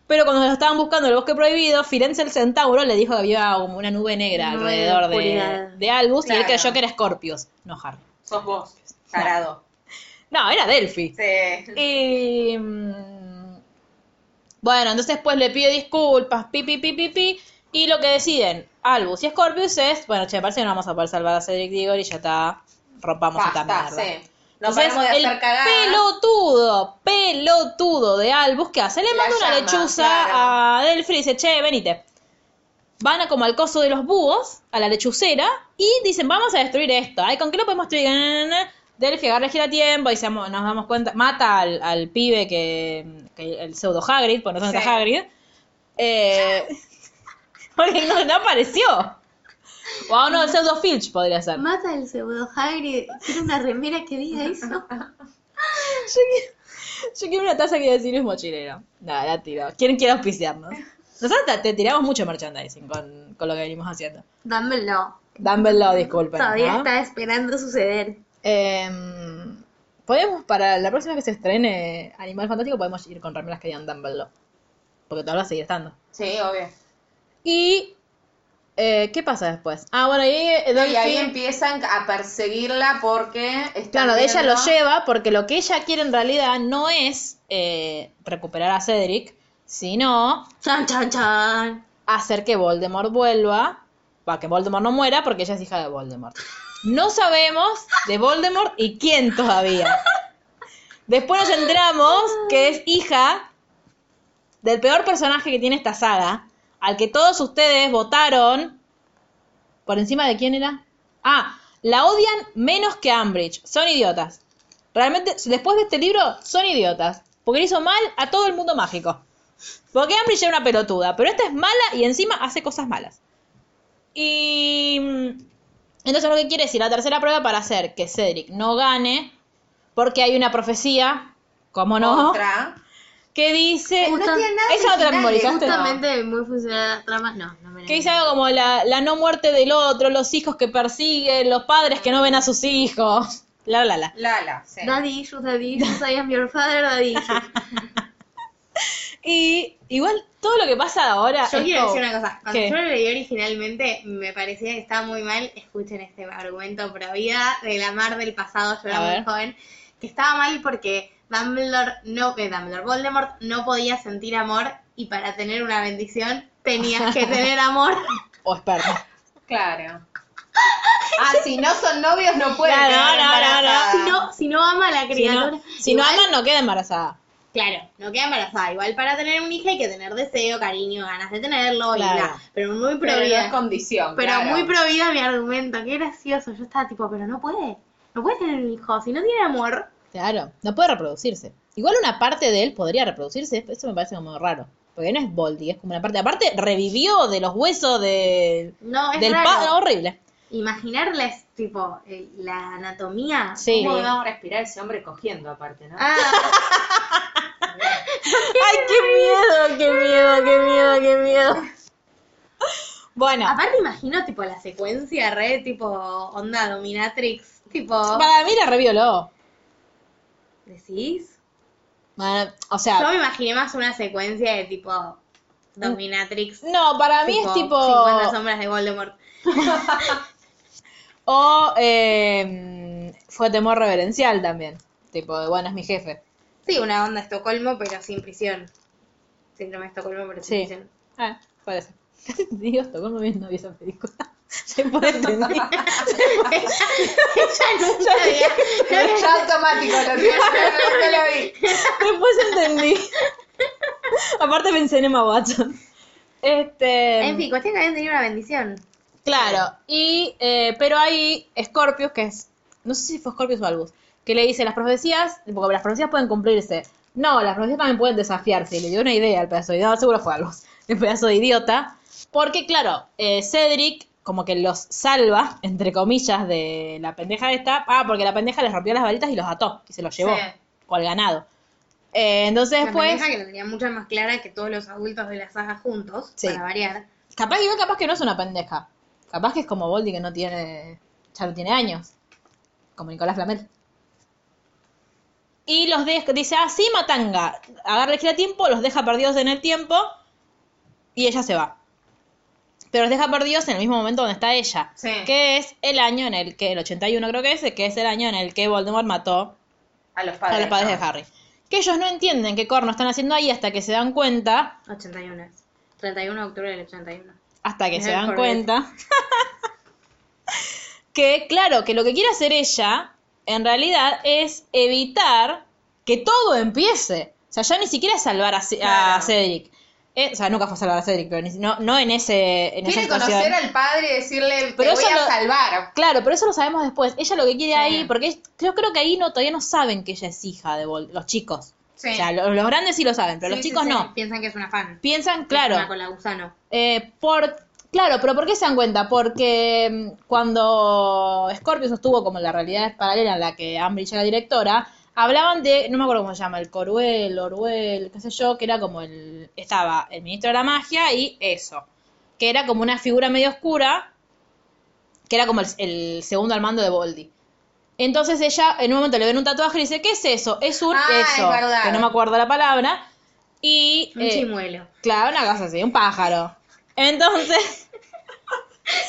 Speaker 1: Pero cuando lo estaban buscando en el bosque prohibido, Firenze el centauro le dijo que había como una nube negra
Speaker 2: Nube de
Speaker 1: alrededor de,
Speaker 2: oscuridad.
Speaker 1: de Albus y él
Speaker 3: Claro.
Speaker 1: creyó que era Scorpius, no Harry.
Speaker 3: Sos vos, tarado.
Speaker 1: No, era Delphi.
Speaker 3: Sí.
Speaker 1: Y. mm, Bueno, entonces pues le pide disculpas, pi, pi, pi, pi, pi. Y lo que deciden Albus y Scorpius es: bueno, che, parece que no vamos a poder salvar a Cedric Diggory, ya está. Rompamos esta
Speaker 3: Basta,
Speaker 1: mierda.
Speaker 3: Ah, sí. No
Speaker 1: Entonces,
Speaker 3: paramos de
Speaker 1: el
Speaker 3: hacer cagadas.
Speaker 1: pelotudo, pelotudo de Albus, ¿qué hace? Le
Speaker 3: La
Speaker 1: manda una
Speaker 3: llama,
Speaker 1: lechuza
Speaker 3: claro.
Speaker 1: a Delphi y dice, che, venite. Van a como al coso de los búhos, a la lechucera, y dicen, vamos a destruir esto. Ay, ¿con qué lo podemos destruir? Na, na, na, na. Delphi agarra el giratiempo y se- nos damos cuenta, mata al, al pibe que, que el pseudo Hagrid, pues no son
Speaker 3: Sí.
Speaker 1: hasta Hagrid. Eh, porque no, no apareció. O a uno del pseudo Filch podría ser.
Speaker 2: Mata el pseudo Hagrid. Quiero una remera que diga eso.
Speaker 1: Yo quiero una taza que decir es mochilero. Nada, la tiro. ¿Quién quiere auspiciarnos? Nosotros te- te tiramos mucho merchandising con, con lo que venimos haciendo.
Speaker 2: Dámelo.
Speaker 1: Dumbledore, disculpen.
Speaker 2: Todavía
Speaker 1: ¿no? Eh,
Speaker 2: está esperando suceder.
Speaker 1: Em, podemos, para la próxima que se estrene Animal Fantástico, podemos ir con remeras que digan Dumbledore. Porque todavía va a seguir estando.
Speaker 3: Sí, obvio.
Speaker 1: Y, eh, ¿qué pasa después? Ah, bueno, y, eh,
Speaker 3: Y ahí
Speaker 1: Dolphy-
Speaker 3: empiezan a perseguirla porque. están
Speaker 2: Este
Speaker 1: Claro, de ella lo
Speaker 3: viendo-
Speaker 1: lleva porque lo que ella quiere en realidad no es eh, recuperar a Cedric, sino
Speaker 2: Chan, chan, chan.
Speaker 1: hacer que Voldemort vuelva, para que Voldemort no muera, porque ella es hija de Voldemort. No sabemos de Voldemort y quién todavía. Después nos enteramos que es hija del peor personaje que tiene esta saga, al que todos ustedes votaron por encima de quién era. Ah, la odian menos que a Umbridge. Son idiotas. Realmente, después de este libro, son idiotas. Porque le hizo mal a todo el mundo mágico. Porque Ambridge era una pelotuda, pero esta es mala y encima hace cosas malas. Y. mm, Entonces lo que quiere decir, la tercera prueba para hacer que Cedric no gane, porque hay una profecía, como no,
Speaker 3: Otra.
Speaker 1: que dice.
Speaker 2: No tiene nada
Speaker 1: Esa otra
Speaker 2: original,
Speaker 1: memorizaste, ¿no?
Speaker 2: Justamente muy funcional la trama. No, no me la
Speaker 1: Que dice algo como la, la no muerte del otro, los hijos que persiguen, los padres que no ven a sus hijos. La, la, la.
Speaker 3: Lala, sí.
Speaker 2: Daddy issues, daddy issues, I am your father, daddy issues.
Speaker 1: Y igual todo lo que pasa ahora.
Speaker 2: Yo
Speaker 1: es
Speaker 2: quiero
Speaker 1: como-
Speaker 2: decir una cosa. Cuando
Speaker 1: ¿Qué?
Speaker 2: yo lo leí originalmente, me parecía que estaba muy mal. Escuchen este argumento pro vida de la mar del pasado. Yo
Speaker 1: A
Speaker 2: era
Speaker 1: ver.
Speaker 2: muy joven. Que estaba mal porque Dumbledore no, eh, Dumbledore, Voldemort no podía sentir amor y para tener una bendición tenías que tener amor.
Speaker 1: O experto.
Speaker 3: Claro. Ah, si no son novios no pueden
Speaker 1: Claro, no,
Speaker 3: quedar
Speaker 1: no, no.
Speaker 3: embarazadas.
Speaker 2: Si no, si no ama a la
Speaker 1: Si
Speaker 2: criatura.
Speaker 1: no, si no
Speaker 2: Igual-
Speaker 1: aman, no queda embarazada.
Speaker 2: Claro, no queda embarazada. Igual para tener un hija hay que tener deseo, cariño, ganas de tenerlo
Speaker 1: Claro.
Speaker 2: y bla. Pero muy
Speaker 3: Pero no es
Speaker 2: prohibida.
Speaker 3: condición.
Speaker 2: Pero
Speaker 3: claro.
Speaker 2: muy prohibida mi argumento. Qué gracioso. Yo estaba tipo, pero no puede. No puede tener un hijo. Si no tiene amor.
Speaker 1: Claro, no puede reproducirse. Igual una parte de él podría reproducirse, eso me parece como raro. Porque no es Boldy, es como una parte. Aparte, revivió de los huesos de,
Speaker 2: No, es
Speaker 1: del
Speaker 2: raro.
Speaker 1: padre. Horrible.
Speaker 2: Imaginarles, tipo, eh, la anatomía.
Speaker 1: Sí.
Speaker 3: ¿Cómo va a respirar ese hombre cogiendo aparte, no?
Speaker 2: Ah,
Speaker 1: ¡Ay, qué miedo, qué miedo, qué miedo, qué Bueno,
Speaker 2: Aparte imagino tipo la secuencia re tipo onda dominatrix, tipo
Speaker 1: para mí la revioló.
Speaker 2: ¿decís?
Speaker 1: Bueno, o
Speaker 2: Yo
Speaker 1: sea,
Speaker 2: me imaginé más una secuencia de tipo dominatrix.
Speaker 1: no, para mí es tipo
Speaker 2: 50 sombras de Voldemort.
Speaker 1: o eh, fue temor reverencial también, tipo de bueno es mi jefe.
Speaker 2: Sí, una onda Estocolmo pero sin prisión. Síndrome de Estocolmo pero sin
Speaker 1: Sí.
Speaker 2: prisión.
Speaker 1: Ah, parece. Digo esto, ¿cómo bien no vi esa película? Se puede entender.
Speaker 2: Ella nunca había, no había-
Speaker 3: Ya automático, lo que no lo vi.
Speaker 1: Después entendí. Aparte pensé en Emma Watson. Este.
Speaker 2: En fin, cuestión que habían tenido una bendición.
Speaker 1: Claro, y eh, pero hay Scorpius, que es, no sé si fue Scorpius o Albus, que le dice las profecías, porque las profecías pueden cumplirse. No, las profecías también pueden desafiarse. Y le dio una idea al pedazo de idiota, seguro fue Albus, el pedazo de idiota. Porque, claro, eh, Cedric como que los salva, entre comillas, de la pendeja esta. Ah, porque la pendeja les rompió las varitas y los ató, y se los llevó,
Speaker 3: Sí.
Speaker 1: o al ganado. Eh, entonces,
Speaker 2: La
Speaker 1: pues,
Speaker 2: pendeja que la tenía mucho más clara que todos los adultos de la saga juntos,
Speaker 1: Sí.
Speaker 2: para variar.
Speaker 1: capaz igual capaz que no es una pendeja. Capaz que es como Boldi que no tiene, ya no tiene años. Como Nicolás Flamel. Y los de- dice, ah, sí, Matanga. Agarra el tiempo, los deja perdidos en el tiempo y ella se va. Pero los deja perdidos en el mismo momento donde está ella.
Speaker 3: Sí.
Speaker 1: Que es el año en el que, el 81 creo que es, que es el año en el que Voldemort mató
Speaker 3: A los
Speaker 1: a
Speaker 3: padres.
Speaker 1: los padres
Speaker 3: ¿no?
Speaker 1: de Harry. Que ellos no entienden qué corno están haciendo ahí hasta que se dan cuenta
Speaker 2: 81 es. 31 de octubre del 81.
Speaker 1: Hasta que
Speaker 2: Es
Speaker 1: se
Speaker 2: el
Speaker 1: dan
Speaker 2: Corvette.
Speaker 1: cuenta que, claro, que lo que quiere hacer ella, en realidad, es evitar que todo empiece. O sea, ya ni siquiera es salvar a, Ce- a
Speaker 3: Claro.
Speaker 1: Cedric. Eh, o sea, nunca fue a salvar a Cedric, pero ni- no, no en ese en esa
Speaker 3: Quiere
Speaker 1: situación.
Speaker 3: conocer al padre y decirle,
Speaker 1: Pero
Speaker 3: te voy
Speaker 1: eso
Speaker 3: a
Speaker 1: lo-
Speaker 3: salvar.
Speaker 1: Claro, pero eso lo sabemos después. Ella lo que quiere ahí, porque es- yo creo que ahí no todavía no saben que ella es hija de Vol- los chicos.
Speaker 3: Sí.
Speaker 1: O sea, lo- los, grandes sí lo saben, pero
Speaker 2: Sí,
Speaker 1: los
Speaker 2: sí,
Speaker 1: chicos
Speaker 2: sí,
Speaker 1: no.
Speaker 2: Piensan que es una fan.
Speaker 1: Piensan,
Speaker 2: Una
Speaker 1: claro,
Speaker 2: con la gusano.
Speaker 1: Eh, por, claro, pero ¿por qué se dan cuenta? Porque mm, cuando Scorpius estuvo como en la realidad paralela en la que Ambridge era directora, hablaban de, no me acuerdo cómo se llama, el Coruel, Oruel, qué sé yo, que era como el, estaba el ministro de la magia y eso, que era como una figura medio oscura, que era como el, el segundo al mando de Boldy. Entonces ella en un momento le ven un tatuaje y dice, ¿qué es eso? Es un
Speaker 3: Ah, es
Speaker 1: eso,
Speaker 3: verdad.
Speaker 1: que no me acuerdo la palabra. Y
Speaker 2: Un
Speaker 1: eh,
Speaker 2: chimuelo.
Speaker 1: Claro, una cosa así, un pájaro. Entonces,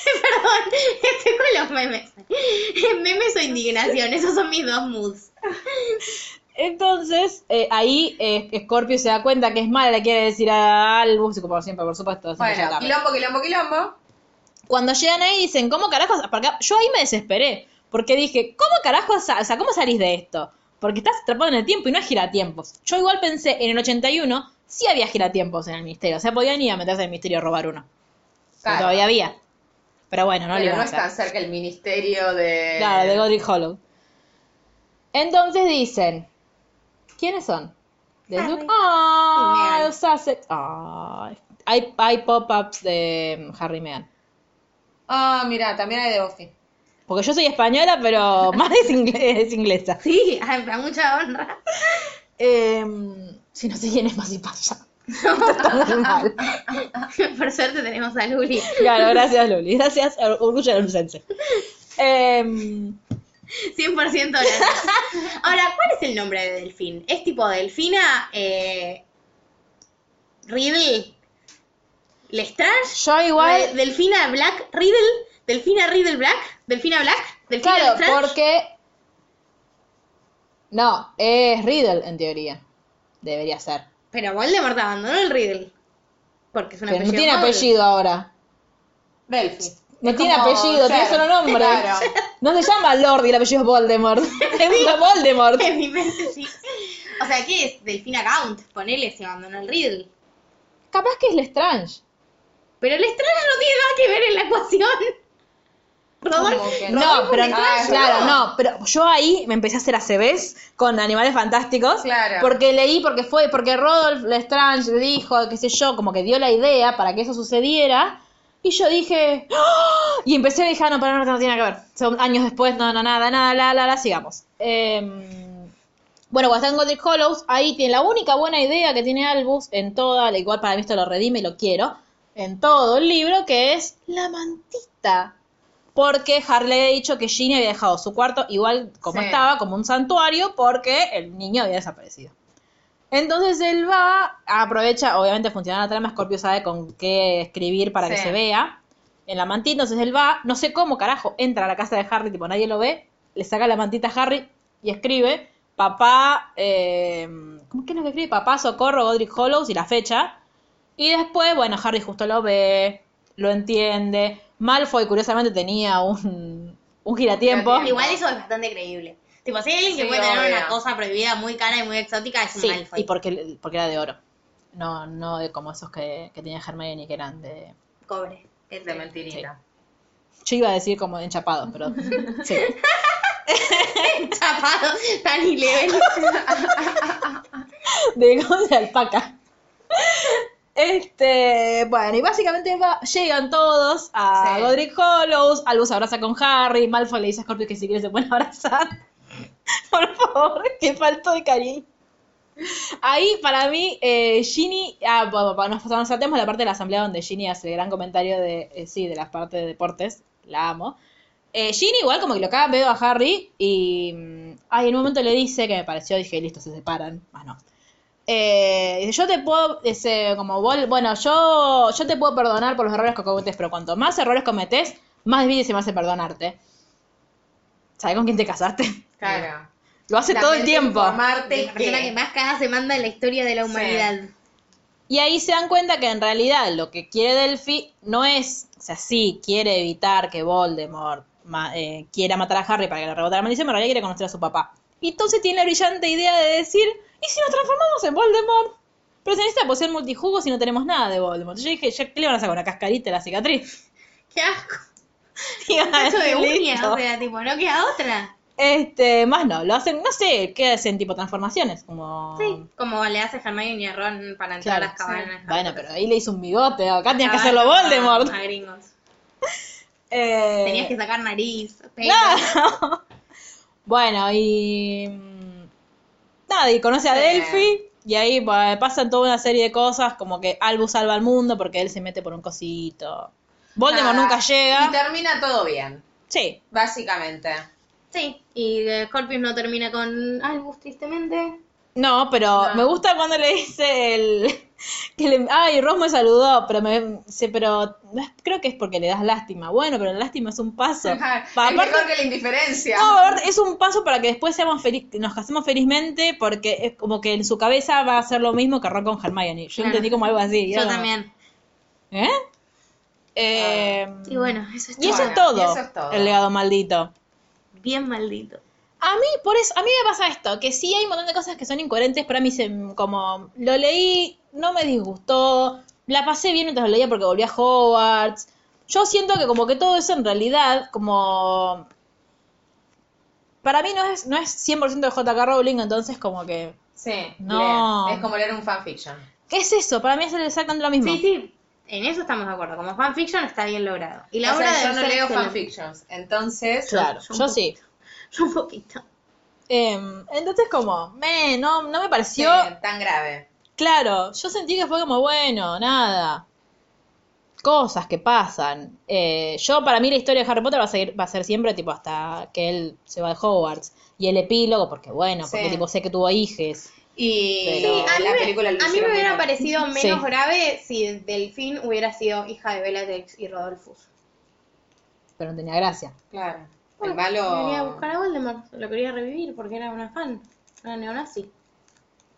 Speaker 2: Perdón, estoy con los memes. Memes o indignación, esos son mis dos moods.
Speaker 1: entonces eh, ahí eh, Scorpio se da cuenta que es mala, le quiere decir a Albus, y como siempre, por supuesto. siempre llega
Speaker 3: Bueno,
Speaker 1: tarde.
Speaker 3: quilombo, quilombo, quilombo.
Speaker 1: Cuando llegan ahí dicen, ¿cómo carajos? Porque yo ahí me desesperé, porque dije, ¿cómo carajos? sa- O sea, ¿cómo salís de esto? Porque estás atrapado en el tiempo y no hay giratiempos. Yo igual pensé, en el 81 sí había giratiempos en el misterio, o sea, podían ir a meterse en el misterio a robar uno.
Speaker 3: Claro.
Speaker 1: Pero Todavía había. Pero bueno, no lo
Speaker 3: Pero
Speaker 1: iban
Speaker 3: no
Speaker 1: a
Speaker 3: es
Speaker 1: hacer.
Speaker 3: tan cerca el ministerio de...
Speaker 1: Claro, de Godric Hollow. Entonces dicen, ¿quiénes son?
Speaker 2: Ah,
Speaker 1: De Duke.
Speaker 2: Y
Speaker 1: Ah,
Speaker 2: Meghan.
Speaker 1: los Sussex. Ah, hay, hay pop-ups de Harry y Meghan.
Speaker 3: Ah, mira, también hay de Buffy.
Speaker 1: Porque yo soy española, pero más es, ingle- es inglesa.
Speaker 2: Sí, a a mucha honra.
Speaker 1: Em, si no sé quién es más y pasa. Esto está muy mal.
Speaker 2: Por suerte tenemos a Luli.
Speaker 1: Claro, gracias Luli. Gracias, Orgullo Lucense. Eh,
Speaker 2: 100% horas. Ahora, ¿cuál es el nombre de Delfín? ¿Es tipo Delfina? Eh, ¿Riddle? ¿Lestrange?
Speaker 1: yo igual...
Speaker 2: Re- ¿Delfina Black? ¿Riddle? ¿Delfina Riddle Black? ¿Delfina Black? ¿Delfina
Speaker 1: Claro,
Speaker 2: Lestrange?
Speaker 1: porque. No, es Riddle en teoría. Debería ser.
Speaker 2: Pero Voldemort abandonó el Riddle. Porque es un
Speaker 1: Pero no
Speaker 2: apellido
Speaker 1: tiene
Speaker 2: noble.
Speaker 1: apellido ahora.
Speaker 3: Delphi.
Speaker 1: No
Speaker 3: Es
Speaker 1: tiene
Speaker 3: como
Speaker 1: apellido, tiene
Speaker 3: Cher.
Speaker 1: solo nombre.
Speaker 3: Claro.
Speaker 1: No se llama Lord y el apellido es Voldemort. Es Voldemort.
Speaker 2: En mi mente sí. O sea, ¿qué es? Delfina Gaunt. Ponele si abandonó el Riddle.
Speaker 1: Capaz que es Lestrange.
Speaker 2: Pero el Lestrange no tiene nada que ver en la ecuación. Rodolfo.
Speaker 3: que
Speaker 1: No, pero
Speaker 3: Ah,
Speaker 1: claro,
Speaker 3: no.
Speaker 1: no, pero yo ahí me empecé a hacer ACBs con Animales Fantásticos,
Speaker 3: Claro.
Speaker 1: porque leí, porque fue, porque Rodolf Lestrange dijo, qué sé yo, como que dio la idea para que eso sucediera, y yo dije, ¡Ah! y empecé a decir, ah, no, para no, no tiene nada que ver, son años después, no, no, nada, nada, la, la, la, sigamos. Em, bueno, cuando está en Gothic Hollows, ahí tiene la única buena idea que tiene Albus en toda, igual para mí esto lo redime y lo quiero, en todo el libro, que es la mantita. Porque Harry le había dicho que Ginny había dejado su cuarto igual como
Speaker 3: Sí.
Speaker 1: estaba, como un santuario, porque el niño había desaparecido. Entonces él va, aprovecha, obviamente funciona la trama, Scorpio sabe con qué escribir para que
Speaker 3: Sí.
Speaker 1: se vea en la mantita, entonces él va, no sé cómo carajo, entra a la casa de Harry, tipo nadie lo ve, le saca la mantita a Harry y escribe, papá, eh, ¿cómo que es lo que escribe? Papá, socorro, Godric Hollows y la fecha. Y después, bueno, Harry justo lo ve, lo entiende. Malfoy, curiosamente, tenía un, un giratiempo.
Speaker 3: Giratiempo.
Speaker 2: Igual eso es bastante creíble. Tipo, si hay alguien que
Speaker 3: Sí,
Speaker 2: puede tener
Speaker 3: obvio.
Speaker 2: una cosa prohibida muy cara y muy exótica, es un
Speaker 1: Sí,
Speaker 2: Malfoy.
Speaker 1: y porque, porque era de oro. No, no de como esos que, que tenía Hermione que eran de...
Speaker 2: Cobre. Es
Speaker 3: De
Speaker 2: de
Speaker 3: mentirita.
Speaker 1: Yo iba a decir como de enchapados, pero sí.
Speaker 2: Chapado, tan ilegal.
Speaker 1: de goma de alpaca. Este, bueno, y básicamente va- llegan todos a
Speaker 3: Sí.
Speaker 1: Godric Hollows, Albus se abraza con Harry, Malfoy le dice a Scorpio que si quiere se pueden abrazar. Por favor, que falto de cariño. Ahí, para mí, eh, Ginny, ah, bueno, pa- nos nos saltemos la parte de la asamblea donde Ginny hace el gran comentario de, eh, sí, de las partes de deportes, la amo. Eh, Ginny igual como que lo caga en pedo a Harry y, mm, ay, en un momento le dice, que me pareció, dije, listo, se separan, más no. Eh, dice, yo te puedo, dice, como vol- bueno, yo, yo te puedo perdonar por los errores que cometes, pero cuanto más errores cometes, más difícil se me hace perdonarte. ¿Sabes con quién te casaste?
Speaker 3: Claro.
Speaker 1: Lo hace todo el tiempo.
Speaker 3: Informarte
Speaker 2: La persona que
Speaker 3: que...
Speaker 2: más cada se manda en la historia de la
Speaker 3: Sí.
Speaker 2: humanidad.
Speaker 1: Y ahí se dan cuenta que en realidad lo que quiere Delphi no es, o sea, sí quiere evitar que Voldemort ma- eh, quiera matar a Harry para que le rebote la maldición, pero en realidad quiere conocer a su papá. Y entonces tiene la brillante idea de decir, ¿y si nos transformamos en Voldemort? Pero se necesita poseer multijugos y no tenemos nada de Voldemort. Yo dije, ¿ya qué le van a sacar una cascarita y la cicatriz?
Speaker 2: Qué asco.
Speaker 1: Y van a
Speaker 2: Eso de
Speaker 1: decir,
Speaker 2: uña,
Speaker 1: "Listo".
Speaker 2: o sea, tipo, no queda otra.
Speaker 1: Este, más no, lo hacen, no sé, ¿qué hacen tipo transformaciones? Como...
Speaker 2: Sí, como le hace Hermione y a Ron para entrar
Speaker 1: Claro,
Speaker 2: a las cabanas.
Speaker 1: Bueno, pero ahí le hizo un bigote, acá tenías que
Speaker 2: Cabanas
Speaker 1: hacerlo
Speaker 2: a-
Speaker 1: Voldemort.
Speaker 2: A gringos.
Speaker 1: Eh,
Speaker 2: Tenías que sacar nariz. pelo.
Speaker 1: Claro. Bueno, y. mm, Nada, y conoce a
Speaker 3: Sí.
Speaker 1: Delphi. Y ahí pa- pasan toda una serie de cosas, como que Albus salva al mundo porque él se mete por un cosito. Voldemort
Speaker 3: Nada.
Speaker 1: nunca
Speaker 3: Y
Speaker 1: llega.
Speaker 3: termina todo bien,
Speaker 1: Sí.
Speaker 3: básicamente.
Speaker 2: Sí, y eh, Scorpius no termina con Albus, tristemente.
Speaker 1: No, pero
Speaker 3: No.
Speaker 1: me gusta cuando le dice el. Que le, Ay, Ross me saludó, pero me sí, pero creo que es porque le das lástima. Bueno, pero la lástima es un paso.
Speaker 3: Ajá,
Speaker 1: Pa-
Speaker 3: es
Speaker 1: aparte-
Speaker 3: mejor que la indiferencia.
Speaker 1: No, a ver, es un paso para que después seamos feliz, nos casemos felizmente porque es como que en su cabeza va a ser lo mismo que Ron con Hermione. Yo
Speaker 2: Claro.
Speaker 1: entendí como algo así. y
Speaker 2: Yo
Speaker 1: era como,
Speaker 2: también.
Speaker 1: ¿Eh? Eh,
Speaker 2: Y bueno, eso es
Speaker 1: y eso es
Speaker 2: todo.
Speaker 3: Bueno,
Speaker 1: todo,
Speaker 3: y eso es todo.
Speaker 1: el legado maldito.
Speaker 2: Bien maldito.
Speaker 1: A mí, por eso, a mí me pasa esto, que sí hay un montón de cosas que son incoherentes, pero a mí se, como lo leí, no me disgustó, la pasé bien mientras lo leía porque volví a Hogwarts. Yo siento que como que todo eso en realidad, como... Para mí no es, no es 100% de J.K. Rowling, entonces como que...
Speaker 3: Sí,
Speaker 1: No.
Speaker 3: leer. Es como leer un fanfiction.
Speaker 1: ¿Qué es eso? Para mí es exactamente lo mismo.
Speaker 2: Sí, sí. En eso estamos de acuerdo. Como fanfiction está bien logrado. Y la
Speaker 3: O
Speaker 2: obra
Speaker 3: sea, yo
Speaker 2: debe
Speaker 3: no
Speaker 2: ser
Speaker 3: leo
Speaker 2: excelente.
Speaker 3: fanfictions, entonces...
Speaker 1: Claro, yo sí.
Speaker 2: Yo un poquito.
Speaker 1: Em, entonces como, me, no, no me
Speaker 3: sí,
Speaker 1: pareció...
Speaker 3: tan grave.
Speaker 1: Claro, yo sentí que fue como, bueno, nada. Cosas que pasan. Eh, yo, para mí, la historia de Harry Potter va a, seguir, va a ser siempre, tipo, hasta que él se va de Hogwarts. Y el epílogo, porque bueno, porque,
Speaker 3: Sí.
Speaker 1: tipo, sé que tuvo hijes.
Speaker 3: Y
Speaker 1: Pero-
Speaker 2: Sí, a mí,
Speaker 3: la
Speaker 2: me-
Speaker 3: película lo
Speaker 2: a mí me
Speaker 3: hicieron
Speaker 2: hubiera
Speaker 3: muy mal.
Speaker 2: parecido menos
Speaker 1: Sí.
Speaker 2: grave si Delfín hubiera sido hija de Bellatrix y Rodolfus.
Speaker 1: Pero no tenía gracia.
Speaker 3: Claro.
Speaker 2: Bueno,
Speaker 3: el malo...
Speaker 2: Quería buscar a Voldemort, lo quería revivir porque era una fan, una neonazi.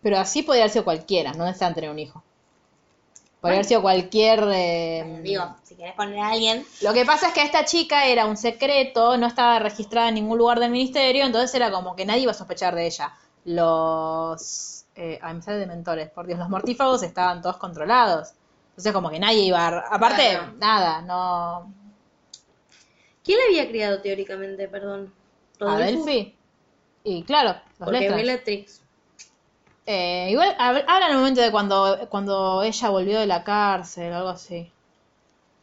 Speaker 1: Pero así podría haber sido cualquiera, no necesitan tener un hijo. Podría haber sido cualquier... eh,
Speaker 2: Digo, si querés poner a alguien,
Speaker 1: Lo que pasa es que a esta chica era un secreto, no estaba registrada en ningún lugar del ministerio, entonces era como que nadie iba a sospechar de ella. Los. Eh, ay, me sale de mentores, por Dios, los mortífagos estaban todos controlados. Entonces, como que nadie iba a. Aparte,
Speaker 3: Claro.
Speaker 1: nada, no.
Speaker 2: ¿quién la había criado teóricamente, perdón?
Speaker 1: A Delphi. Y claro, los
Speaker 2: Porque
Speaker 1: Lestrange.
Speaker 2: Bellatrix.
Speaker 1: Eh, igual, hab- hablan en un momento de cuando, cuando ella volvió de la cárcel o algo así.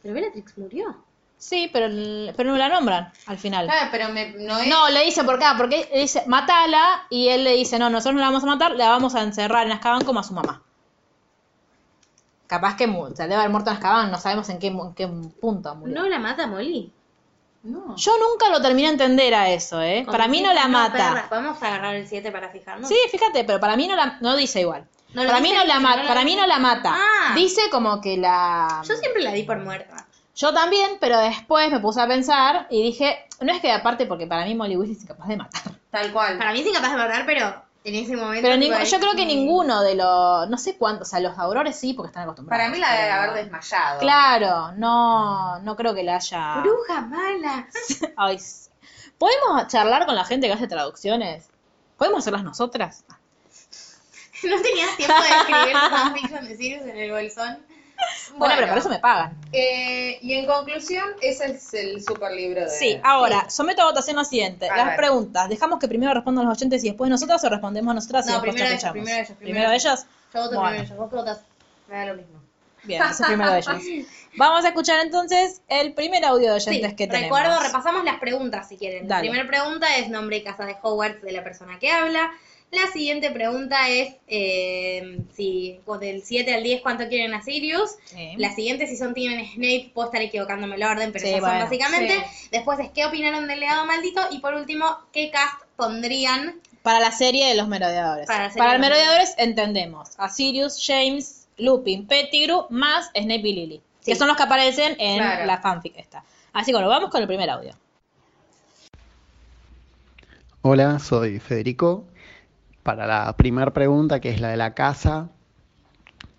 Speaker 2: Pero Bellatrix murió.
Speaker 1: Sí, pero, el- pero no la nombran al final.
Speaker 3: Claro, Ah, pero me- no es...
Speaker 1: No, le dice por acá, porque le dice, matala, y él le dice, no, nosotros no la vamos a matar, la vamos a encerrar en Azkaban como a su mamá. Capaz que mu- se debe haber muerto en Azkaban, no sabemos en qué, mu- en qué punto murió.
Speaker 2: No la mata Molly.
Speaker 3: No.
Speaker 1: Yo nunca lo terminé de entender a eso, ¿eh? Para mí no la
Speaker 2: Vamos
Speaker 1: mata.
Speaker 2: Podemos agarrar el 7 para fijarnos.
Speaker 1: Sí, fíjate, pero para mí no la... No dice igual.
Speaker 2: No lo
Speaker 1: para, mí
Speaker 2: dice,
Speaker 1: no la
Speaker 2: dice,
Speaker 1: ma-
Speaker 2: no lo
Speaker 1: para mí
Speaker 2: dice.
Speaker 1: no la mata.
Speaker 2: Ah.
Speaker 1: Dice como que la...
Speaker 2: Yo siempre la di por muerta.
Speaker 1: Yo también, pero después me puse a pensar y dije, no es que aparte, porque para mí Molly Weasley es incapaz de matar.
Speaker 3: Tal cual.
Speaker 2: Para mí es incapaz de matar, pero en ese momento.
Speaker 1: Pero
Speaker 2: igual-
Speaker 1: ningú- yo creo que ninguno de los, no sé cuántos, o sea, los aurores sí, porque están acostumbrados.
Speaker 3: Para mí la debe
Speaker 1: pero-
Speaker 3: haber desmayado.
Speaker 1: Claro, no, no creo que la haya...
Speaker 2: Bruja mala.
Speaker 1: Ay, sí. ¿Podemos charlar con la gente que hace traducciones? ¿Podemos hacerlas nosotras?
Speaker 2: No tenías tiempo de escribir tu fanfiction de Sirius en el bolsón.
Speaker 1: Bueno, pero para eso me pagan.
Speaker 3: eh, y en conclusión, ese es el super libro de.
Speaker 1: Sí, ahora, someto a votación lo siguiente.
Speaker 3: A
Speaker 1: las
Speaker 3: ver.
Speaker 1: preguntas. ¿Dejamos que primero respondan los oyentes y después nosotras o respondemos nosotras y
Speaker 2: No,
Speaker 1: después
Speaker 2: primero ellos,
Speaker 1: chapuchamos?
Speaker 2: primero ellos, primero
Speaker 1: ¿Primero ellos?
Speaker 2: Yo voto
Speaker 1: Bueno.
Speaker 2: primero, yo, vos votas. Me da lo mismo.
Speaker 1: Bien, entonces primero ellos. Vamos a escuchar entonces el primer audio de
Speaker 2: Sí,
Speaker 1: oyentes que tenemos.
Speaker 2: recuerdo, repasamos las preguntas si quieren.
Speaker 1: Dale.
Speaker 2: La primera pregunta es nombre y casa de Hogwarts de la persona que habla. La siguiente pregunta es eh, si pues, del 7 al 10 cuánto quieren a Sirius.
Speaker 1: Sí.
Speaker 2: La siguiente, si son Team Snape, puedo estar equivocándome el orden, pero
Speaker 1: Sí,
Speaker 2: esas son
Speaker 1: bueno.
Speaker 2: básicamente. Después es qué opinaron del legado maldito. Y por último, qué cast pondrían.
Speaker 1: Para la serie de los merodeadores.
Speaker 2: Para la
Speaker 1: Para,
Speaker 2: serie de
Speaker 1: los
Speaker 2: los
Speaker 1: merodeadores entendemos a Sirius, James, Lupin, Pettigrew, más Snape y Lily. Que son los que aparecen en
Speaker 3: Claro.
Speaker 1: la fanfic esta. Así que bueno, vamos con el primer audio.
Speaker 4: Hola, soy Federico. Para la primera pregunta, que es la de la casa,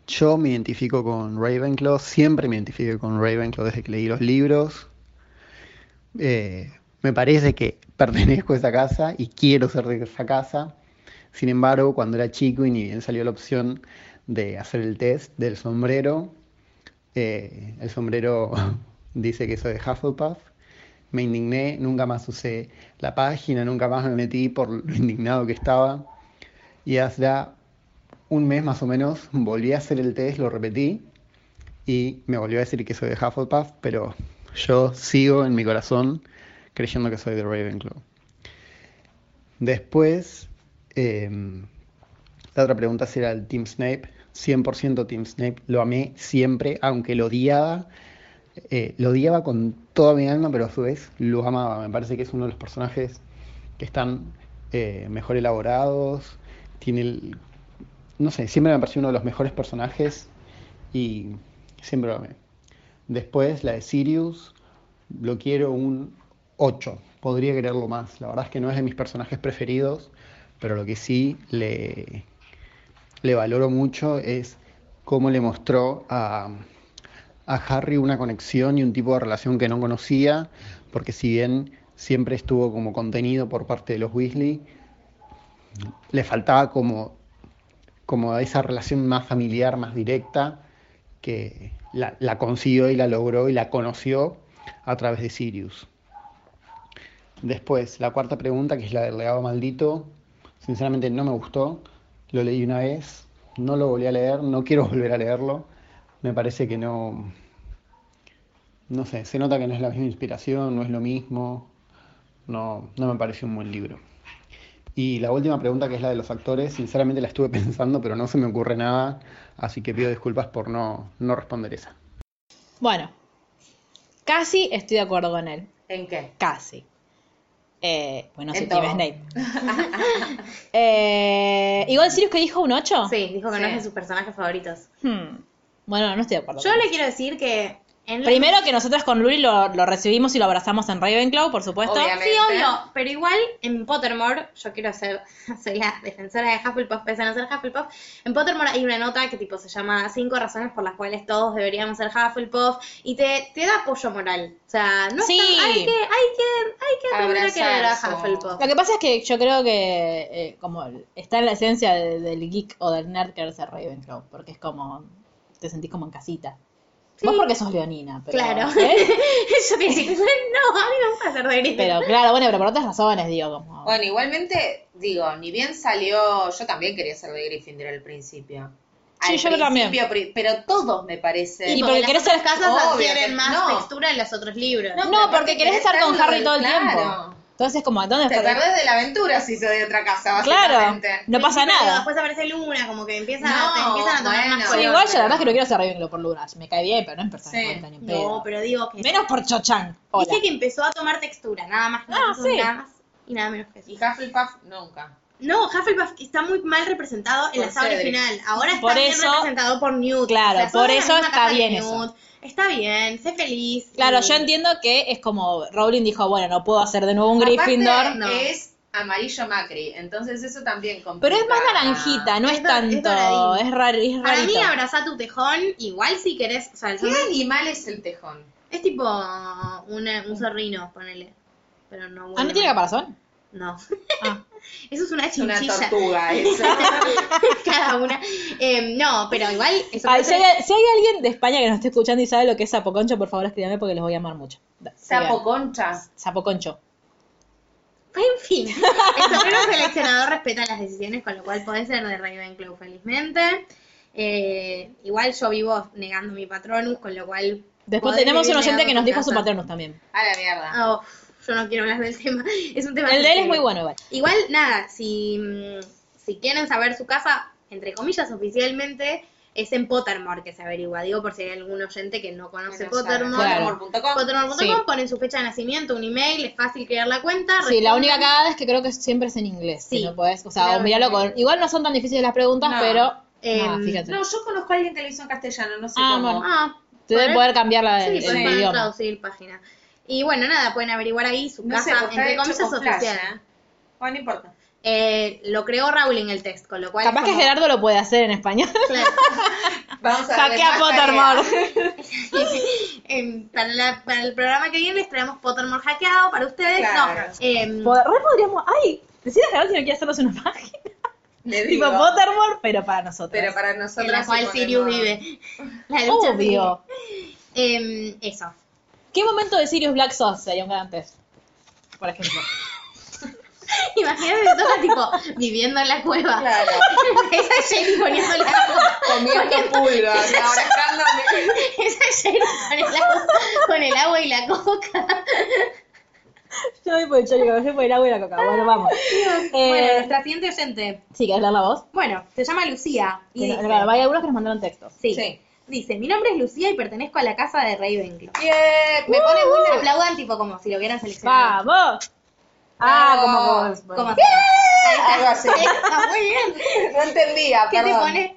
Speaker 4: yo me identifico con Ravenclaw, siempre me identifico con Ravenclaw desde que leí los libros. Eh, me parece que pertenezco a esa casa y quiero ser de esa casa. Sin embargo, cuando era chico y ni bien salió la opción de hacer el test del sombrero, eh, el sombrero dice que soy de Hufflepuff. Me indigné, nunca más usé la página, nunca más me metí por lo indignado que estaba. Y hace un mes más o menos volví a hacer el test, lo repetí y me volvió a decir que soy de Hufflepuff, pero yo sigo en mi corazón creyendo que soy de Ravenclaw. Después, em, la otra pregunta será el Team Snape. 100% Team Snape. Lo amé siempre, aunque lo odiaba. eh, lo odiaba con toda mi alma, pero a su vez lo amaba. Me parece que es uno de los personajes que están eh, mejor elaborados. Tiene el. No sé, siempre me pareció uno de los mejores personajes y siempre lo amé. Después, la de Sirius, lo quiero un 8. Podría quererlo más. La verdad es que no es de mis personajes preferidos, pero lo que sí le, le valoro mucho es cómo le mostró a, a Harry una conexión y un tipo de relación que no conocía, porque si bien siempre estuvo como contenido por parte de los Weasley, le faltaba como, como esa relación más familiar, más directa, que la, la consiguió y la logró y la conoció a través de Sirius. Después, la cuarta pregunta, que es la del legado maldito, sinceramente no me gustó, lo leí una vez, no lo volví a leer, no quiero volver a leerlo, me parece que no, no sé, se nota que no es la misma inspiración, no es lo mismo, no, no me pareció un buen libro. Y la última pregunta, que es la de los actores, sinceramente la estuve pensando, pero no se me ocurre nada, así que pido disculpas por no, no responder esa.
Speaker 1: Bueno, casi estoy de acuerdo con él.
Speaker 3: ¿En qué?
Speaker 1: Casi. Eh, bueno, sí,
Speaker 3: En
Speaker 1: Team
Speaker 3: todo.
Speaker 1: Snape. eh, igual Sirius que dijo un 8.
Speaker 2: Sí, dijo que no
Speaker 3: Sí.
Speaker 2: es de sus personajes favoritos.
Speaker 1: Hmm. Bueno, no estoy de acuerdo.
Speaker 2: Yo
Speaker 1: con
Speaker 2: le quiero decir que. En la-
Speaker 1: Primero que nosotras con Luri lo, lo recibimos y lo abrazamos en Ravenclaw, por supuesto.
Speaker 3: Obviamente.
Speaker 2: Sí, obvio, pero igual en Pottermore, yo quiero ser, soy la defensora de Hufflepuff, pese a no ser Hufflepuff, en Pottermore hay una nota que tipo se llama cinco razones por las cuales todos deberíamos ser Hufflepuff y te, te da apoyo moral. O sea, no es
Speaker 1: Sí.
Speaker 2: tan- hay que, hay que, hay que aprender a querer a
Speaker 3: Abrazar su-
Speaker 2: Hufflepuff.
Speaker 1: Lo que pasa es que yo creo que eh, como está en la esencia de- del geek o del nerd quererse Ravenclaw, porque es como te sentís como en casita. Vos porque sos leonina, pero
Speaker 2: Claro.
Speaker 1: ¿eh?
Speaker 2: yo te dije, no, a mí me gusta ser de gris.
Speaker 1: pero claro, bueno, pero por otras razones digo como
Speaker 3: Bueno, igualmente, digo, ni bien salió. Yo también quería ser de Gryffindor al principio.
Speaker 1: Sí,
Speaker 3: Al
Speaker 1: yo también.
Speaker 3: principio, pri- Pero todos me parece.
Speaker 1: Y
Speaker 2: Tipo,
Speaker 1: porque
Speaker 2: las
Speaker 1: querés
Speaker 2: otras
Speaker 1: ser-
Speaker 2: casas
Speaker 3: Obvio que
Speaker 2: adquieren más
Speaker 3: no.
Speaker 2: textura en los otros libros.
Speaker 1: No, porque querés estar con Harry todo el tiempo. Entonces, como, ¿dónde
Speaker 3: Te
Speaker 1: está?
Speaker 3: perdés de la aventura si sos de otra casa,
Speaker 1: Claro,
Speaker 3: básicamente.
Speaker 1: no pasa
Speaker 2: Pero
Speaker 1: nada.
Speaker 2: Después aparece Luna, como que empieza,
Speaker 3: No,
Speaker 2: te empiezan a tomar más
Speaker 3: bueno.
Speaker 1: Sí,
Speaker 2: color.
Speaker 1: igual yo la verdad es que no quiero hacer arreglo por Lunas. Me cae bien, pero no en persona.
Speaker 3: Sí.
Speaker 1: cuenta, ni en pedo.
Speaker 2: No, pero digo que...
Speaker 1: Menos por Chochang. Hola.
Speaker 2: Viste que empezó a tomar textura, nada más.
Speaker 1: Ah,
Speaker 2: no hizo
Speaker 1: sí.
Speaker 2: Nada más y nada menos que eso.
Speaker 3: Y Hufflepuff nunca.
Speaker 2: No, Hufflepuff está muy mal representado en
Speaker 3: Por
Speaker 2: la saga
Speaker 3: Cedric.
Speaker 2: final. Ahora está
Speaker 1: Por
Speaker 2: bien
Speaker 1: eso-
Speaker 2: representado por Newt.
Speaker 1: Claro,
Speaker 2: son
Speaker 1: por
Speaker 2: de la
Speaker 1: eso
Speaker 2: misma
Speaker 1: está
Speaker 2: casa de
Speaker 1: bien
Speaker 2: Newt.
Speaker 1: eso.
Speaker 2: Está bien, sé feliz.
Speaker 1: Claro,
Speaker 2: y-
Speaker 1: yo entiendo que es como Rowling dijo, bueno, no puedo hacer de nuevo un
Speaker 3: Aparte,
Speaker 1: Gryffindor.
Speaker 2: no.
Speaker 3: es amarillo Macri, entonces eso también complica.
Speaker 1: Pero es más naranjita, no
Speaker 2: Es
Speaker 1: es,
Speaker 2: do- es
Speaker 1: tanto.
Speaker 2: doradín.
Speaker 1: Es, raro, es
Speaker 2: Para mí
Speaker 1: rarito.
Speaker 2: abraza tu tejón, igual si querés, o sea, el
Speaker 3: ¿Qué
Speaker 2: zorrino-
Speaker 3: animal es el tejón?
Speaker 2: es tipo una- un zorrino, ponele. Pero no
Speaker 1: Ah, ¿no tiene
Speaker 2: capaz.
Speaker 1: caparazón?
Speaker 2: No.
Speaker 1: Ah.
Speaker 2: Eso es una
Speaker 3: Es una
Speaker 2: chinchilla.
Speaker 3: tortuga eso.
Speaker 2: Cada una. Eh, no, pero igual eso
Speaker 1: Ay, si, hay, si hay alguien de España que nos esté escuchando y sabe lo que es sapoconcho, por favor escríbame porque los voy a amar mucho. Da-
Speaker 3: Sapo
Speaker 1: sigan.
Speaker 3: concha.
Speaker 1: Sapoconcho.
Speaker 2: En fin, el sombrero seleccionador respeta las decisiones, con lo cual podés ser de Ravenclaw felizmente. Eh, igual yo vivo negando mi patronus, con lo cual...
Speaker 1: Después
Speaker 2: podés
Speaker 1: tenemos
Speaker 2: vivir
Speaker 1: un oyente que
Speaker 2: negando
Speaker 1: nos
Speaker 2: tu
Speaker 1: dijo su
Speaker 2: casa.
Speaker 1: patronus también.
Speaker 3: A la mierda.
Speaker 2: Ah, uf, yo no quiero hablar del tema. Es un tema
Speaker 1: El de él es
Speaker 2: sensible.
Speaker 1: muy bueno igual.
Speaker 2: Igual, nada, si, mm, si quieren saber su casa, entre comillas, oficialmente, es en Pottermore que se averigua. Digo, por si hay algún oyente que no conoce Pottermore.
Speaker 1: Claro.
Speaker 3: Pottermore.com.
Speaker 2: Pottermore.com,
Speaker 1: Sí.
Speaker 2: ponen su fecha de nacimiento, un email, es fácil crear la cuenta.
Speaker 1: Sí, la
Speaker 2: responden.
Speaker 1: única cagada es que creo que siempre es en inglés.
Speaker 2: Sí.
Speaker 1: si no podés, o sea,
Speaker 2: Claro.
Speaker 1: o miralo con... Igual no son tan difíciles las preguntas,
Speaker 3: No.
Speaker 1: pero...
Speaker 2: Em,
Speaker 1: nada, fíjate.
Speaker 3: No, yo conozco a alguien que lo hizo en castellano, no sé
Speaker 1: Ah,
Speaker 3: cómo.
Speaker 1: bueno.
Speaker 2: Ah,
Speaker 1: Te deben
Speaker 2: poner-
Speaker 1: poder cambiar la,
Speaker 2: Sí,
Speaker 1: el,
Speaker 2: pueden
Speaker 1: el
Speaker 2: poner
Speaker 1: idioma.
Speaker 2: traducir página. Y bueno, nada, pueden averiguar ahí su
Speaker 3: No
Speaker 2: casa,
Speaker 3: sé, porque
Speaker 2: entre
Speaker 3: está
Speaker 2: comillas,
Speaker 3: hecho con
Speaker 2: oficial.
Speaker 3: flash, ¿eh? Bueno, no importa.
Speaker 2: Eh, lo creó Rowling el test, con lo cual.
Speaker 1: Capaz
Speaker 2: es
Speaker 1: que
Speaker 2: como-
Speaker 1: Gerardo lo puede hacer en español.
Speaker 2: Claro.
Speaker 3: Vamos a darle
Speaker 1: Saquea
Speaker 3: más tarea.
Speaker 1: Pottermore.
Speaker 2: Em, para, la- para el programa que viene les traemos Pottermore hackeado para ustedes.
Speaker 3: Claro.
Speaker 2: No. em,
Speaker 1: Pod- re podríamos... ¡Ay! Decirle a Gerardo si no quiere hacernos una página.
Speaker 3: Le digo,
Speaker 1: Tipo Pottermore, pero para nosotros.
Speaker 3: pero para
Speaker 2: en
Speaker 3: nosotros.
Speaker 2: la cual Sirius vive. La lucha
Speaker 1: Obvio.
Speaker 2: Em, eso.
Speaker 1: ¿Qué momento de Sirius Black sos? Sería un gran test. Por ejemplo.
Speaker 2: Imagínate todo tipo viviendo en la cueva.
Speaker 3: Claro.
Speaker 2: Esa Jenny poniendo el agua.
Speaker 3: Comiendo pulga, abrazándome.
Speaker 2: Esa Jenny con el agua, con el agua y la coca.
Speaker 1: Yo voy por el chorico, yo voy por el agua y la coca. Bueno, vamos. Eh,
Speaker 2: Bueno, nuestra siguiente oyente.
Speaker 1: Sí, ¿querés leer la voz?
Speaker 2: Bueno, se llama Lucía. Y
Speaker 1: Que no-
Speaker 2: dice,
Speaker 1: claro, hay algunos que nos mandaron textos.
Speaker 2: sí.
Speaker 3: Sí.
Speaker 2: Dice, mi nombre es Lucía y pertenezco a la casa de Ravenclaw. Uh.
Speaker 3: Bien, me pone muy nerviosa.
Speaker 2: Aplaudan tipo como si lo hubieran seleccionado.
Speaker 1: ¡Vamos! Ah, como vos.
Speaker 2: Como
Speaker 1: Bueno.
Speaker 2: si-
Speaker 3: Algo así.
Speaker 2: Está muy bien.
Speaker 3: No entendía,
Speaker 2: ¿Qué te
Speaker 3: perdón.
Speaker 2: pone?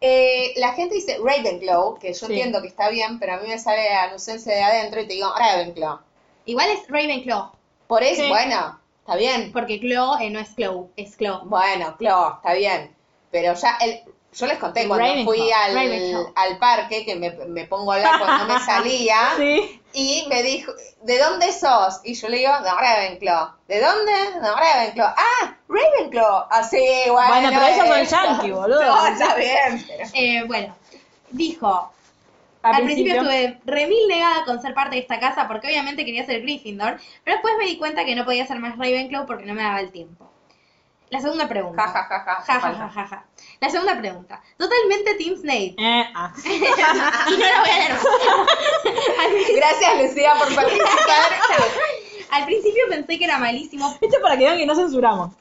Speaker 3: Eh, la gente dice Ravenclaw, que yo
Speaker 1: Sí.
Speaker 3: entiendo que está bien, pero a mí me sale la lucense de adentro y te digo Ravenclaw.
Speaker 2: Igual es Ravenclaw,
Speaker 3: Por eso,
Speaker 1: Sí.
Speaker 3: bueno, está bien.
Speaker 2: porque Claw eh, no es Claw, es Claw.
Speaker 3: Bueno, Claw, está bien. Pero ya, el, yo les conté cuando
Speaker 1: Ravenclaw,
Speaker 3: fui al,
Speaker 2: Ravenclaw.
Speaker 3: al parque, que me, me pongo a hablar cuando me salía,
Speaker 1: Sí.
Speaker 3: y me dijo, ¿de dónde sos? Y yo le digo, no, Ravenclaw. ¿De dónde? No, Ravenclaw. Ah, Ravenclaw. Así, bueno.
Speaker 1: Bueno, pero ellos son
Speaker 3: eso.
Speaker 1: yankees, boludo.
Speaker 3: No, está bien, pero...
Speaker 2: Eh, bueno, dijo, Al principio, estuve remil negada con ser parte de esta casa porque obviamente quería ser Gryffindor, pero después me di cuenta que no podía ser más Ravenclaw porque no me daba el tiempo. La segunda pregunta.
Speaker 3: Ja, ja, ja, ja.
Speaker 2: Ja, ja, ja, ja, ja. La segunda pregunta. Totalmente Team Snape.
Speaker 1: Eh, ah.
Speaker 2: y no la voy a leer.
Speaker 3: Gracias, Lucía, por participar.
Speaker 2: Al principio pensé que era malísimo.
Speaker 1: Esto es para que vean que no censuramos.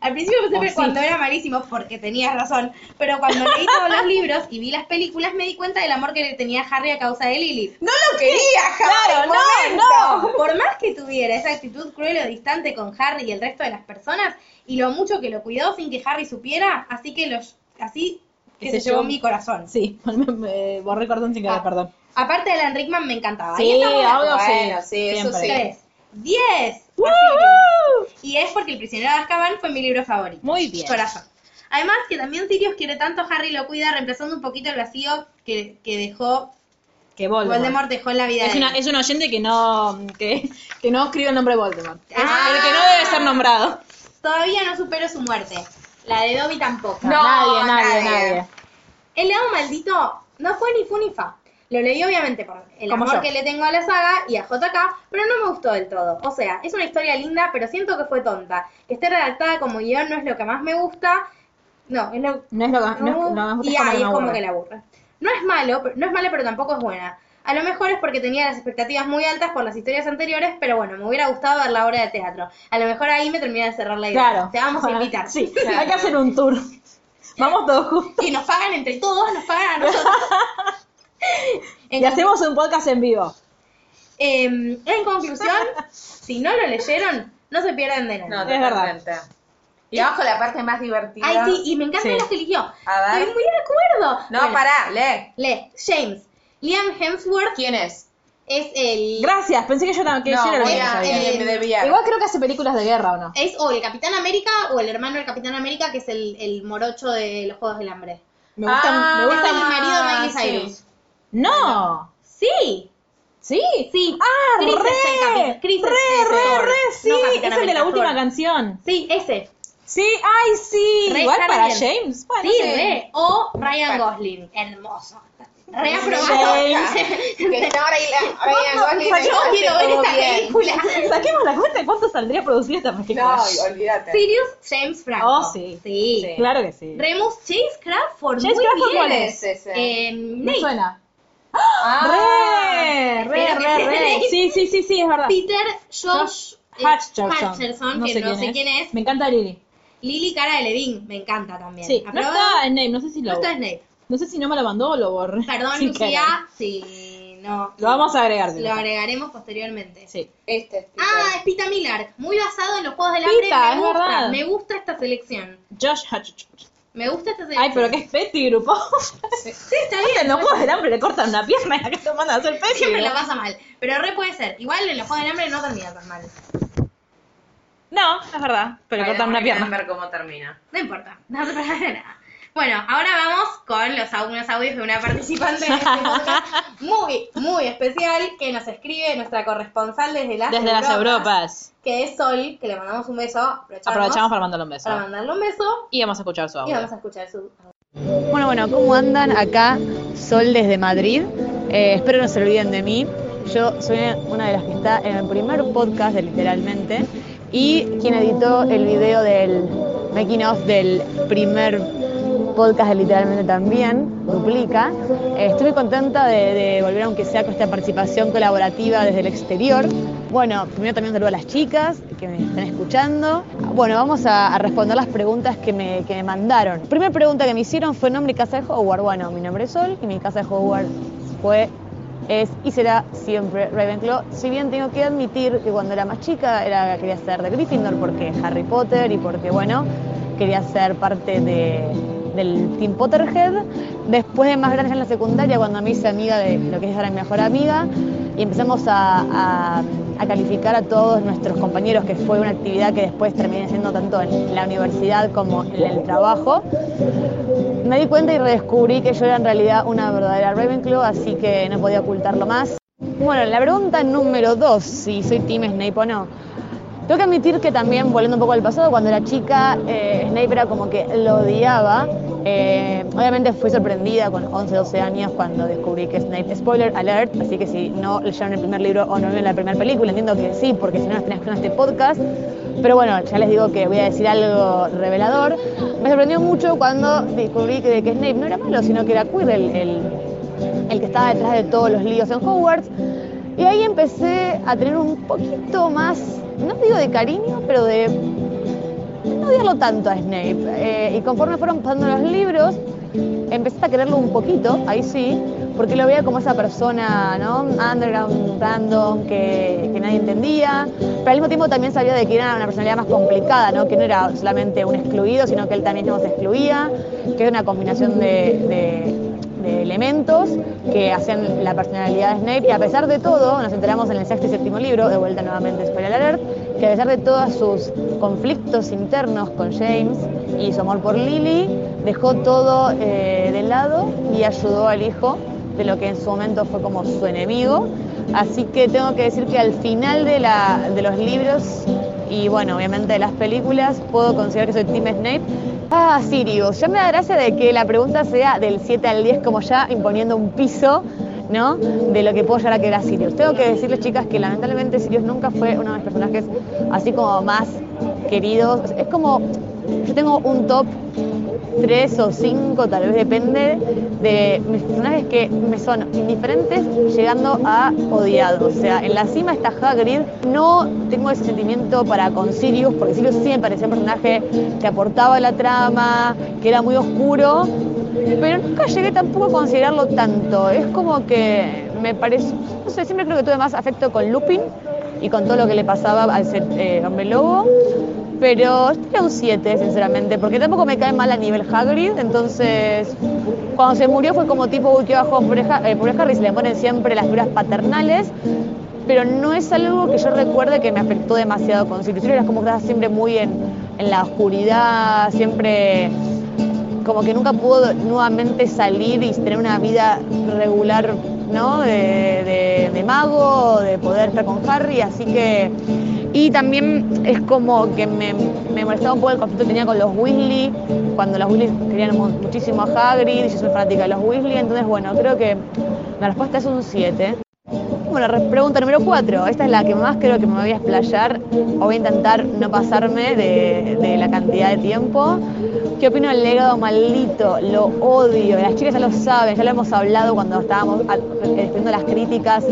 Speaker 2: Al principio pensé
Speaker 1: Oh,
Speaker 2: que
Speaker 1: sí.
Speaker 2: cuando era malísimo, porque tenías razón, pero cuando leí todos los libros y vi las películas me di cuenta del amor que le tenía a Harry a causa de Lily.
Speaker 3: No lo quería,
Speaker 1: Claro,
Speaker 3: jamás.
Speaker 1: no, no.
Speaker 2: Por más que tuviera esa actitud cruel o distante con Harry y el resto de las personas, y lo mucho que lo cuidó sin que Harry supiera, así que los, así que se, llevó mi corazón.
Speaker 1: Sí, me, me borré el cordón sin querer,
Speaker 2: Ah.
Speaker 1: perdón.
Speaker 2: Aparte de Alan Rickman me encantaba.
Speaker 1: Sí,
Speaker 2: Y esta bola-
Speaker 1: obvio,
Speaker 3: Bueno,
Speaker 1: sí.
Speaker 3: sí, eso
Speaker 1: Siempre.
Speaker 3: sí.
Speaker 2: Tres. ¡Diez! por
Speaker 1: ¡Woo!
Speaker 2: Sirius. Y es porque El prisionero de Azkaban fue mi libro favorito.
Speaker 1: Muy bien.
Speaker 2: Corazón. Además que también Sirius quiere tanto a Harry y lo cuida, reemplazando un poquito el vacío que, que dejó
Speaker 1: Que Voldemort.
Speaker 2: Voldemort dejó en la vida
Speaker 1: Es,
Speaker 2: de
Speaker 1: una,
Speaker 2: él.
Speaker 1: es un oyente que no, que, que no escribe el nombre de Voldemort. Es
Speaker 2: Ah.
Speaker 1: el que no debe ser nombrado.
Speaker 2: Todavía no supero su muerte. La de Dobby tampoco.
Speaker 3: No,
Speaker 1: nadie, nadie,
Speaker 3: nadie.
Speaker 1: nadie.
Speaker 2: El León Maldito no fue ni fu ni fa. Lo leí obviamente por el
Speaker 1: Como
Speaker 2: amor
Speaker 1: yo.
Speaker 2: que le tengo a la saga y a JK, pero no me gustó del todo. O sea, es una historia linda, pero siento que fue tonta. Que esté redactada como guión no es lo que más me gusta. No, es lo
Speaker 1: No es lo que no,
Speaker 2: no,
Speaker 1: es- no, es
Speaker 2: y
Speaker 1: como que
Speaker 2: ahí es
Speaker 1: me
Speaker 2: como
Speaker 1: aburre.
Speaker 2: que la aburre. No es malo, pero- no es mala, pero tampoco es buena. A lo mejor es porque tenía las expectativas muy altas por las historias anteriores, pero bueno, me hubiera gustado ver la obra de teatro. A lo mejor ahí me termina de cerrar la idea.
Speaker 1: Claro.
Speaker 2: Te vamos a invitar.
Speaker 1: Sí, hay que hacer un tour. Vamos todos juntos.
Speaker 2: Y nos pagan entre todos, nos pagan a nosotros. En
Speaker 1: Y hacemos un podcast en vivo.
Speaker 2: Em, en conclusión, si no lo leyeron, no se pierdan de nada.
Speaker 3: No,
Speaker 1: Es verdad.
Speaker 3: totalmente. Y abajo la parte más divertida.
Speaker 2: Ay, sí, y me encanta
Speaker 1: Sí.
Speaker 2: las que eligió.
Speaker 3: A ver.
Speaker 2: Estoy muy de acuerdo.
Speaker 3: No,
Speaker 2: Bueno,
Speaker 3: pará, lee.
Speaker 2: Lee, James. Liam Hemsworth
Speaker 3: ¿Quién es?
Speaker 2: es el...
Speaker 1: Gracias, pensé que yo también que
Speaker 3: No,
Speaker 1: yo era la
Speaker 3: voy
Speaker 1: única que
Speaker 3: a-
Speaker 1: sabía.
Speaker 2: eh,
Speaker 3: me debía.
Speaker 1: Igual creo que hace películas de guerra, ¿o no?
Speaker 2: Es o el Capitán América o el hermano del Capitán América, que es el, el morocho de los Juegos del Hambre. Ah,
Speaker 1: Me gusta, me gusta.
Speaker 2: el marido de Miley
Speaker 3: sí.
Speaker 2: Cyrus.
Speaker 1: No.
Speaker 2: Sí.
Speaker 1: ¿Sí?
Speaker 2: Sí.
Speaker 1: Ah,
Speaker 2: Chris es el
Speaker 1: re,
Speaker 2: capi- Chris
Speaker 1: re,
Speaker 2: es el
Speaker 1: re,
Speaker 2: Thor.
Speaker 1: re, sí,
Speaker 2: No,
Speaker 1: es
Speaker 2: Capitán
Speaker 1: el de la
Speaker 2: América,
Speaker 1: última
Speaker 2: Thor.
Speaker 1: canción.
Speaker 2: Sí, ese.
Speaker 1: Sí, ay, sí.
Speaker 2: Re
Speaker 1: Igual para
Speaker 2: Scarlett.
Speaker 1: James. Bueno,
Speaker 2: sí,
Speaker 1: sí.
Speaker 2: re. Oh, O Ryan Gosling. Hermoso. Reaprobado.
Speaker 1: James.
Speaker 3: Que no, ahora y la- ahora y la Gosling,
Speaker 2: Yo
Speaker 3: ahí
Speaker 2: quiero ver
Speaker 3: todo
Speaker 2: esta
Speaker 3: bien.
Speaker 2: película.
Speaker 1: Saquemos la cuenta de cuánto saldría producir esta película.
Speaker 3: No, y olvídate.
Speaker 2: Sirius James Franco.
Speaker 1: Oh, sí.
Speaker 2: Sí.
Speaker 3: Sí.
Speaker 1: Claro que sí.
Speaker 2: Remus Chase Crawford.
Speaker 1: Chase
Speaker 2: muy
Speaker 1: Crawford,
Speaker 2: bien.
Speaker 1: ¿cuál
Speaker 3: es ese?
Speaker 2: Eh,
Speaker 1: Me
Speaker 2: Nate.
Speaker 1: suena.
Speaker 3: Ah,
Speaker 1: Re, re,
Speaker 2: espero que
Speaker 1: re, re. Sí,
Speaker 2: sí.
Speaker 1: sí, sí, sí, es verdad.
Speaker 2: Peter Josh eh,
Speaker 1: Hutcherson.
Speaker 2: Hutcherson, que no sé quién es.
Speaker 1: Me encanta Lily.
Speaker 2: Lily Cara de Levin, me encanta también.
Speaker 1: Sí, no
Speaker 2: ¿Aprobado?
Speaker 1: está en Name, no sé si
Speaker 2: No
Speaker 1: lo.
Speaker 2: está Snape.
Speaker 1: No sé si no me lo mandó o lo borré.
Speaker 2: Perdón,
Speaker 1: sin querer.
Speaker 2: Lucía. Sí, no.
Speaker 1: Lo vamos a agregar.
Speaker 2: Lo agregaremos posteriormente.
Speaker 1: Sí.
Speaker 3: Este es Peter.
Speaker 2: Ah, es Pita Miller, muy basado en los Juegos del
Speaker 1: Pita,
Speaker 2: Hambre. me
Speaker 1: es
Speaker 2: gusta,
Speaker 1: verdad.
Speaker 2: me gusta esta selección.
Speaker 1: Josh Hutcherson.
Speaker 2: Me gusta esta selección.
Speaker 1: Ay, pero qué es Petty, grupo.
Speaker 2: Sí, está bien.
Speaker 1: En los juegos del hambre le cortan una pierna y acá te mandan a hacer Petty.
Speaker 2: Siempre la pasa mal. Pero re puede ser. Igual en los Juegos del Hambre no termina tan mal.
Speaker 1: No, es verdad. Pero le
Speaker 3: Ay,
Speaker 1: cortan
Speaker 3: no,
Speaker 1: una
Speaker 3: no
Speaker 1: pierna.
Speaker 3: ver cómo termina.
Speaker 2: No importa, no se pasa nada. Bueno, ahora vamos con los au- unos audios de una participante de este podcast muy, muy especial que nos escribe nuestra corresponsal desde las,
Speaker 1: Desde las Europas.
Speaker 2: que es Sol, que le mandamos un beso. Aprovechamos,
Speaker 1: Aprovechamos para mandarle un beso.
Speaker 2: para mandarle un beso
Speaker 1: Y vamos a escuchar su
Speaker 2: y vamos
Speaker 1: audio.
Speaker 2: a escuchar su
Speaker 5: Bueno, bueno, ¿cómo andan? Acá Sol desde Madrid. Eh, espero no se olviden de mí. Yo soy una de las que está en el primer podcast de Literalmente y quien editó el video del making of del primer podcast de Literalmente también, duplica. Eh, estoy muy contenta de, de volver, aunque sea con esta participación colaborativa desde el exterior. Bueno, primero también saludo a las chicas que me están escuchando. Bueno, vamos a, a responder las preguntas que me, que me mandaron. Primera pregunta que me hicieron fue nombre y casa de Howard. Bueno, mi nombre es Sol y mi casa de Howard fue, es y será siempre Ravenclaw. Si bien tengo que admitir que cuando era más chica era, quería ser de Gryffindor porque Harry Potter y porque, bueno, quería ser parte de, del Team Potterhead. Después de más grande ya en la secundaria, cuando me hice amiga de lo que es ahora mi mejor amiga, y empezamos a, a- a calificar a todos nuestros compañeros, que fue una actividad que después terminé siendo tanto en la universidad como en el trabajo, me di cuenta y redescubrí que yo era en realidad una verdadera Ravenclaw, así que no podía ocultarlo más. Bueno, la pregunta número dos, si soy Team Snape o no. Tengo que admitir que también, volviendo un poco al pasado, cuando era chica, eh, Snape era como que lo odiaba. Eh, obviamente fui sorprendida con 11, 12 años cuando descubrí que Snape, spoiler alert, así que si no leyeron el primer libro o no vieron la primera película, entiendo que sí, porque si no, están escuchando este podcast. Pero bueno, ya les digo que voy a decir algo revelador. Me sorprendió mucho cuando descubrí que, que Snape no era malo, sino que era queer el- el, el que estaba detrás de todos los líos en Hogwarts. Y ahí empecé a tener un poquito más, no digo de cariño, pero de no odiarlo tanto a Snape. Eh, y conforme fueron pasando los libros, empecé a quererlo un poquito, ahí sí, porque lo veía como esa persona, ¿no? Underground, random, que, que nadie entendía. Pero al mismo tiempo también sabía de que era una personalidad más complicada, ¿no? Que no era solamente un excluido, sino que él también nos excluía, que era una combinación de- de de elementos que hacían la personalidad de Snape y a pesar de todo, nos enteramos en el sexto y séptimo libro, de vuelta nuevamente spoiler alert, que a pesar de todos sus conflictos internos con James y su amor por Lily, dejó todo eh, de lado y ayudó al hijo de lo que en su momento fue como su enemigo. Así que tengo que decir que al final de, la- de los libros y bueno, obviamente de las películas, puedo considerar que soy Team Snape. Ah, Sirius, ya me da gracia de que la pregunta sea del 7 al 10, como ya imponiendo un piso, ¿no? De lo que puedo llegar a querer a Sirius. Tengo que decirles, chicas, que lamentablemente Sirius nunca fue uno de mis personajes así como más queridos. Es como, yo tengo un top tres o cinco, tal vez depende, de mis personajes que me son indiferentes llegando a odiado. O sea, en la cima está Hagrid. No tengo ese sentimiento para con Sirius, porque Sirius sí me parecía un personaje que aportaba a la trama, que era muy oscuro, pero nunca llegué tampoco a considerarlo tanto. Es como que me parece, no sé, siempre creo que tuve más afecto con Lupin y con todo lo que le pasaba al ser eh, hombre lobo. Pero tenía un 7, sinceramente, porque tampoco me cae mal a nivel Hagrid, entonces cuando se murió fue como tipo, uy, qué bajón, pobre, Ha- eh, pobre Harry, se le mueren siempre las figuras paternales, pero no es algo que yo recuerde que me afectó demasiado con Sirius. Sirius era como que estaba siempre muy en, en la oscuridad, siempre como que nunca pudo nuevamente salir y tener una vida regular, ¿no? De, de- de mago, de poder estar con Harry, así que... Y también es como que me, me molestaba un poco el conflicto que tenía con los Weasley, cuando los Weasley querían mu- muchísimo a Hagrid, y yo soy fanática de los Weasley, entonces bueno, creo que la respuesta es un 7. Bueno, re- pregunta número 4. Esta es la que más creo que me voy a explayar o voy a intentar no pasarme de, de la cantidad de tiempo. ¿Qué opino del legado maldito? Lo odio. Las chicas ya lo saben, ya lo hemos hablado cuando estábamos a- haciendo las críticas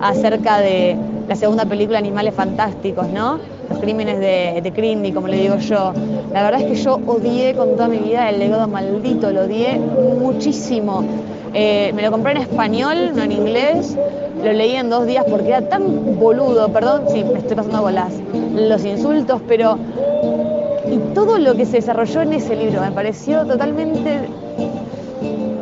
Speaker 5: acerca de la segunda película Animales Fantásticos, ¿no? Los crímenes de, de Crindy, como le digo yo. La verdad es que yo odié con toda mi vida el legado maldito, lo odié muchísimo. Eh, me lo compré en español, no en inglés. Lo leí en dos días porque era tan boludo, perdón si me estoy pasando con las, los insultos, pero. Y todo lo que se desarrolló en ese libro me pareció totalmente.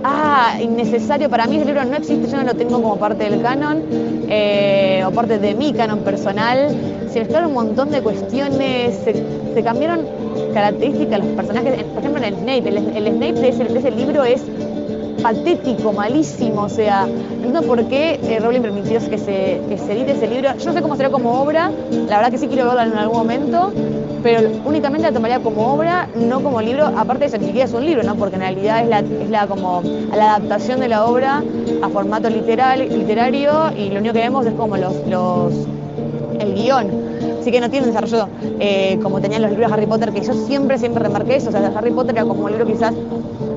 Speaker 5: Ah, innecesario. Para mí ese libro no existe, yo no lo tengo como parte del canon eh, o parte de mi canon personal. Se mezclaron un montón de cuestiones, se, se cambiaron características los personajes. Eh, Por ejemplo, en el Snape, el, el Snape de ese- de ese libro es patético, malísimo, o sea, no entiendo por qué eh, Rowling permitió que se, que se edite ese libro. Yo no sé cómo será como obra, la verdad que sí quiero verla en algún momento, pero únicamente la tomaría como obra, no como libro, aparte de eso, ni siquiera es un libro, ¿no? Porque en realidad es la, es la como la adaptación de la obra a formato literal, literario y lo único que vemos es como los, los el guión. Así que no tiene un desarrollo eh, como tenían los libros de Harry Potter, que yo siempre, siempre remarqué eso. O sea, Harry Potter era como un libro quizás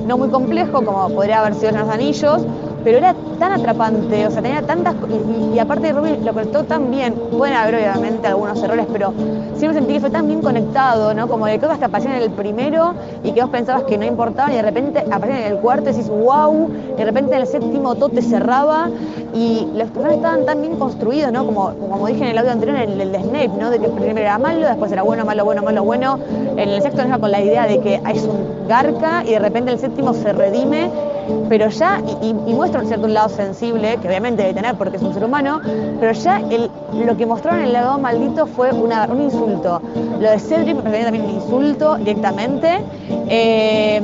Speaker 5: no muy complejo, como podría haber sido Los Anillos, pero era tan atrapante, o sea, tenía tantas... co- Y, y- y aparte Rubin lo conectó tan bien, pueden haber obviamente algunos errores, pero siempre sentí que fue tan bien conectado, ¿no? Como de cosas que aparecían en el primero y que vos pensabas que no importaban y de repente aparecían en el cuarto y decís, wow, de repente en el séptimo todo te cerraba y los personajes estaban tan bien construidos, ¿no? Como, como dije en el audio anterior, en el, el de Snape, ¿no? De que primero era malo, después era bueno, malo, bueno, malo, bueno. En el sexto nos va con la idea de que es un garca y de repente el séptimo se redime, pero ya, y, y- y muestra un cierto lado sensible, que obviamente debe tener porque es un ser humano, pero ya el- lo que mostraron en el lado maldito fue una- un insulto. Lo de Cedric me parecía también un insulto directamente. Eh,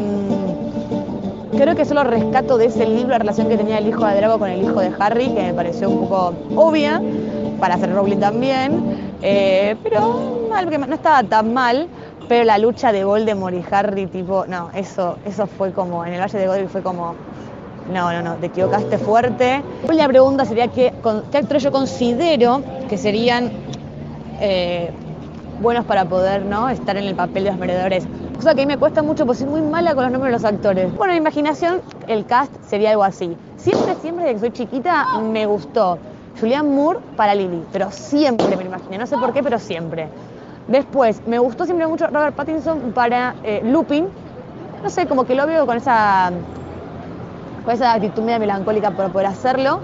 Speaker 5: Creo que solo rescato de ese libro la relación que tenía el hijo de Drago con el hijo de Harry, que me pareció un poco obvia, para hacer Rowling también, eh, pero algo que no estaba tan mal, pero la lucha de Voldemort y Harry, tipo, no, eso, eso fue como, en el Valle de Godric fue como, no, no, no, te equivocaste fuerte. La pregunta sería que, con- qué actores yo considero que serían eh, buenos para poder ¿no? estar en el papel de los meredores. Cosa que a mí me cuesta mucho porque soy muy mala con los nombres de los actores. Bueno, en imaginación, el cast sería algo así. Siempre, siempre, desde que soy chiquita, me gustó Julianne Moore para Lily, pero siempre me lo imaginé. No sé por qué, pero siempre. Después, me gustó siempre mucho Robert Pattinson para eh, Lupin. No sé, como que lo veo con esa con esa actitud media melancólica por poder hacerlo.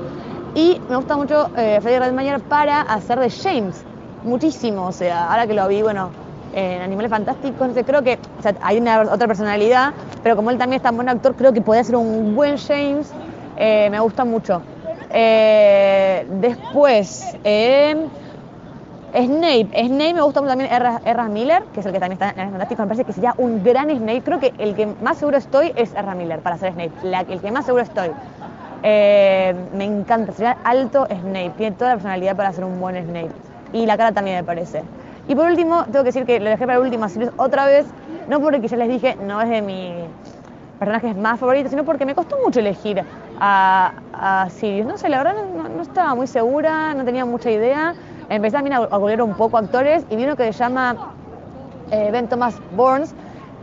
Speaker 5: Y me gusta mucho eh, Freddy Redmayer para hacer de James, muchísimo. O sea, ahora que lo vi, bueno, en Animales Fantásticos, no sé, creo que o sea, hay una, otra personalidad, pero como él también es tan buen actor, creo que podría ser un buen James. Eh, me gusta mucho. Eh, después, eh, Snape, Snape me gusta mucho también Erra- Erras Miller, que es el que también está en los Fantásticos, me parece que sería un gran Snape, creo que el que más seguro estoy es Erras Miller para ser Snape, la- el que más seguro estoy. Eh, me encanta, sería alto Snape, tiene toda la personalidad para ser un buen Snape y la cara también me parece. Y por último, tengo que decir que lo dejé para el último, así es otra vez, no porque ya les dije, no es de mi personajes más favoritos, sino porque me costó mucho elegir a, a Sirius. No sé, la verdad no, no- no estaba muy segura, no tenía mucha idea. Empecé también a, a googlear un poco actores y vi uno que se llama eh, Ben Thomas Burns,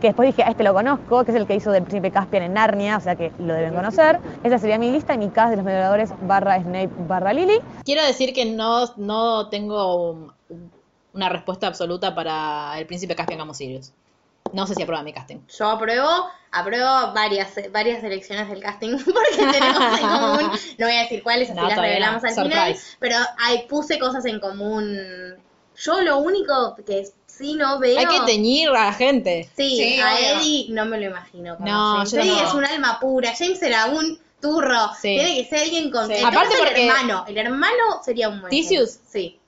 Speaker 5: que que después dije, a este lo conozco, que es el que hizo del príncipe Caspian en Narnia, o sea que lo deben conocer. Esa sería mi lista y mi cast de los moderadores barra Snape barra Lily.
Speaker 1: Quiero decir que no, no tengo un- una respuesta absoluta para el príncipe Caspian Camus Sirius. No sé si aprueba mi casting.
Speaker 2: Yo apruebo, apruebo varias, varias selecciones del casting porque tenemos en común, no voy a decir cuáles, así
Speaker 1: No,
Speaker 2: las
Speaker 1: todavía
Speaker 2: revelamos
Speaker 1: no.
Speaker 2: al final,
Speaker 1: Surprise.
Speaker 2: pero ahí puse cosas en común. Yo lo único que sí no veo...
Speaker 1: Hay que teñir a la gente.
Speaker 2: Sí,
Speaker 3: Sí,
Speaker 2: a
Speaker 3: obvio.
Speaker 2: Eddie no me lo imagino. como
Speaker 1: No,
Speaker 2: James.
Speaker 1: yo
Speaker 2: Eddie
Speaker 1: no.
Speaker 2: es un alma pura, James era un turro,
Speaker 1: Sí.
Speaker 2: tiene que ser alguien con...
Speaker 3: Sí.
Speaker 2: Entonces
Speaker 1: Aparte
Speaker 2: el
Speaker 1: porque-
Speaker 2: hermano, el hermano sería un buen... James.
Speaker 1: ¿Tisius?
Speaker 2: Sí.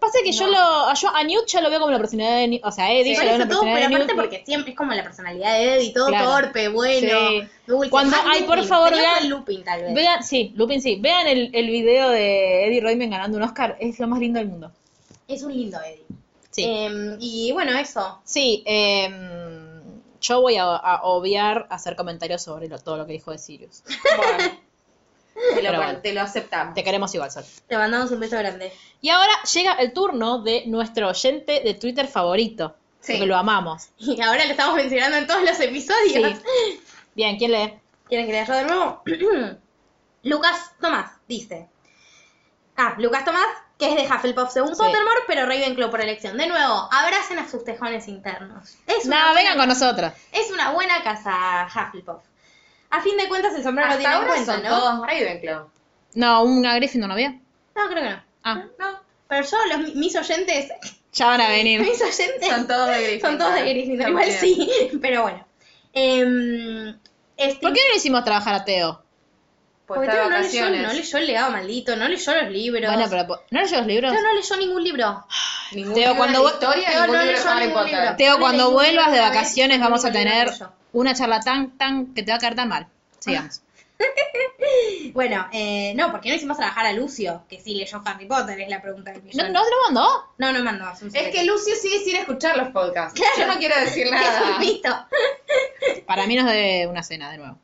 Speaker 1: Pasa que yo lo, yo a Newt ya lo veo como la personalidad de Newt, o sea, a Eddie
Speaker 2: Sí,
Speaker 1: ya lo veo
Speaker 2: por
Speaker 1: una
Speaker 2: eso todo,
Speaker 1: personalidad
Speaker 2: pero
Speaker 1: de
Speaker 2: aparte
Speaker 1: Newt.
Speaker 2: porque siempre es como la personalidad de Eddie, todo
Speaker 1: Claro.
Speaker 2: torpe, bueno,
Speaker 1: Sí.
Speaker 2: dulce,
Speaker 1: Cuando-
Speaker 2: más
Speaker 1: ay, por
Speaker 2: Lupin,
Speaker 1: favor,
Speaker 2: peleó con
Speaker 1: vean-
Speaker 2: Lupin, tal vez.
Speaker 1: Vean, sí, Lupin sí, vean el, el video de Eddie Royman ganando un Oscar, es lo más lindo del mundo.
Speaker 2: Es un lindo Eddie.
Speaker 1: Sí.
Speaker 2: Em, y bueno, eso.
Speaker 1: Sí, em, yo voy a, a obviar hacer comentarios sobre lo- todo lo que dijo de Sirius.
Speaker 3: Bueno, te,
Speaker 1: Pero
Speaker 3: lo,
Speaker 1: bueno.
Speaker 3: te lo aceptamos.
Speaker 1: Te queremos igual, Sol.
Speaker 2: Te mandamos un beso grande.
Speaker 1: Y ahora llega el turno de nuestro oyente de Twitter favorito,
Speaker 3: Sí.
Speaker 1: porque lo amamos.
Speaker 2: Y ahora lo estamos mencionando en todos los episodios.
Speaker 1: Bien, ¿quién lee?
Speaker 2: ¿Quieren que lea yo de nuevo? Lucas Tomás dice. Ah, Lucas Tomás, que es de Hufflepuff según
Speaker 1: Sí.
Speaker 2: Pottermore, pero Ravenclaw por elección. De nuevo, abracen a sus tejones internos. Es
Speaker 1: No,
Speaker 2: una
Speaker 1: vengan
Speaker 2: buena-
Speaker 1: con nosotros.
Speaker 2: Es una buena casa Hufflepuff. A fin de cuentas, el sombrero lo
Speaker 3: Hasta
Speaker 2: tiene en
Speaker 3: ahora
Speaker 2: cuenta,
Speaker 3: son
Speaker 2: ¿no?
Speaker 3: todos Ravenclaw.
Speaker 1: No, una Gryffindor no había.
Speaker 2: No, creo que no.
Speaker 1: Ah,
Speaker 2: No, pero yo, los, mis oyentes,
Speaker 1: ya van a venir.
Speaker 2: mis Eh, oyentes
Speaker 3: Son todos de Gryffindor.
Speaker 2: Son todos de Gryffindor, igual
Speaker 3: También.
Speaker 2: sí, pero bueno. Em, este-
Speaker 1: ¿Por qué no le hicimos trabajar a Teo?
Speaker 3: Pues
Speaker 2: porque
Speaker 3: está de
Speaker 2: Teo no leyó,
Speaker 3: vacaciones.
Speaker 2: no leyó el legado maldito, no leyó los libros.
Speaker 1: Bueno, pero po- ¿no leyó los libros?
Speaker 2: Teo no leyó ningún libro.
Speaker 3: Ningún
Speaker 1: Teo,
Speaker 3: libro
Speaker 1: cuando
Speaker 3: de
Speaker 1: vos-
Speaker 3: historia,
Speaker 2: Teo
Speaker 3: ningún
Speaker 2: no
Speaker 3: libro de
Speaker 2: leyó
Speaker 3: Harry
Speaker 2: ningún
Speaker 3: Potter.
Speaker 2: libro.
Speaker 1: Teo,
Speaker 2: no leí
Speaker 1: cuando
Speaker 2: un
Speaker 1: vuelvas de
Speaker 2: libro una vez,
Speaker 1: vacaciones
Speaker 2: no
Speaker 1: vamos a
Speaker 2: leí un libro
Speaker 1: tener
Speaker 2: de ello.
Speaker 1: una charla tan, tan, que te va a caer tan mal. Sigamos.
Speaker 2: Bueno, eh, no, porque no hicimos trabajar a Lucio, que sí leyó Harry Potter, es la pregunta del
Speaker 1: ¿No,
Speaker 2: millón.
Speaker 1: no te lo mandó?
Speaker 2: no, no mandó. Es, un
Speaker 3: Es
Speaker 2: secreto.
Speaker 3: que Lucio sigue sin escuchar los podcasts. Yo no quiero decir
Speaker 2: es
Speaker 3: nada.
Speaker 2: un mito.
Speaker 1: Para mí nos debe una cena de nuevo.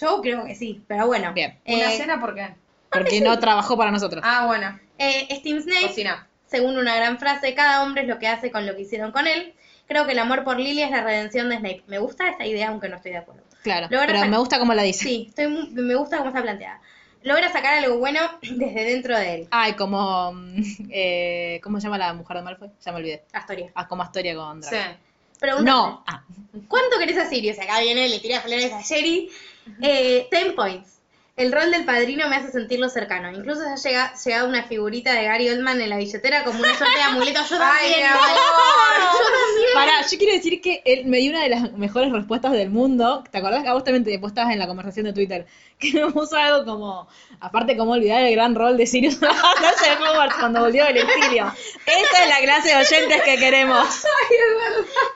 Speaker 2: Yo creo que sí, pero bueno.
Speaker 1: Bien.
Speaker 3: ¿Una
Speaker 2: Eh,
Speaker 3: cena por qué?
Speaker 1: Porque no trabajó para nosotros.
Speaker 3: Ah, bueno.
Speaker 2: eh, Steam Snake
Speaker 3: Cocina.
Speaker 2: Según una gran frase, cada hombre es lo que hace con lo que hicieron con él. Creo que el amor por Lily es la redención de Snape. Me gusta esta idea, aunque no estoy de acuerdo.
Speaker 1: Claro,
Speaker 2: Logra
Speaker 1: pero
Speaker 2: sac-
Speaker 1: me gusta cómo la dice.
Speaker 2: Sí, estoy mu- me gusta cómo está planteada. Logra sacar algo bueno desde dentro de él.
Speaker 1: Ay, como... mm, eh, ¿Cómo se llama la mujer de Malfoy? Ya me olvidé.
Speaker 2: Astoria.
Speaker 1: Ah, como Astoria con
Speaker 3: Sí.
Speaker 1: Draco.
Speaker 2: Pregunta,
Speaker 1: No. Ah,
Speaker 2: ¿Cuánto querés a Sirius? Acá viene, le tira flores a Sherry. Eh, ten points. El rol del padrino me hace sentirlo cercano. Incluso se ha llega- llegado una figurita de Gary Oldman en la billetera como una suerte de amuleto. Yo
Speaker 3: Ay,
Speaker 2: también.
Speaker 3: mi amor.
Speaker 2: Yo también.
Speaker 1: Pará, yo quiero decir que él me dio una de las mejores respuestas del mundo. ¿Te acordás que a vos también te vos estabas en la conversación de Twitter? Que me puso algo como, aparte como olvidar el gran rol de Sirius Black de Hogwarts cuando volvió del exilio. Esta es la clase de oyentes que queremos.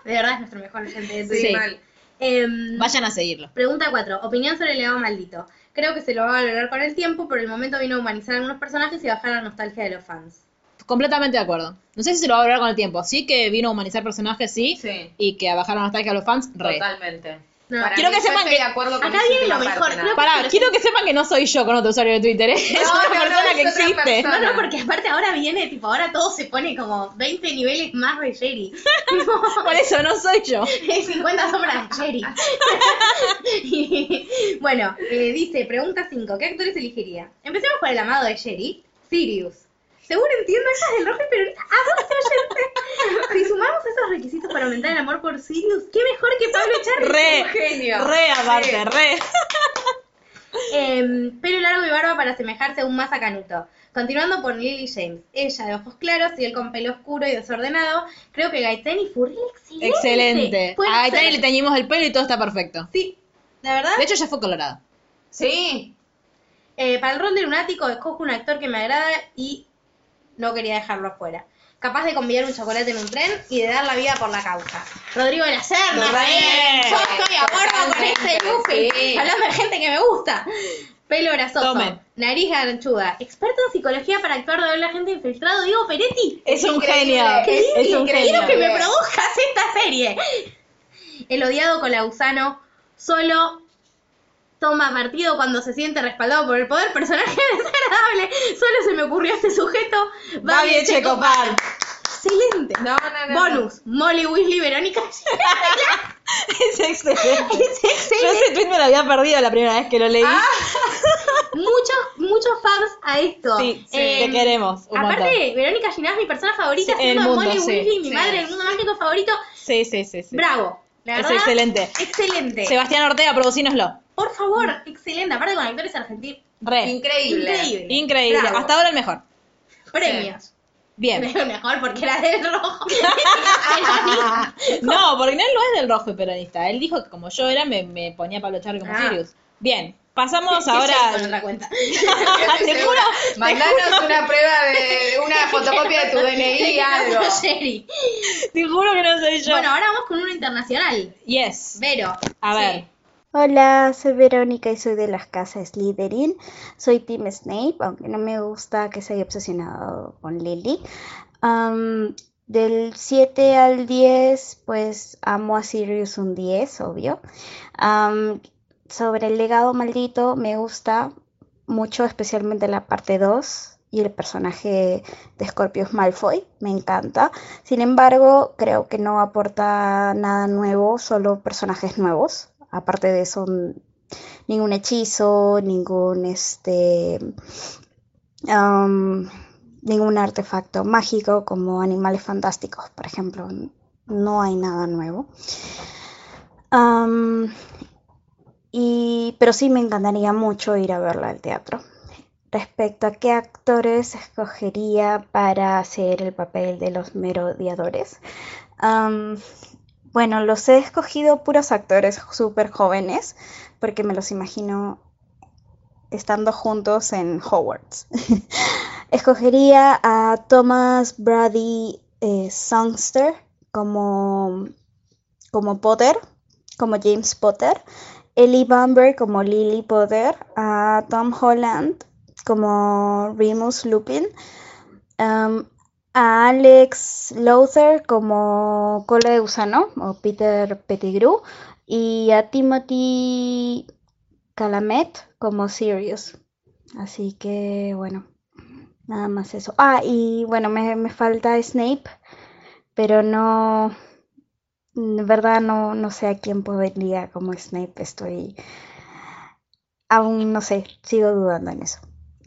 Speaker 2: De verdad es nuestro mejor gente de
Speaker 1: Sí.
Speaker 2: Twitter. Mal. Em,
Speaker 1: Vayan a seguirlo.
Speaker 2: Pregunta 4. Opinión sobre el legado maldito. Creo que se lo va a valorar con el tiempo, por el momento vino a humanizar a algunos personajes y bajar la nostalgia de los fans.
Speaker 1: Completamente de acuerdo. No sé si se lo va a hablar con el tiempo. Sí que vino a humanizar personajes, sí.
Speaker 3: Sí.
Speaker 1: Y que a bajar la nostalgia a los fans, re.
Speaker 3: Totalmente.
Speaker 2: No.
Speaker 3: Para
Speaker 1: Quiero
Speaker 3: mí,
Speaker 1: que
Speaker 3: yo
Speaker 1: sepan
Speaker 3: estoy
Speaker 1: que-
Speaker 3: de acuerdo con
Speaker 2: Acá
Speaker 3: esa
Speaker 2: viene lo
Speaker 3: última
Speaker 2: mejor,
Speaker 3: parte, nada.
Speaker 2: creo
Speaker 1: Pará, quiero que sepan que no soy yo con otro usuario de Twitter. ¿eh? Es
Speaker 3: no,
Speaker 1: una
Speaker 3: no,
Speaker 1: persona
Speaker 3: es
Speaker 1: que
Speaker 3: otra
Speaker 1: existe.
Speaker 3: persona.
Speaker 2: No, no, porque aparte ahora viene, tipo, ahora todo se pone como 20 niveles más de Jerry. Tipo,
Speaker 1: Por eso no soy yo.
Speaker 2: 50 sombras de Jerry. Y, bueno, eh, dice, pregunta 5. ¿Qué actores elegiría? Empecemos por el amado de Jerry, Sirius. Seguro entiendo esas del rojo y peronista. ¡Ah, no, Si sumamos esos requisitos para aumentar el amor por Sirius, qué mejor que Pablo Echarri.
Speaker 1: Re,
Speaker 3: Un genio.
Speaker 1: re aparte,
Speaker 3: Sí.
Speaker 1: re.
Speaker 2: Em, pelo largo y barba para asemejarse aún más a Canuto. Continuando por Lily James. Ella de ojos claros y él con pelo oscuro y desordenado. Creo que Gaitán y Furry, excelente.
Speaker 1: Excelente.
Speaker 2: Pueden
Speaker 1: A
Speaker 2: ser.
Speaker 1: Itani le teñimos el pelo y todo está perfecto.
Speaker 2: Sí, la verdad.
Speaker 1: De hecho, ya fue colorado.
Speaker 3: Sí.
Speaker 2: Eh, para el rol de lunático, escojo un actor que me agrada y no quería dejarlo afuera. Capaz de convidar un chocolate en un tren y de dar la vida por la causa. Rodrigo de la Serna,
Speaker 3: Re.
Speaker 2: ¿eh? yo estoy a bordo con este
Speaker 3: Totalmente,
Speaker 2: buffet.
Speaker 3: sí.
Speaker 2: Hablando de gente que me gusta. Pelo grasoso,
Speaker 1: Tomen.
Speaker 2: nariz ganchuda, experto en psicología para actuar de la gente infiltrado, Diego Peretti.
Speaker 1: Es un
Speaker 3: Increíble.
Speaker 1: genio.
Speaker 2: Qué
Speaker 1: Es
Speaker 2: lindo,
Speaker 1: un
Speaker 2: quiero
Speaker 1: genio.
Speaker 2: que me produzcas esta serie. El odiado colagusano solo toma partido cuando se siente respaldado por el poder, personaje desagradable. Solo se me ocurrió este sujeto.
Speaker 1: Va bien, Checopar.
Speaker 2: excelente.
Speaker 3: No, no, no.
Speaker 2: Bonus, Molly Weasley, Verónica.
Speaker 1: Es excelente.
Speaker 2: es
Speaker 1: Yo
Speaker 2: excelente.
Speaker 1: ese tweet me lo había perdido la primera vez que lo leí.
Speaker 2: Ah. Muchos, muchos fans a esto.
Speaker 1: Sí, sí,
Speaker 2: Eh,
Speaker 1: te queremos un
Speaker 2: aparte,
Speaker 1: montón.
Speaker 2: Verónica Ginás es mi persona favorita,
Speaker 1: Sí,
Speaker 2: siendo
Speaker 1: el mundo,
Speaker 2: Molly
Speaker 1: sí,
Speaker 2: Weasley, mi
Speaker 3: sí.
Speaker 2: madre, el mundo mágico favorito.
Speaker 1: Sí, sí, sí. sí.
Speaker 2: Bravo. La
Speaker 1: Es
Speaker 2: verdad,
Speaker 1: excelente.
Speaker 2: Excelente.
Speaker 1: Sebastián Ortega, producínoslo.
Speaker 2: Por favor, excelente. Aparte con actores argentinos.
Speaker 1: Re.
Speaker 3: Increíble.
Speaker 2: Increíble.
Speaker 1: Increíble.
Speaker 2: Bravo.
Speaker 1: Hasta ahora el mejor.
Speaker 2: Premios.
Speaker 1: Bien.
Speaker 2: Mejor porque era del rojo.
Speaker 1: No, porque no, él no es del rojo y peronista. Él dijo que como yo era, me, me ponía Pablo Charri como
Speaker 2: Ah.
Speaker 1: Sirius. Bien, pasamos
Speaker 2: Ahora. Con otra
Speaker 1: ahora.
Speaker 2: cuenta.
Speaker 1: Te juro.
Speaker 3: Mandanos una prueba de una fotocopia de tu DNI, algo.
Speaker 2: Jerry.
Speaker 1: Te juro que no soy yo.
Speaker 2: Bueno, ahora vamos con uno internacional.
Speaker 1: yes.
Speaker 2: Vero.
Speaker 1: A
Speaker 2: Sí.
Speaker 1: ver.
Speaker 6: Hola, soy Verónica y soy de las casas Slytherin. Soy Team Snape, aunque no me gusta que se haya obsesionado con Lily. Am, del 7 al 10, pues amo a Sirius un 10, obvio. Am, sobre el legado maldito, me gusta mucho, especialmente la parte 2 y el personaje de Scorpius Malfoy, me encanta. Sin embargo, creo que no aporta nada nuevo, solo personajes nuevos. Aparte de eso, n- ningún hechizo, ningún este, am, ningún artefacto mágico como animales fantásticos, por ejemplo. n- No hay nada nuevo. Am, y, pero sí me encantaría mucho ir a verla al teatro. Respecto a qué actores escogería para hacer el papel de los merodeadores. Am, bueno, los he escogido puros actores súper jóvenes porque me los imagino estando juntos en Hogwarts. Escogería a Thomas Brady eh, Songster como, como Potter, como James Potter. Ellie Bamber como Lily Potter, a Tom Holland como Remus Lupin, em, a Alex Lowther como Cola de Gusano o Peter Pettigrew y a Timothy Calamet como Sirius. Así que bueno, nada más eso. Ah, y bueno, me, me falta Snape, pero no, en verdad no, no sé a quién podría como Snape, estoy aún no sé, sigo dudando en eso.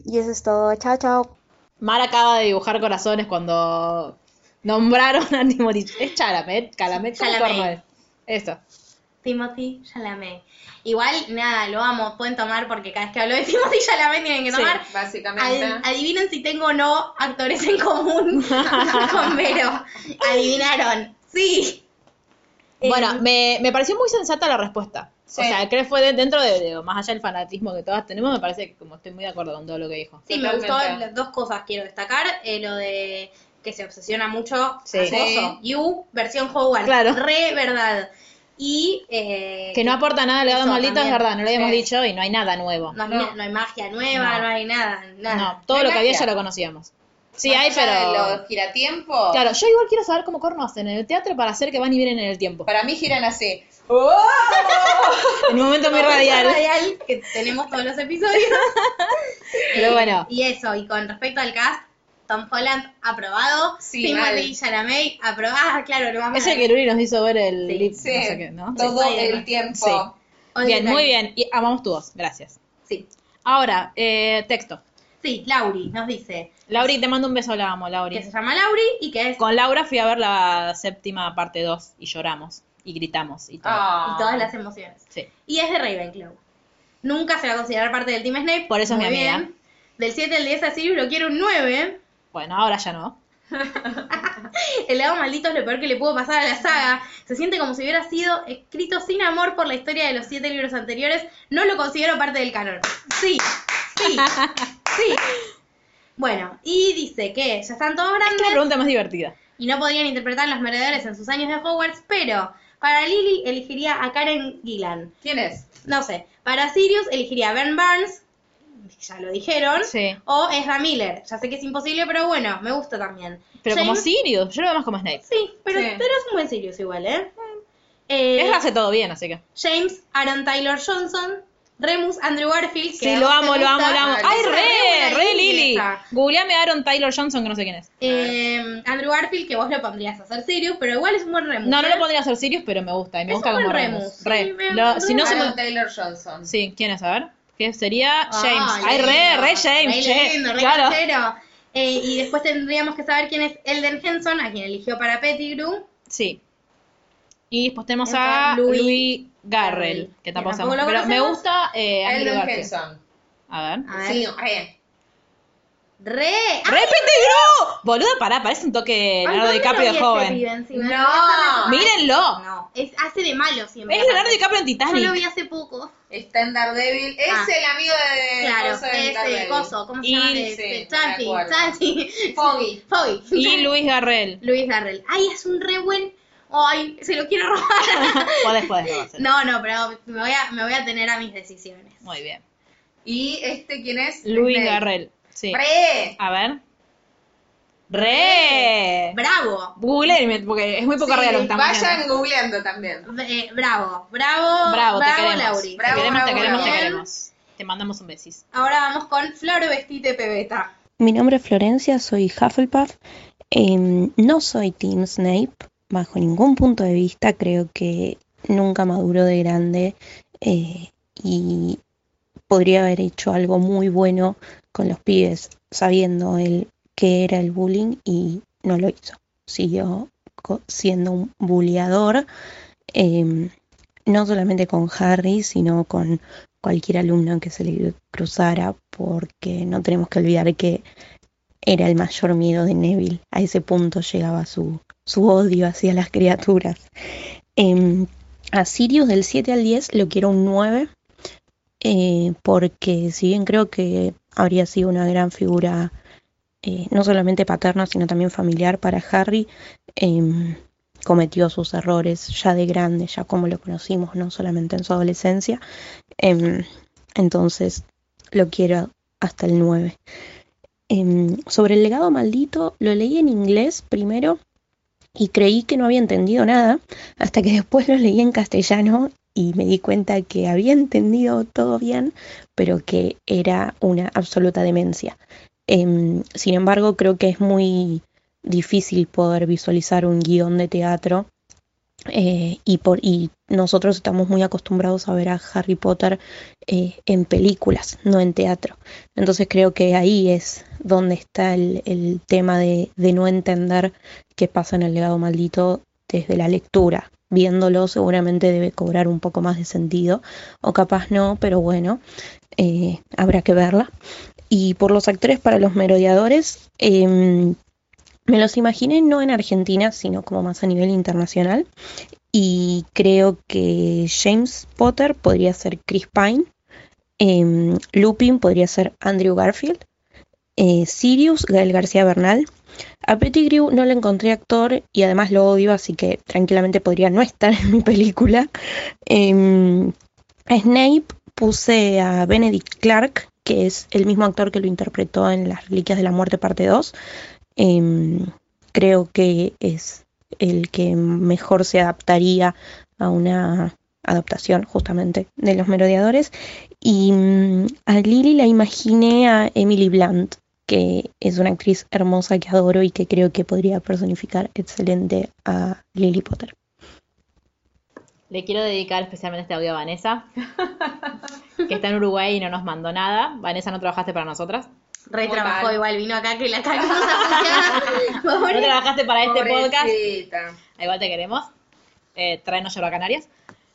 Speaker 6: Y eso es todo, chao, chao.
Speaker 1: Mar acaba de dibujar corazones cuando nombraron a Timorich. Es Chalamet, Calamet, ¿cómo
Speaker 2: Chalamet.
Speaker 1: corno es? Eso.
Speaker 2: Timothy Chalamet. Igual, nada, lo amo. Pueden tomar porque cada vez que hablo de Timothy Chalamet tienen que
Speaker 1: Sí.
Speaker 2: tomar.
Speaker 3: Básicamente.
Speaker 2: Ad- adivinen si tengo o no actores en común con Vero. Adivinaron.
Speaker 1: Eh,
Speaker 2: Sí. Eh,
Speaker 1: Bueno, me, me pareció muy sensata la respuesta.
Speaker 3: Sí.
Speaker 1: O sea, creo que fue de- dentro de, de- más allá del fanatismo que todas tenemos, me parece que como estoy muy de acuerdo con todo lo que dijo.
Speaker 2: Sí, me gustó
Speaker 3: Totalmente.
Speaker 2: las dos cosas quiero destacar. Eh, lo de que se obsesiona mucho.
Speaker 1: Sí.
Speaker 2: Acoso. You, versión Hogwarts.
Speaker 1: Claro.
Speaker 2: Re verdad. Y eh,
Speaker 1: Que no aporta nada al legado
Speaker 2: Eso
Speaker 1: maldito, es
Speaker 2: también.
Speaker 1: verdad, no lo habíamos
Speaker 3: Sí.
Speaker 1: dicho y no hay nada nuevo.
Speaker 2: no, hay,
Speaker 3: no.
Speaker 2: no hay magia nueva,
Speaker 1: No.
Speaker 2: no, hay nada. nada.
Speaker 1: No, todo
Speaker 3: No hay
Speaker 1: lo que había
Speaker 3: magia.
Speaker 1: ya lo conocíamos. Sí,
Speaker 3: Más
Speaker 1: hay,
Speaker 3: allá
Speaker 1: pero...
Speaker 3: de Los giratiempos.
Speaker 1: Claro, yo igual quiero saber cómo corno hacen en el teatro para hacer que van y vienen en el tiempo.
Speaker 3: Para mí giran así. ¡Oh!
Speaker 1: En un momento muy
Speaker 2: Como
Speaker 1: radial.
Speaker 2: esa radial que tenemos todos los episodios.
Speaker 1: Pero bueno.
Speaker 2: Y eso, y con respecto al cast, Tom Holland aprobado,
Speaker 3: Sí,
Speaker 2: Timothy
Speaker 3: mal.
Speaker 2: Chalamet aprobada, claro, lo vamos
Speaker 1: Es
Speaker 2: a
Speaker 1: el que Luri nos hizo ver el
Speaker 2: Sí,
Speaker 1: lip,
Speaker 3: Sí,
Speaker 1: no sé qué, ¿no?
Speaker 3: todo
Speaker 2: Sí.
Speaker 3: el tiempo.
Speaker 1: Sí.
Speaker 2: All
Speaker 1: Bien,
Speaker 2: the
Speaker 1: muy
Speaker 2: time.
Speaker 1: bien. Y amamos tu voz, gracias.
Speaker 2: Sí.
Speaker 1: Ahora, eh, texto.
Speaker 2: Sí, Lauri nos dice
Speaker 1: Lauri, te mando un beso, la amo, Lauri.
Speaker 2: que se llama Lauri y que es
Speaker 1: Con Laura fui a ver la séptima parte 2 y lloramos y gritamos y todo.
Speaker 3: Ah.
Speaker 2: y todas las emociones.
Speaker 1: Sí.
Speaker 2: Y es de Ravenclaw. Nunca se va a considerar parte del Team Snape.
Speaker 1: Por eso es
Speaker 2: Muy
Speaker 1: mi amiga.
Speaker 2: bien. Del 7 al 10 a Sirius lo quiere un 9.
Speaker 1: Bueno, ahora ya no.
Speaker 2: El lado maldito es lo peor que le pudo pasar a la saga. Se siente como si hubiera sido escrito sin amor por la historia de los siete libros anteriores. No lo considero parte del canon. Sí, sí, sí. Bueno, y dice que ya están todos
Speaker 1: Es la
Speaker 2: grandes
Speaker 1: pregunta más divertida.
Speaker 2: y no podían interpretar los meredores en sus años de Hogwarts, pero para Lily elegiría a Karen Gillan.
Speaker 3: ¿Quién es?
Speaker 2: No sé, para Sirius elegiría a Ben Barnes, ya lo dijeron,
Speaker 1: Sí.
Speaker 2: o Ezra Miller. Ya sé que es imposible, pero bueno, me gusta también.
Speaker 1: Pero como
Speaker 2: James-
Speaker 1: Sirius, yo lo veo más como Snape.
Speaker 2: Sí, pero,
Speaker 3: Sí.
Speaker 2: pero es un buen Sirius igual, ¿eh? Eh,
Speaker 1: Él hace todo bien, así que.
Speaker 2: James Aaron Taylor Johnson, Remus Andrew Garfield. que
Speaker 1: Sí,
Speaker 2: a
Speaker 1: lo
Speaker 2: vos te
Speaker 1: amo, lo amo,
Speaker 2: gusta.
Speaker 1: lo amo.
Speaker 2: Ah,
Speaker 1: ¡Ay,
Speaker 2: es
Speaker 1: re!
Speaker 2: buena
Speaker 1: ¡Re Lily!
Speaker 2: esa. sea,
Speaker 1: Googleame a Aaron Taylor Johnson, que no sé quién es.
Speaker 2: eh, Andrew Garfield, que vos lo pondrías a hacer Sirius, pero igual es un buen remus.
Speaker 1: No, no
Speaker 2: ¿eh?
Speaker 1: lo podría hacer Sirius, pero me gusta. Y me
Speaker 2: Es
Speaker 1: gusta
Speaker 2: un
Speaker 1: como
Speaker 2: buen
Speaker 1: Remus.
Speaker 2: Remus.
Speaker 1: Re.
Speaker 2: Sí, me-
Speaker 1: Lo- si no se
Speaker 3: Aaron
Speaker 1: me-
Speaker 3: Taylor Johnson.
Speaker 1: Sí, ¿quién es? A ver. ¿Qué sería?
Speaker 2: Ah,
Speaker 1: James. Ay, re,
Speaker 2: lindo,
Speaker 1: re James.
Speaker 2: Re
Speaker 1: che.
Speaker 2: lindo, re
Speaker 1: claro.
Speaker 2: canchero. Eh, y después tendríamos que saber quién es Elden Henson, a quien eligió para Pettigrew.
Speaker 1: Sí. Y después tenemos
Speaker 2: Está
Speaker 1: a
Speaker 2: Louis
Speaker 1: Louis, Garrel,
Speaker 2: Garrel,
Speaker 1: que tampoco
Speaker 2: que
Speaker 1: sabemos.
Speaker 2: tampoco lo
Speaker 1: Pero me
Speaker 2: conocemos.
Speaker 1: gusta eh, Andrew
Speaker 3: Eldon
Speaker 1: Garfield.
Speaker 3: Henson.
Speaker 1: A ver.
Speaker 2: A ver.
Speaker 3: Sí, re.
Speaker 2: ¡Re! ¡Ah!
Speaker 1: ¡Repetirlo! Boluda, pará, parece un toque
Speaker 2: Ay,
Speaker 1: Leonardo
Speaker 2: ¿dónde lo
Speaker 1: DiCaprio
Speaker 2: vi
Speaker 1: de
Speaker 2: a
Speaker 1: joven.
Speaker 2: este pibe encima?
Speaker 3: No.
Speaker 2: Lo voy a hacer recordar.
Speaker 1: Mírenlo.
Speaker 2: No, es, hace de malo siempre.
Speaker 1: Es Leonardo
Speaker 2: aparte.
Speaker 1: DiCaprio en
Speaker 2: Yo lo vi
Speaker 1: Titanic.
Speaker 2: hace poco.
Speaker 3: Está en Daredevil. Es
Speaker 2: Ah.
Speaker 3: el amigo de.
Speaker 2: Claro,
Speaker 3: coso de
Speaker 2: ese
Speaker 3: Daredevil.
Speaker 2: coso, ¿cómo se
Speaker 1: Y-
Speaker 2: llama?
Speaker 3: sí,
Speaker 2: Este,
Speaker 3: me
Speaker 2: Chanti,
Speaker 3: acuerdo.
Speaker 2: Chanti.
Speaker 3: Foggy.
Speaker 2: Foggy.
Speaker 1: Y Luis Garrel.
Speaker 2: Luis Garrel. Ay, es un re buen. Ay, se lo quiero robar.
Speaker 1: Podés, podés, lo vas a hacer.
Speaker 2: No, no, pero me voy a, me voy a tener a mis decisiones.
Speaker 1: Muy bien.
Speaker 3: ¿Y este quién es?
Speaker 1: Luis
Speaker 3: Snake.
Speaker 1: Garrel. Sí.
Speaker 3: ¡Re!
Speaker 1: A ver. ¡Re!
Speaker 2: Bravo.
Speaker 1: Google, porque es muy poco
Speaker 3: Sí,
Speaker 1: real lo que estamos
Speaker 3: Vayan
Speaker 1: haciendo.
Speaker 3: googleando también.
Speaker 2: Eh, bravo, bravo,
Speaker 1: Bravo, te queremos.
Speaker 2: Lauri.
Speaker 1: te
Speaker 3: Bravo,
Speaker 1: queremos, te
Speaker 3: bravo,
Speaker 1: queremos, te
Speaker 3: bravo.
Speaker 1: queremos. Te mandamos un besis.
Speaker 2: Ahora vamos con Flor Vestite Pebeta.
Speaker 7: Mi nombre es Florencia, soy Hufflepuff. Em, no soy Team Snape, bajo ningún punto de vista. Creo que nunca maduró de grande eh, y podría haber hecho algo muy bueno con los pibes, sabiendo el que era el bullying y no lo hizo. Siguió co- siendo un bulleador, em, no solamente con Harry, sino con cualquier alumno que se le cruzara, porque no tenemos que olvidar que era el mayor miedo de Neville. A ese punto llegaba su, su odio hacia las criaturas. Em, a Sirius del 7 al 10 lo quiero un 9, eh, porque si bien creo que habría sido una gran figura, eh, no solamente paterna, sino también familiar para Harry, em, cometió sus errores ya de grande, ya como lo conocimos, no solamente en su adolescencia. Em, entonces lo quiero hasta el 9. Em, sobre el legado maldito, lo leí en inglés primero y creí que no había entendido nada, hasta que después lo leí en castellano y me di cuenta que había entendido todo bien, pero que era una absoluta demencia. Em, sin embargo, creo que es muy difícil poder visualizar un guión de teatro eh, y, por, y nosotros estamos muy acostumbrados a ver a Harry Potter eh, en películas, no en teatro. Entonces creo que ahí es donde está el, el tema de, de no entender qué pasa en el legado maldito desde la lectura. Viéndolo seguramente debe cobrar un poco más de sentido, o capaz no, pero bueno, eh, habrá que verla. Y por los actores para los merodeadores, em, me los imaginé no en Argentina, sino como más a nivel internacional. Y creo que James Potter podría ser Chris Pine, em, Lupin podría ser Andrew Garfield, eh, Sirius Gael García Bernal. A Pettigrew no le encontré actor y además lo odio, así que tranquilamente podría no estar en mi película. Em, a Snape puse a Benedict Clark, que es el mismo actor que lo interpretó en Las Reliquias de la Muerte parte 2. Em, creo que es el que mejor se adaptaría a una adaptación justamente de los merodeadores. Y mm, a Lily la imaginé a Emily Blunt, que es una actriz hermosa que adoro y que creo que podría personificar excelente a Lily Potter.
Speaker 1: Le quiero dedicar especialmente este audio a Vanessa, que está en Uruguay y no nos mandó nada. Vanessa, no trabajaste para nosotras.
Speaker 2: Re
Speaker 3: Muy
Speaker 2: trabajó
Speaker 3: mal.
Speaker 2: igual, vino acá que la cagamos a putear.
Speaker 1: No
Speaker 2: Pobre.
Speaker 1: trabajaste para este podcast.
Speaker 3: Pobrecita.
Speaker 1: Ah, Igual te queremos. Eh, tráenos yerba a Canarias.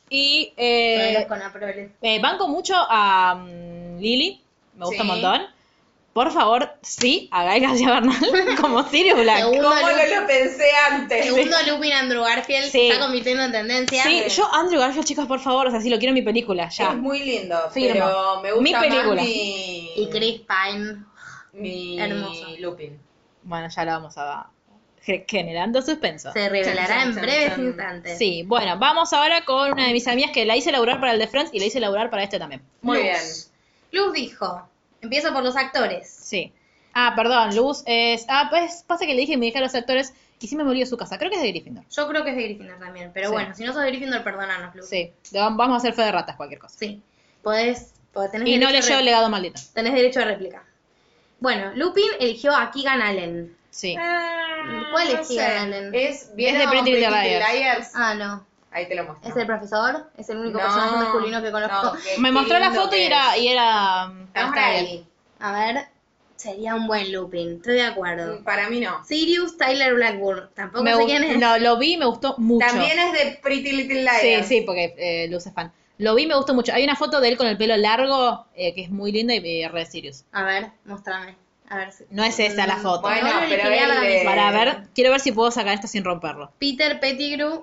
Speaker 1: Y eh,
Speaker 2: Pero con aproles.
Speaker 1: eh, banco mucho a mm, Lili. Me gusta un
Speaker 3: Sí.
Speaker 1: montón. Por favor, sí, a Gael García Bernal como Sirius Black.
Speaker 2: Segundo,
Speaker 3: ¿Cómo
Speaker 2: Lu-
Speaker 3: no lo pensé antes?
Speaker 2: segundo Lupin Andrew Garfield
Speaker 1: Sí.
Speaker 2: está convirtiendo en tendencia.
Speaker 1: Sí, yo Andrew Garfield, chicos, por favor, o sea, sí lo quiero en mi película, ya.
Speaker 3: Es muy lindo,
Speaker 1: Firmo.
Speaker 3: pero me gusta
Speaker 1: Mi película.
Speaker 3: más mi...
Speaker 2: Y Chris Pine.
Speaker 3: mi
Speaker 2: Hermoso.
Speaker 3: Lupin.
Speaker 1: Bueno, ya la vamos a ge- generando suspenso.
Speaker 2: Se revelará
Speaker 3: Chan,
Speaker 2: en
Speaker 3: chan,
Speaker 2: breves
Speaker 3: chan.
Speaker 2: instantes.
Speaker 1: Sí, bueno, vamos ahora con una de mis amigas que la hice laburar para el de Friends y la hice laburar para este también.
Speaker 3: Muy
Speaker 2: Luz.
Speaker 3: bien.
Speaker 2: Luz dijo, empiezo por los actores.
Speaker 1: Sí. Ah, perdón, Luz es. Ah, pues pasa que le dije y me dije a los actores y sí me murió su casa. Creo que es de Gryffindor.
Speaker 2: Yo creo que es de Gryffindor también, pero
Speaker 1: Sí.
Speaker 2: bueno, si no sos de Gryffindor, perdónanos, Luz.
Speaker 1: Sí, le vam- vamos a hacer fe de ratas, cualquier cosa.
Speaker 2: Sí. Podés, podés tenés
Speaker 1: Y no
Speaker 2: derecho a
Speaker 1: leyó
Speaker 2: re-
Speaker 1: Legado Maldito.
Speaker 2: Tenés derecho a réplica. Bueno, Lupin eligió a Keegan Allen. Eh,
Speaker 1: Sí.
Speaker 2: ¿Cuál
Speaker 3: Ah, no
Speaker 2: es Keegan
Speaker 3: sé.
Speaker 2: Allen?
Speaker 3: Es, viene
Speaker 2: de
Speaker 3: Pretty
Speaker 2: Pretty
Speaker 3: Little
Speaker 2: Liars.
Speaker 3: Liars.
Speaker 2: Ah, no.
Speaker 3: Ahí te lo muestro.
Speaker 2: ¿Es el profesor? ¿Es el único
Speaker 3: No,
Speaker 2: personaje masculino que conozco?
Speaker 3: no, qué-
Speaker 1: Me
Speaker 3: qué
Speaker 1: mostró la
Speaker 3: lindo
Speaker 1: foto y
Speaker 3: que
Speaker 1: era,
Speaker 3: es.
Speaker 1: y era.
Speaker 3: Vamos
Speaker 1: está
Speaker 3: a
Speaker 1: bien.
Speaker 3: Riley.
Speaker 2: A ver, sería un buen Lupin, estoy de acuerdo.
Speaker 3: Mm, Para mí no.
Speaker 2: Sirius Tyler Blackburn, tampoco
Speaker 1: Me
Speaker 2: sé
Speaker 1: gust-
Speaker 2: quién es.
Speaker 1: no, lo vi y me gustó mucho.
Speaker 3: También es de Pretty Little
Speaker 1: Sí,
Speaker 3: Liars.
Speaker 1: sí, porque eh, Luz es fan. Lo vi y me gustó mucho. Hay una foto de él con el pelo largo eh, que es muy linda y eh, re Sirius.
Speaker 2: A ver, muéstrame. A ver si... Mm,
Speaker 1: No es esa la foto.
Speaker 3: Bueno,
Speaker 2: No, no,
Speaker 3: pero
Speaker 2: elegiría
Speaker 3: él
Speaker 2: para
Speaker 3: de-
Speaker 2: mí.
Speaker 1: Para ver, quiero ver si puedo sacar esto sin romperlo.
Speaker 2: Peter Pettigrew,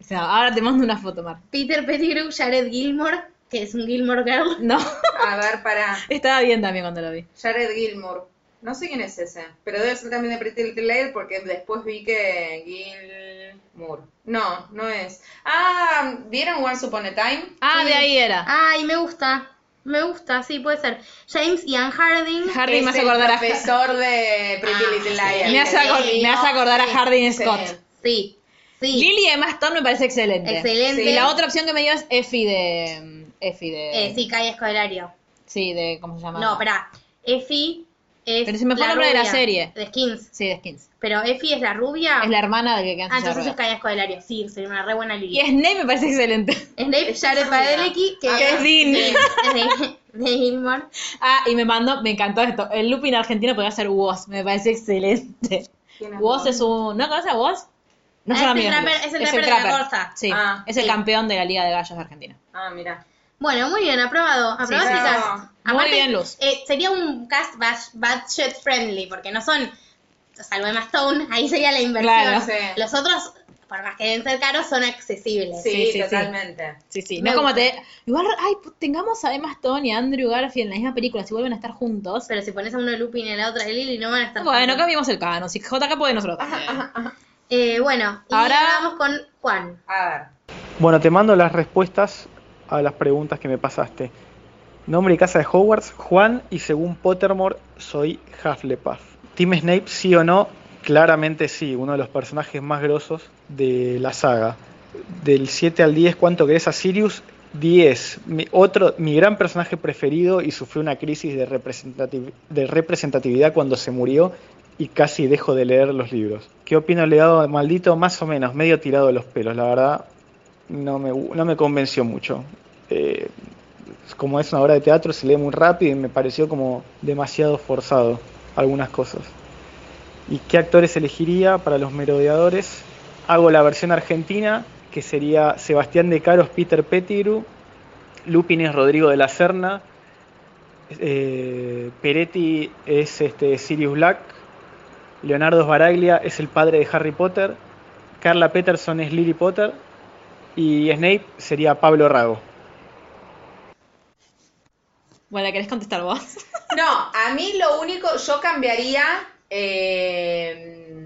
Speaker 1: O sea, ahora te mando una foto, Mar.
Speaker 2: Peter Pettigrew, Jared Gilmore, que es un Gilmore Girl.
Speaker 1: No,
Speaker 3: A ver, para
Speaker 1: estaba bien también cuando lo vi.
Speaker 3: Ah. Jared Gilmour. No sé quién es ese, pero debe ser también de Pretty Little Liars porque después vi que Gilmour. No, no es. Ah, ¿vieron Once Upon a Time?
Speaker 1: Ah, de ahí era.
Speaker 2: Ay, me gusta. Me gusta, sí, puede ser. James Ian Harding.
Speaker 1: Hardy
Speaker 3: es
Speaker 1: me hace
Speaker 3: el
Speaker 1: acordar a
Speaker 3: profesor de Pretty
Speaker 2: Ah,
Speaker 3: Little
Speaker 2: sí.
Speaker 3: Liars.
Speaker 1: me hace, acor-
Speaker 2: Sí,
Speaker 1: me hace
Speaker 2: no,
Speaker 1: acordar
Speaker 2: sí,
Speaker 1: a Harding
Speaker 3: Sí.
Speaker 1: Scott.
Speaker 2: Sí, sí.
Speaker 1: Lily de Maston me parece excelente.
Speaker 2: Excelente.
Speaker 1: Y la otra opción que me dio es Effie de. Effie de.
Speaker 2: Eh, sí, Calle Escolario.
Speaker 1: Sí, de. ¿Cómo se llama?
Speaker 2: No, espera. Effie es.
Speaker 1: Pero se me fue
Speaker 2: la
Speaker 1: el nombre de la
Speaker 2: rubia
Speaker 1: serie.
Speaker 2: De Skins.
Speaker 1: Sí, de Skins.
Speaker 2: Pero Effie es la rubia.
Speaker 1: Es la hermana del que queda en
Speaker 2: Ah,
Speaker 1: silla de
Speaker 2: entonces
Speaker 1: ruedas.
Speaker 2: es Calle Escolario. Sí, sería una re buena
Speaker 1: Y
Speaker 2: Lily.
Speaker 1: Snape me parece excelente.
Speaker 2: Snape, Jared Padalecki, que
Speaker 1: Que es Ah, Dean.
Speaker 2: Sí, es de, de Gilmore.
Speaker 1: Ah, y me mandó, me encantó esto. El Lupin argentino podía ser Woz, me parece excelente.
Speaker 3: ¿Quién es
Speaker 1: Woz
Speaker 3: Woz?
Speaker 1: es un. ¿No conoces a Woz? No
Speaker 2: Ah,
Speaker 1: son
Speaker 2: es
Speaker 1: amigos
Speaker 2: el trapper-
Speaker 1: míos.
Speaker 2: es el trapper de la Corsa.
Speaker 1: Sí,
Speaker 3: Ah,
Speaker 1: es el
Speaker 2: sí.
Speaker 1: campeón de la Liga de Gallos de Argentina.
Speaker 3: Ah, mira.
Speaker 2: Bueno, muy bien, aprobado. Aprobado,
Speaker 3: Sí, sí.
Speaker 2: chicas.
Speaker 3: Bravo.
Speaker 1: Muy bien, Luz.
Speaker 2: eh, sería un cast bash- budget friendly, porque no son, salvo Emma Stone, ahí sería la inversión.
Speaker 1: Claro,
Speaker 3: sí.
Speaker 2: Los otros, por más que deben ser caros, son accesibles.
Speaker 3: Sí,
Speaker 1: sí, sí.
Speaker 3: totalmente.
Speaker 1: Sí, sí.
Speaker 2: Me
Speaker 1: no como
Speaker 2: gusta.
Speaker 1: te. Igual, ay, pu- tengamos a Emma Stone y Andrew Garfield en la misma película, si vuelven a estar juntos.
Speaker 2: Pero si pones a uno de Lupin y a la otra de Lily, no van a estar.
Speaker 1: Bueno,
Speaker 2: juntos.
Speaker 1: cambiamos el canon. Si JK puede, nosotros también.
Speaker 2: eh, bueno y ahora...
Speaker 1: Ahora-
Speaker 2: vamos con Juan.
Speaker 3: A ver.
Speaker 8: Bueno, te mando las respuestas a las preguntas que me pasaste. Nombre y casa de Hogwarts, Juan, y según Pottermore, soy Hufflepuff. Team Snape, sí o no, claramente sí, uno de los personajes más grosos de la saga. Del 7 al 10, ¿cuánto querés a Sirius? 10. Mi, otro, mi gran personaje preferido y sufrió una crisis de, representati- de representatividad cuando se murió y casi dejo de leer los libros. ¿Qué opino del legado de maldito? Más o menos, medio tirado de los pelos, la verdad no me, gu- no me convenció mucho. Eh, como es una obra de teatro, se lee muy rápido y me pareció como demasiado forzado algunas cosas. ¿Y qué actores elegiría para los merodeadores? Hago la versión argentina, que sería Sebastián de Caros, Peter Pettigrew, Lupin es Rodrigo de la Serna, eh, Peretti es este, Sirius Black, Leonardo Sbaraglia es el padre de Harry Potter, Carla Peterson es Lily Potter, y Snape sería Pablo Rago.
Speaker 1: Bueno, ¿querés contestar vos?
Speaker 3: No, a mí lo único, yo cambiaría eh,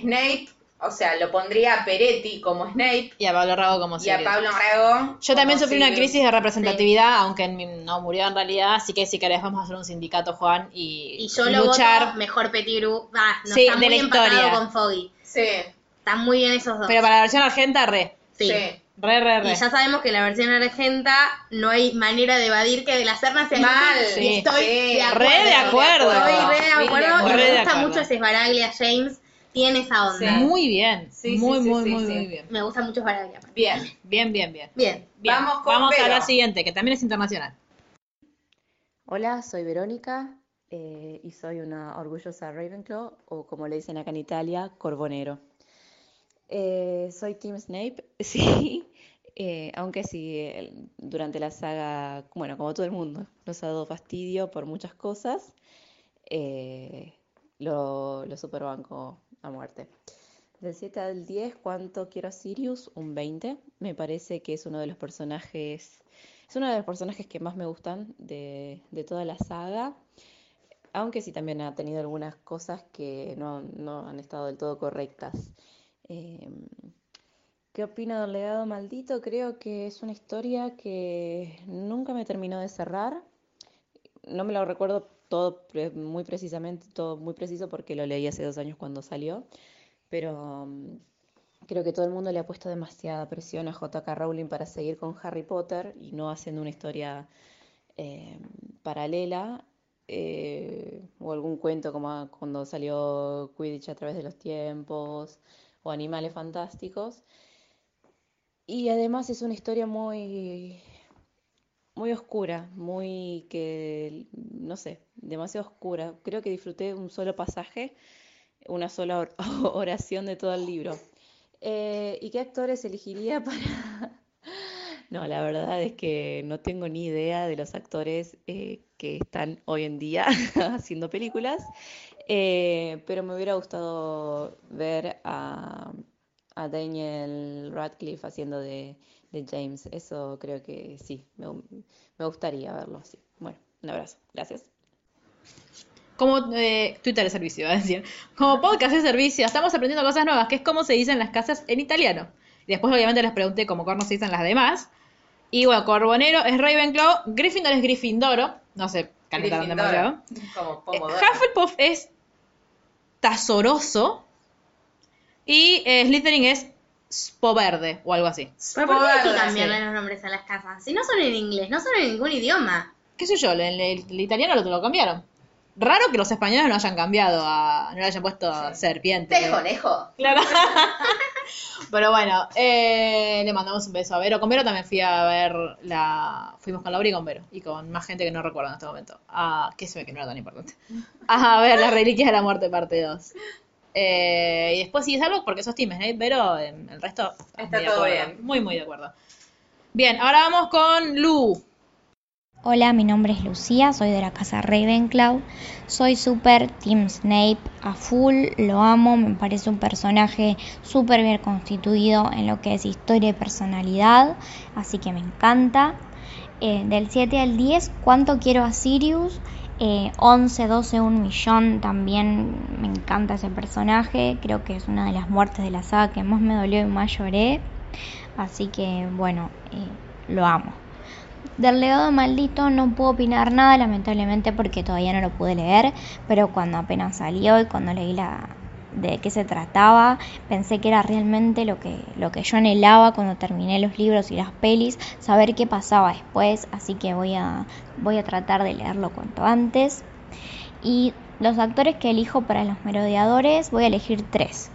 Speaker 3: Snape, o sea, lo pondría a Peretti como Snape
Speaker 1: Y a Pablo Rago como
Speaker 3: y a
Speaker 1: Sirius.
Speaker 3: Pablo Rago.
Speaker 1: Yo también
Speaker 3: como
Speaker 1: sufrí una
Speaker 3: Sirius.
Speaker 1: crisis de representatividad, aunque en mi- no murió en realidad, así que si querés vamos a hacer un sindicato, Juan, y,
Speaker 2: Y yo lo
Speaker 1: luchar.
Speaker 2: voto mejor Pettigrew. Ah, no
Speaker 1: Sí,
Speaker 2: está muy
Speaker 1: de la
Speaker 2: empatado
Speaker 1: historia.
Speaker 2: con Foggy.
Speaker 3: Sí,
Speaker 2: Están muy bien esos dos.
Speaker 1: Pero para la versión argenta, re.
Speaker 2: Sí.
Speaker 3: sí.
Speaker 1: Re, re, re.
Speaker 2: Y ya sabemos que la versión argenta no hay manera de evadir que de la Serna sea
Speaker 3: Mal,
Speaker 2: Lupin, y
Speaker 1: sí,
Speaker 2: estoy
Speaker 3: sí,
Speaker 2: de acuerdo.
Speaker 1: Re de acuerdo.
Speaker 2: Estoy re de
Speaker 3: Mil de
Speaker 2: acuerdo y
Speaker 1: acuerdo. Re
Speaker 2: me
Speaker 1: de
Speaker 2: gusta
Speaker 1: acuerdo.
Speaker 2: mucho ese Baraglia James. Tiene esa onda.
Speaker 3: Sí.
Speaker 1: Muy bien.
Speaker 3: Sí, sí,
Speaker 1: muy,
Speaker 3: sí,
Speaker 1: muy,
Speaker 3: sí,
Speaker 1: muy,
Speaker 3: sí.
Speaker 1: muy bien.
Speaker 2: Me gusta mucho Baraglia.
Speaker 3: Bien.
Speaker 1: Bien, bien, bien.
Speaker 2: Bien.
Speaker 1: Bien.
Speaker 3: Vamos con
Speaker 1: a
Speaker 3: Vero.
Speaker 1: la siguiente, que también es internacional.
Speaker 7: Hola, soy Verónica eh, y soy una orgullosa Ravenclaw o como le dicen acá en Italia, Corbonero. Eh, soy Team Snape, sí, eh, aunque sí, el- durante la saga, bueno, como todo el mundo, nos ha dado fastidio por muchas cosas, eh, lo, lo superbanco a muerte. Del 7 al 10, ¿cuánto quiero a Sirius? Un 20. Me parece que es uno de los personajes es uno de los personajes que más me gustan de, de toda la saga, aunque sí también ha tenido algunas cosas que no, no han estado del todo correctas. Eh, ¿Qué opino del legado maldito? Creo que es una historia que nunca me terminó de cerrar. No me lo recuerdo todo pre- muy precisamente, todo muy preciso porque lo leí hace dos años cuando salió, pero mm, Creo que todo el mundo le ha puesto demasiada presión a J.K. Rowling para seguir con Harry Potter y no haciendo una historia eh, paralela. Eh,
Speaker 9: o algún cuento como a- cuando salió Quidditch a través de los tiempos o Animales Fantásticos. Y además es una historia muy, muy oscura, muy que, no sé, demasiado oscura. Creo que disfruté un solo pasaje, una sola or- oración de todo el libro. Eh, ¿y qué actores elegiría para...? No, la verdad es que no tengo ni idea de los actores eh, que están hoy en día haciendo películas, Eh, pero me hubiera gustado ver a, a Daniel Radcliffe haciendo de, de James. Eso creo que sí, me, me gustaría verlo así. Bueno, un abrazo. Gracias.
Speaker 1: Como eh, Twitter de servicio, iba a decir. Como podcast de servicio, estamos aprendiendo cosas nuevas, que es cómo se dicen las casas en italiano. Y después, obviamente, les pregunté cómo corno se dicen las demás. Y bueno, Corbonero es Ravenclaw, Gryffindor es Gryffindoro. No sé, calentaron demasiado. Eh,
Speaker 3: Como
Speaker 1: Hufflepuff es Tazoroso. Y eh, Slytherin es Spoverde o algo así.
Speaker 2: Pero ¿por qué hay que cambiarle los nombres a las casas? Si no son en inglés, no son en ningún idioma.
Speaker 1: qué sé yo, el, el- el italiano lo, lo cambiaron. Raro que los españoles no hayan cambiado a. no le hayan puesto serpiente.
Speaker 3: Tejo, lejo.
Speaker 1: Claro. Pero bueno, eh, le mandamos un beso a Vero. Con Vero también fui a ver la. Fuimos con Laura y con Vero. Y con más gente que no recuerdo en este momento. Ah, que se ve que no era tan importante. A ver, las reliquias de la muerte, parte 2. Eh, y después sí es algo porque sos Team Snape, pero eh, el resto.
Speaker 3: Está
Speaker 1: muy de
Speaker 3: todo
Speaker 1: acuerdo.
Speaker 3: bien.
Speaker 1: Muy, muy de acuerdo. Bien, ahora vamos con Lu.
Speaker 10: Hola, mi nombre es Lucía, soy de la casa Ravenclaw. Soy super Team Snape a full, lo amo, me parece un personaje súper bien constituido en lo que es historia y personalidad, así que me encanta. Eh, del 7 al 10, ¿cuánto quiero a Sirius? Eh, 11, 12, un millón, también me encanta ese personaje, creo que es una de las muertes de la saga que más me dolió y más lloré, así que bueno, eh, lo amo. Del legado maldito no puedo opinar nada, lamentablemente, porque todavía no lo pude leer, pero cuando apenas salió y cuando leí la de qué se trataba, pensé que era realmente lo que, lo que yo anhelaba cuando terminé los libros y las pelis, saber qué pasaba después, así que voy a, voy a tratar de leerlo cuanto antes. Y los actores que elijo para los merodeadores, voy a elegir tres.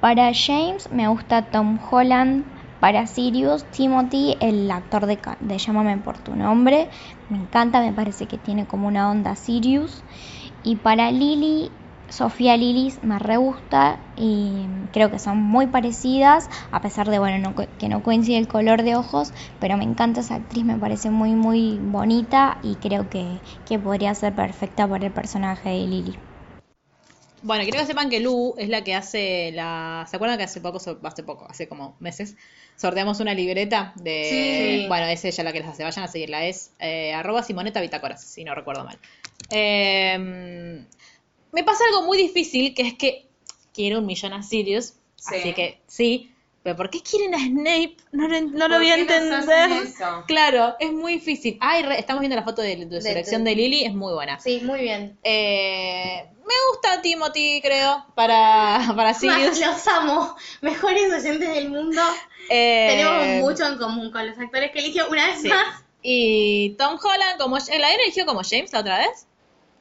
Speaker 10: Para James me gusta Tom Holland. Para Sirius, Timothy, el actor de, Ca- de Llámame por tu nombre. Me encanta, me parece que tiene como una onda Sirius. Y para Lily, Sofía Lilis me re gusta y creo que son muy parecidas, a pesar de bueno, no co- que no coincide el color de ojos, pero me encanta esa actriz, me parece muy, muy bonita y creo que, que podría ser perfecta para el personaje de Lily.
Speaker 1: Bueno, quiero que sepan que Lu es la que hace la. ¿Se acuerdan que hace poco, so- hace poco, hace como meses, sorteamos una libreta de.
Speaker 3: Sí.
Speaker 1: Bueno, es ella la que las hace. Vayan a seguirla. Es eh, arroba Simoneta Bitácoras, si no recuerdo mal. Eh, me pasa algo muy difícil, que es que quiero un millón a Sirius.
Speaker 3: Sí.
Speaker 1: Así que sí. Pero ¿por qué quieren a Snape? No, lo- no lo
Speaker 3: ¿Por
Speaker 1: voy a
Speaker 3: qué nos hacen
Speaker 1: entender.
Speaker 3: eso?
Speaker 1: Claro, es muy difícil. Ay, re- estamos viendo la foto de, de selección de Lily, es muy buena. Eh,
Speaker 2: Sí, muy bien.
Speaker 1: me gusta Timothy, creo, para, para Sirius.
Speaker 2: Más, los amo, mejores oyentes del mundo.
Speaker 1: Eh,
Speaker 2: Tenemos mucho en común con los actores que eligió una vez
Speaker 1: sí.
Speaker 2: más.
Speaker 1: Y Tom Holland, como ¿la habían elegido como James la otra vez?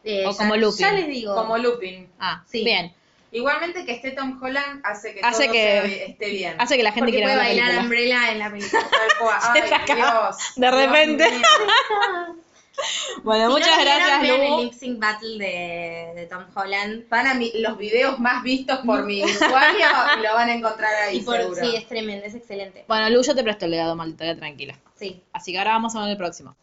Speaker 2: Eh,
Speaker 1: ¿O
Speaker 2: ya-
Speaker 1: como Lupin?
Speaker 2: ya les digo.
Speaker 3: Como Lupin.
Speaker 1: Ah, bien.
Speaker 3: Igualmente que esté Tom Holland hace que
Speaker 1: Hace
Speaker 3: todo
Speaker 1: que-
Speaker 3: sea- esté bien.
Speaker 1: hace que la gente
Speaker 3: Porque
Speaker 1: quiera
Speaker 3: puede
Speaker 1: ver la
Speaker 3: bailar
Speaker 1: película.
Speaker 2: Umbrella en la película.
Speaker 3: Tal cual. Ay, Dios.
Speaker 1: de repente. bueno,
Speaker 2: Si no
Speaker 1: muchas
Speaker 2: lo vieron,
Speaker 1: gracias,
Speaker 2: vean el
Speaker 1: Lu.
Speaker 2: lip sync battle de, de Tom Holland.
Speaker 3: Van a mi- los videos más vistos por mi usuario y lo van a encontrar ahí
Speaker 2: Y por-
Speaker 3: seguro.
Speaker 2: sí, es tremendo, es excelente.
Speaker 1: Bueno, Lu, yo te presto el legado, maldita, ya tranquila.
Speaker 2: Sí.
Speaker 1: Así que ahora vamos a ver el próximo.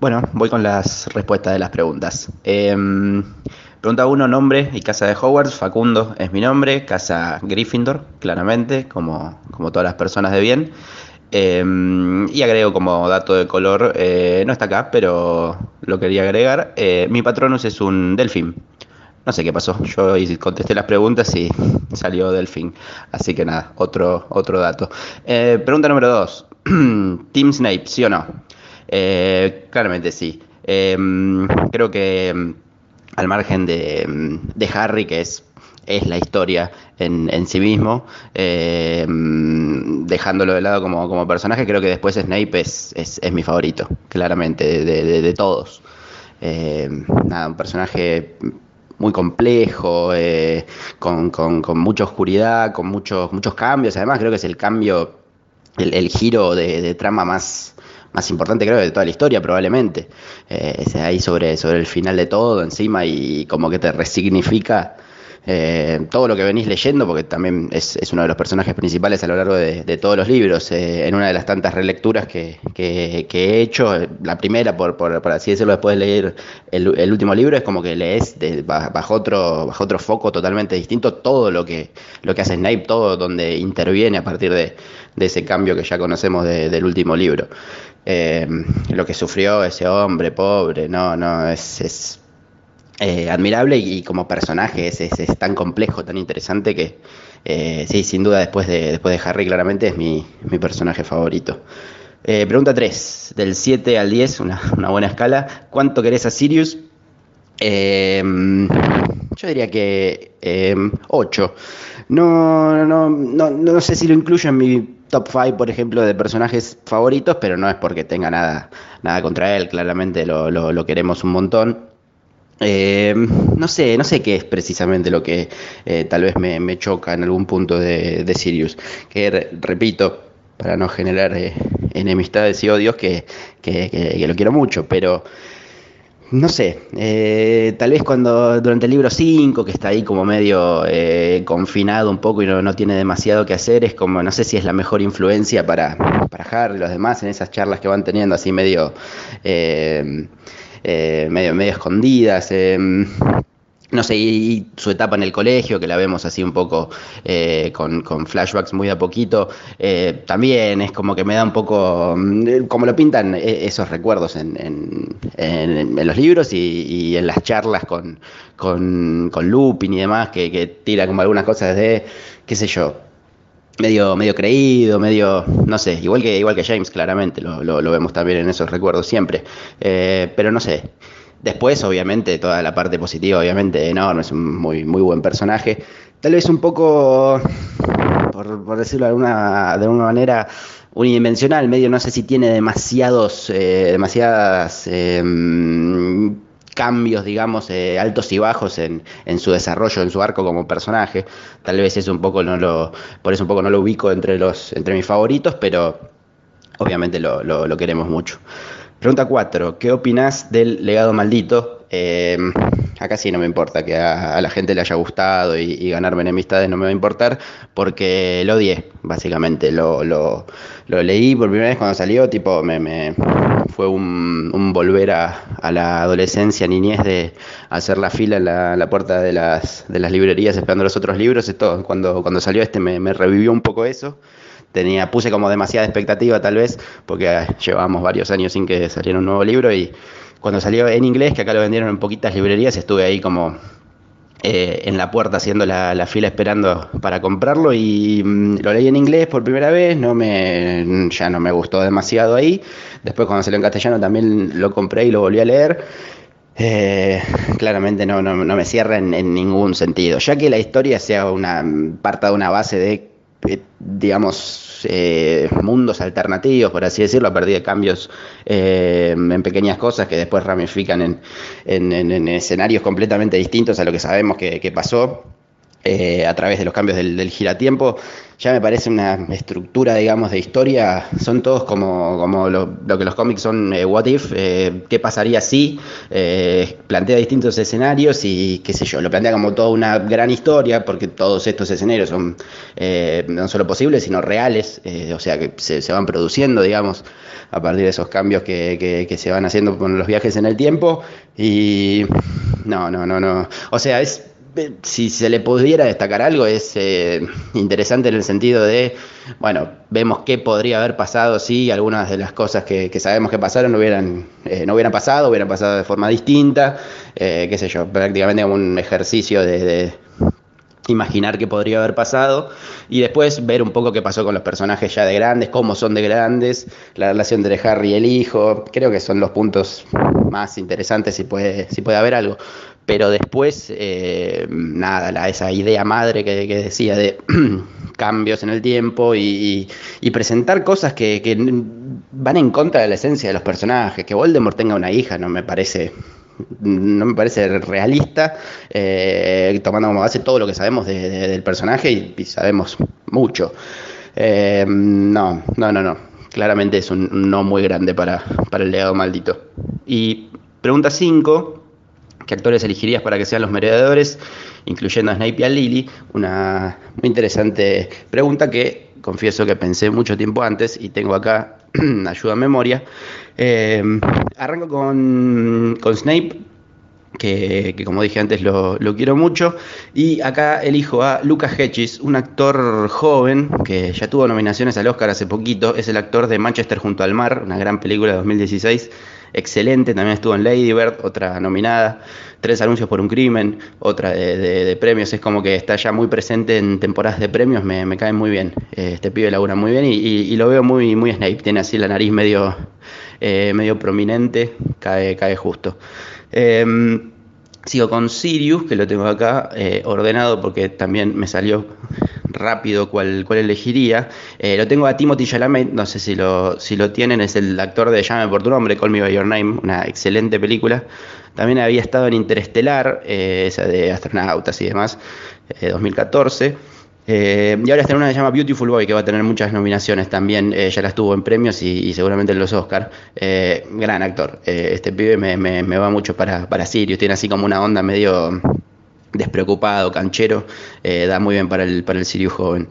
Speaker 11: Bueno, voy con las respuestas de las preguntas. Em, pregunta 1, nombre y casa de Howard. Facundo es mi nombre, casa Gryffindor, claramente, como, como todas las personas de bien. Em, y agrego como dato de color, eh, no está acá, pero lo quería agregar. eh, mi patronus es un delfín. No sé qué pasó, yo hice- contesté las preguntas y salió delfín. Así que nada, otro, otro dato. Eh, pregunta número 2. Team Snape, ¿sí o no? Eh, claramente sí. Eh, creo que mm, al margen de, mm, de Harry, que es, es la historia en, en sí mismo, eh, mm, dejándolo de lado como, como personaje, creo que después Snape es, es, es mi favorito, claramente, de, de- de- de todos. eh, nada, un personaje muy complejo, eh, con, con- con mucha oscuridad, con muchos, muchos cambios. Además, creo que es el cambio, el, el giro de, de trama más, más importante, creo, de toda la historia, probablemente. Eh, es ahí sobre, sobre el final de todo, encima, y como que te resignifica. eh, todo lo que venís leyendo, porque también es, es uno de los personajes principales a lo largo de, de todos los libros, Eh, en una de las tantas relecturas que, que- que he hecho, eh, la primera, por, por, por así decirlo, después de leer el, el último libro, es como que lees de- ba- bajo, otro, bajo otro foco totalmente distinto todo lo que, lo que hace Snape, todo donde interviene a partir de, de ese cambio que ya conocemos de- del último libro. Eh, lo que sufrió ese hombre pobre, no, no, es- es eh, admirable y, y como personaje es, es- es tan complejo, tan interesante que eh, sí, sin duda después de, después de Harry claramente es mi, mi personaje favorito. Eh, pregunta 3, del 7 al 10, una, una buena escala, ¿cuánto querés a Sirius? Eh, yo diría que eh, 8. No, no, no, no sé si lo incluyo en mi top 5, por ejemplo, de personajes favoritos, pero no es porque tenga nada, nada contra él, claramente lo- lo- lo queremos un montón. Eh, no sé, no sé qué es precisamente lo que eh, tal vez me, me choca en algún punto de, de Sirius. Que re- repito, para no generar eh, enemistades y odios, que, que- que- que lo quiero mucho, pero no sé, eh, tal vez cuando durante el libro 5, que está ahí como medio eh, confinado un poco y no, no tiene demasiado que hacer, es como, no sé si es la mejor influencia para, para Harry y los demás en esas charlas que van teniendo así medio... eh, eh, medio, medio escondidas. eh, no sé, y, y su etapa en el colegio, que la vemos así un poco eh, con, con flashbacks muy de a poquito, eh, también es como que me da un poco, mm, como lo pintan eh, esos recuerdos en, en- en- en los libros y, y en las charlas con, con, con Lupin y demás, que, que tira como algunas cosas de, qué sé yo, medio, medio creído, medio, no sé, igual que, igual que James, claramente, lo, lo- lo vemos también en esos recuerdos siempre. Eh, pero no sé. Después, obviamente, toda la parte positiva, obviamente, enorme, es un muy, muy buen personaje. Tal vez un poco, por, por decirlo de alguna, de alguna manera, unidimensional, medio, no sé si tiene demasiados, eh, demasiadas em, cambios, digamos, eh, altos y bajos en, en su desarrollo, en su arco como personaje. Tal vez es un poco no lo, por eso un poco no lo ubico entre los, entre mis favoritos, pero obviamente lo, lo- lo queremos mucho. Pregunta 4. ¿Qué opinás del legado maldito? Eh, acá sí no me importa que a, a la gente le haya gustado y, y ganarme enemistades no me va a importar porque lo odié, básicamente. Lo, lo- lo leí por primera vez cuando salió, tipo, me, me- fue un, un volver a, a la adolescencia, niñez de hacer la fila en la, la puerta de las, de las librerías esperando los otros libros. Esto, cuando, cuando salió este me- me revivió un poco eso tenía, puse como demasiada expectativa tal vez, porque eh, llevábamos varios años sin que saliera un nuevo libro y cuando salió en inglés, que acá lo vendieron en poquitas librerías, estuve ahí como eh, en la puerta haciendo la, la fila esperando para comprarlo y mm, lo leí en inglés por primera vez, no me, ya no me gustó demasiado ahí, después cuando salió en castellano también lo compré y lo volví a leer. Eh, claramente no, no, no me cierra en, en ningún sentido. Ya que la historia sea una parta de una base de, eh, digamos, eh, mundos alternativos, por así decirlo, a partir de cambios eh, en pequeñas cosas que después ramifican en, en- en- en escenarios completamente distintos a lo que sabemos que, que pasó. eh, a través de los cambios del, del giratiempo, ya me parece una estructura, digamos, de historia. Son todos como, como lo, lo que los cómics son eh, what if, eh, qué pasaría si, eh, plantea distintos escenarios y qué sé yo, lo plantea como toda una gran historia, porque todos estos escenarios son eh, no solo posibles, sino reales, eh, o sea, que se, se van produciendo, digamos, a partir de esos cambios que, que- que se van haciendo con los viajes en el tiempo. Y no, no, no, no. O sea, es eh, si se le pudiera destacar algo, es eh, interesante en el sentido de, bueno, vemos qué podría haber pasado si algunas de las cosas que, que sabemos que pasaron no hubieran, eh, no hubieran pasado, hubieran pasado de forma distinta, eh, qué sé yo, prácticamente como un ejercicio de- de, imaginar que podría haber pasado y después ver un poco qué pasó con los personajes ya de grandes, cómo son de grandes, la relación entre Harry y el hijo, creo que son los puntos más interesantes si puede, si puede haber algo. Pero después, eh, nada, la- esa idea madre que, que decía de cambios en el tiempo y, y- y presentar cosas que, que van en contra de la esencia de los personajes, que Voldemort tenga una hija, no me parece no me parece realista, eh, tomando como base todo lo que sabemos de- de- del personaje y, y sabemos mucho. Eh, no, no, no, no. Claramente es un un no muy grande para, para el legado maldito. Y pregunta 5. ¿Qué actores elegirías para que sean los merodeadores, incluyendo a Snape y a Lily? Una muy interesante pregunta que confieso que pensé mucho tiempo antes y tengo acá ayuda a memoria. Eh, arranco con, con Snape, que, que como dije antes lo, lo quiero mucho. Y acá elijo a Lucas Hedges, un actor joven que ya tuvo nominaciones al Oscar hace poquito. Es el actor de Manchester junto al mar, una gran película de 2016. Excelente, también estuvo en Lady Bird, otra nominada, Tres anuncios por un crimen, otra de, de- de premios. Es como que está ya muy presente en temporadas de premios, me, me cae muy bien. Eh, Este pibe labura muy bien y, y- y lo veo muy, muy Snape. Tiene así la nariz medio, eh, medio prominente, cae, cae justo. Em, Sigo con Sirius, que lo tengo acá eh, ordenado porque también me salió rápido cuál, cuál elegiría. Eh, lo tengo a Timothy Chalamet, no sé si lo, si lo tienen, es el actor de Llame por tu nombre, Call Me By Your Name, una excelente película. También había estado en Interestelar, eh, esa de astronautas y demás, eh, 2014. Eh, y ahora está en una que se llama Beautiful Boy, que va a tener muchas nominaciones también. eh, ya las tuvo en premios y, y seguramente en los Oscar. Eh, gran actor. Eh, este pibe me, me- me va mucho para, para Sirius. Tiene así como una onda medio despreocupado, canchero. Eh, da muy bien para el, para el Sirius joven.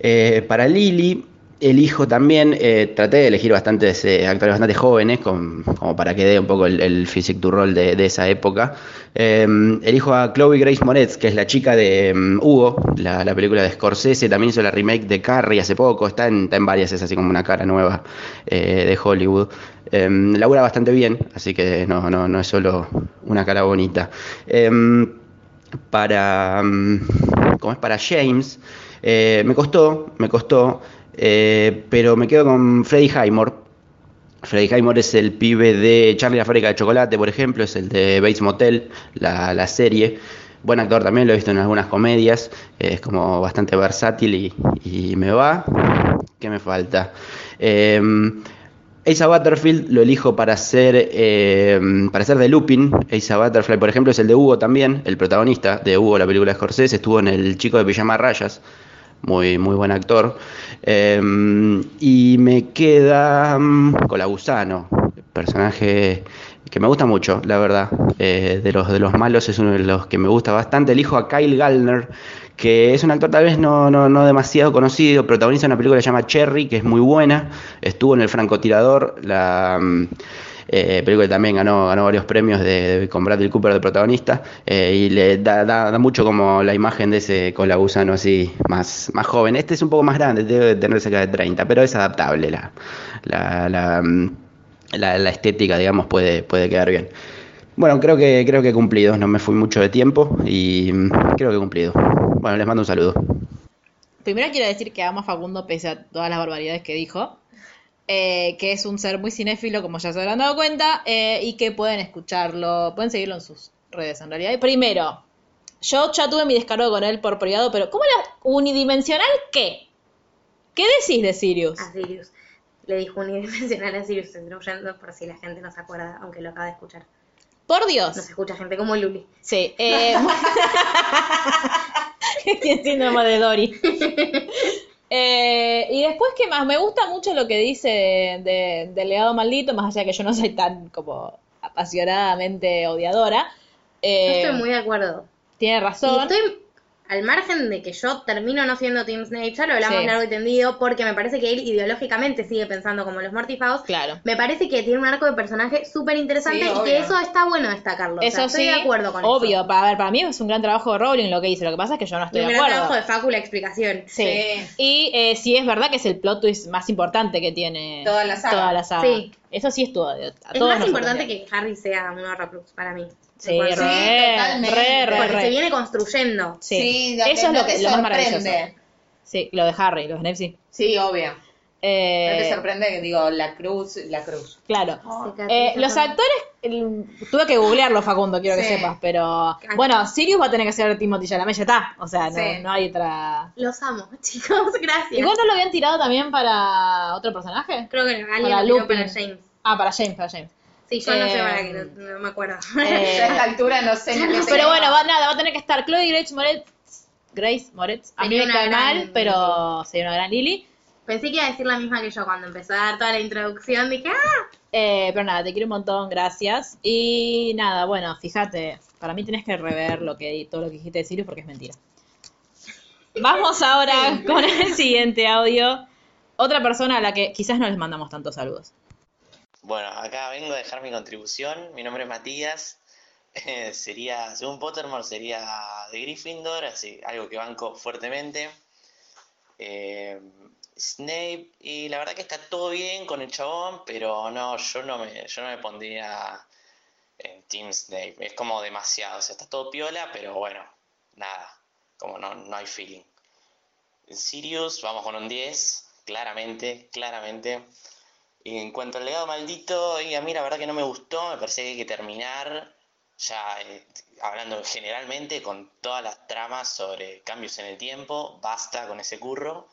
Speaker 11: Eh, para Lily, elijo también, eh, traté de elegir bastantes eh, actores bastante jóvenes, con- como para que dé un poco el, el physique du rol de, de esa época. Eh, elijo a Chloe Grace Moretz, que es la chica de mm, Hugo, la, la película de Scorsese, también hizo la remake de Carrie hace poco, está en, está en varias, es así como una cara nueva eh, de Hollywood. Eh, labura bastante bien, así que no, no, no es solo una cara bonita. Eh, para mm, ¿cómo es? para James eh, me costó me costó eh, pero me quedo con Freddy Highmore Freddy Highmore es el pibe de Charlie la fábrica de chocolate por ejemplo es el de Bates Motel la, la serie buen actor también lo he visto en algunas comedias eh, es como bastante versátil y, y me va ¿qué me falta? Em, Asa Butterfield lo elijo para ser, eh, para ser de Lupin. Asa Butterfly, por ejemplo, es el de Hugo también, el protagonista de Hugo, la película de Scorsese. Estuvo en El Chico de Pijama a Rayas, muy, muy buen actor. Eh, y me queda mm, con la Gusano, personaje que me gusta mucho, la verdad. Eh, de, los, de los malos es uno de los que me gusta bastante. Elijo a Kyle Gallner, que es un actor tal vez no, no, no demasiado conocido. Protagoniza una película que se llama Cherry, que es muy buena. Estuvo en El Francotirador, la mm, eh, película que también ganó, ganó varios premios de, de- con Bradley Cooper de protagonista. eh, y le da, da- da mucho como la imagen de ese colagusano así, más, más joven. Este es un poco más grande, debe tener cerca de 30, pero es adaptable la, la, la, mm, la- la estética, digamos, puede, puede quedar bien. Bueno, creo que, creo que he cumplido, no me fui mucho de tiempo y mm, creo que he cumplido. Bueno, les mando un saludo.
Speaker 1: Primero quiero decir que amo a Facundo pese a todas las barbaridades que dijo, eh, que es un ser muy cinéfilo, como ya se habrán dado cuenta, eh, y que pueden escucharlo, pueden seguirlo en sus redes en realidad. Y primero, yo ya tuve mi descargo con él por privado, pero ¿cómo era unidimensional qué? ¿Qué decís de Sirius?
Speaker 3: Ah,
Speaker 2: A Sirius. Le dijo unidimensional a Sirius Yendo por si la gente no se acuerda, aunque lo acaba de escuchar.
Speaker 1: Por Dios.
Speaker 2: Nos escucha gente como Luli.
Speaker 1: Sí. Eh, Tiene síndrome de Dory. Eh, y después, ¿qué más? Me gusta mucho lo que dice de, de- del legado maldito, más allá de que yo no soy tan como apasionadamente odiadora.
Speaker 2: Yo
Speaker 1: Eh,
Speaker 2: estoy muy de acuerdo.
Speaker 1: Tiene
Speaker 2: Y
Speaker 1: razón.
Speaker 2: estoy al margen de que yo termino no siendo Team Snape, ya lo hablamos
Speaker 1: Sí.
Speaker 2: largo y tendido, porque me parece que él ideológicamente sigue pensando como los mortifados.
Speaker 1: Claro.
Speaker 2: Me parece que tiene un arco de personaje súper interesante
Speaker 1: Sí,
Speaker 2: y que
Speaker 1: obvio.
Speaker 2: eso está bueno destacarlo. O
Speaker 1: Eso
Speaker 2: sea, estoy
Speaker 1: sí,
Speaker 2: de acuerdo con
Speaker 1: obvio.
Speaker 2: eso.
Speaker 1: Para, a ver, para mí es un gran trabajo de Rowling lo que hice. Lo que pasa es que yo no
Speaker 2: Y
Speaker 1: estoy
Speaker 2: un
Speaker 1: de
Speaker 2: gran
Speaker 1: acuerdo.
Speaker 2: trabajo de Facu la explicación.
Speaker 1: Sí. Y eh, sí es verdad que es el plot twist más importante que tiene
Speaker 2: Toda la saga.
Speaker 1: toda la saga.
Speaker 2: Sí.
Speaker 1: Eso sí es todo. A
Speaker 2: Es
Speaker 1: todos
Speaker 2: más
Speaker 1: nos
Speaker 2: importante
Speaker 1: sorprendió.
Speaker 2: que Harry sea un Horrocrux para mí.
Speaker 1: Sí,
Speaker 2: Porque-
Speaker 1: re, re, re,
Speaker 2: Porque
Speaker 1: re.
Speaker 2: se viene construyendo.
Speaker 1: Sí. Eso es lo, que, lo más maravilloso. Sí, lo de Harry, los Snape sí.
Speaker 3: Sí, obvio.
Speaker 1: Eh,
Speaker 3: No te sorprende que digo la cruz, la cruz.
Speaker 1: Claro. Eh, los actores, el- tuve que googlearlo, Facundo, quiero que
Speaker 3: Sí.
Speaker 1: sepas, pero bueno, Sirius va a tener que ser Timothy Chalamet, ya está. O sea, no,
Speaker 2: Sí.
Speaker 1: no hay otra...
Speaker 2: Los amo, chicos, gracias.
Speaker 1: Igual no lo habían tirado también para otro personaje.
Speaker 2: Creo que no, alguien
Speaker 1: para
Speaker 2: lo tiró
Speaker 1: Lupin.
Speaker 2: para James.
Speaker 1: Ah, para James, para James.
Speaker 2: Sí, yo no sé para qué, no, no me acuerdo.
Speaker 3: a esta altura no sé ni qué
Speaker 1: Eh, Pero
Speaker 3: tengo.
Speaker 1: bueno, va, nada, va a tener que estar Chloe Grace Moretz. Grace Moretz. A mí
Speaker 2: Sería
Speaker 1: me
Speaker 2: una
Speaker 1: cae
Speaker 2: gran
Speaker 1: mal, pero sería una gran Lily.
Speaker 2: Pensé que iba a decir la misma que yo cuando empezó a dar toda la introducción. Dije, ¡ah!
Speaker 1: Eh, pero nada, te quiero un montón, gracias. Y nada, bueno, fíjate, para mí tenés que rever lo que todo lo que dijiste de Sirius porque es mentira. Vamos ahora con el siguiente audio. Otra persona a la que quizás no les mandamos tantos saludos.
Speaker 12: Bueno, acá vengo a dejar mi contribución. Mi nombre es Matías. Eh, sería, según Pottermore, sería de Gryffindor, así, algo que banco fuertemente. Eh, Snape, y la verdad que está todo bien con el chabón, pero no, yo no me, yo no me pondría en Team Snape. Es como demasiado, o sea, está todo piola, pero bueno, nada, como no, no hay feeling. Sirius, vamos con un 10, claramente, claramente. Y en cuanto al legado maldito, y a mí la verdad que no me gustó, me parece que hay que terminar, ya eh, hablando generalmente, con todas las tramas sobre cambios en el tiempo, basta con ese curro.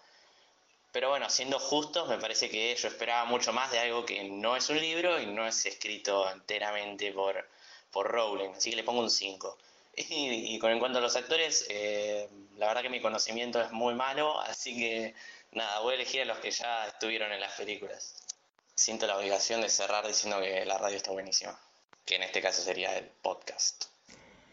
Speaker 12: Pero bueno, siendo justos, me parece que yo esperaba mucho más de algo que no es un libro y no es escrito enteramente por, por Rowling, así que le pongo un 5. Y, y con en cuanto a los actores, eh, la verdad que mi conocimiento es muy malo, así que nada, voy a elegir a los que ya estuvieron en las películas. Siento la obligación de cerrar diciendo que la radio está buenísima, que en este caso sería el podcast.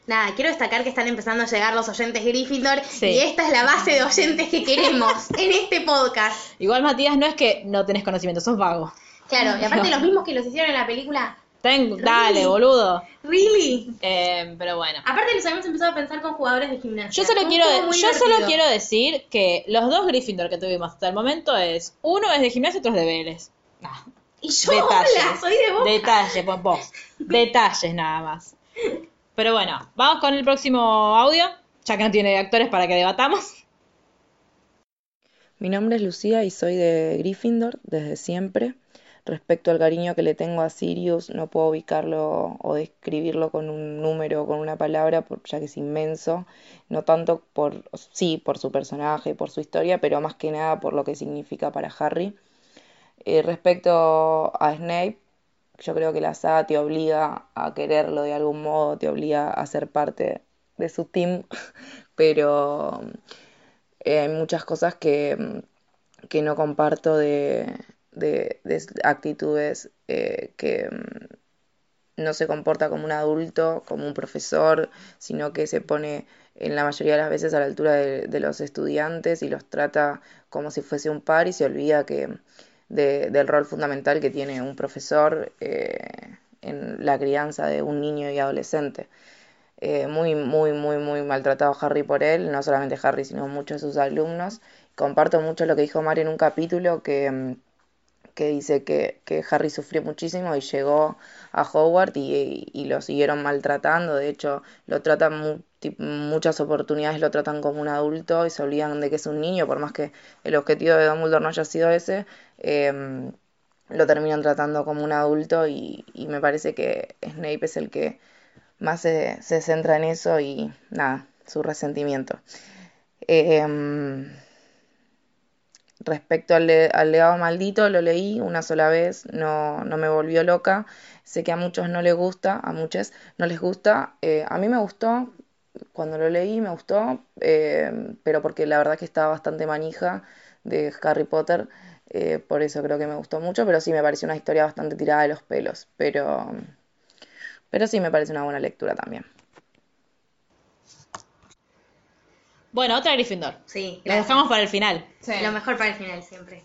Speaker 2: Nada, quiero destacar que están empezando a llegar los oyentes Gryffindor y esta es la base de oyentes que queremos en este podcast.
Speaker 1: Igual, Matías, no es que no tenés conocimiento, sos vago.
Speaker 2: Claro, y aparte
Speaker 1: No.
Speaker 2: los mismos que los hicieron en la película.
Speaker 1: Ten- dale, boludo. Eh,
Speaker 2: Really? Ah,
Speaker 1: pero bueno.
Speaker 2: Aparte los habíamos empezado a pensar con jugadores de gimnasia.
Speaker 1: Yo solo,
Speaker 2: Fue
Speaker 1: quiero,
Speaker 2: todo muy
Speaker 1: yo solo
Speaker 2: divertido.
Speaker 1: quiero decir que los dos Gryffindor que tuvimos hasta el momento es, uno es de gimnasia, otro es de Vélez.
Speaker 2: Ah, Y yo, hola, soy de Boca.
Speaker 1: Detalles, pues, vos. Detalles nada más. Pero bueno, vamos con el próximo audio, ya que no tiene actores para que debatamos.
Speaker 13: Mi nombre es Lucía y soy de Gryffindor desde siempre. Respecto al cariño que le tengo a Sirius, no puedo ubicarlo o describirlo con un número o con una palabra, por- ya que es inmenso. No tanto por, sí, por su personaje, por su historia, pero más que nada por lo que significa para Harry. Eh, respecto a Snape, yo creo que la saga te obliga a quererlo de algún modo, te obliga a ser parte de su team, pero eh, hay muchas cosas que, mm, que no comparto de, de- de s- actitudes eh, que mm, no se comporta como un adulto, como un profesor, sino que se pone en la mayoría de las veces a la altura de, de los estudiantes y los trata como si fuese un par y se olvida que mm, de- del rol fundamental que tiene un profesor eh, en la crianza de un niño y adolescente eh, muy, muy, muy, muy maltratado Harry por él, no solamente Harry, sino muchos de sus alumnos. Comparto mucho lo que dijo Mari en un capítulo que, mm, que dice que, que Harry sufrió muchísimo y llegó a Howard y, y lo siguieron maltratando. De hecho, lo tratan mu- ti- muchas oportunidades, lo tratan como un adulto y se olvidan de que es un niño, por más que el objetivo de Dumbledore no haya sido ese. em, lo terminan tratando como un adulto y, y me parece que Snape es el que más se, se centra en eso y nada, su resentimiento. Eh, em, respecto al, le- al legado maldito, lo leí una sola vez, no, no me volvió loca. Sé que a muchos no les gusta, a muchos no les gusta. Eh, a mí me gustó, cuando lo leí me gustó, eh, pero porque la verdad que estaba bastante manija de Harry Potter, eh, por eso creo que me gustó mucho, pero sí me pareció una historia bastante tirada de los pelos, pero, pero sí me parece una buena lectura también.
Speaker 1: Bueno, otra Gryffindor.
Speaker 2: Sí.
Speaker 1: La dejamos para el final.
Speaker 2: Lo mejor para el final siempre.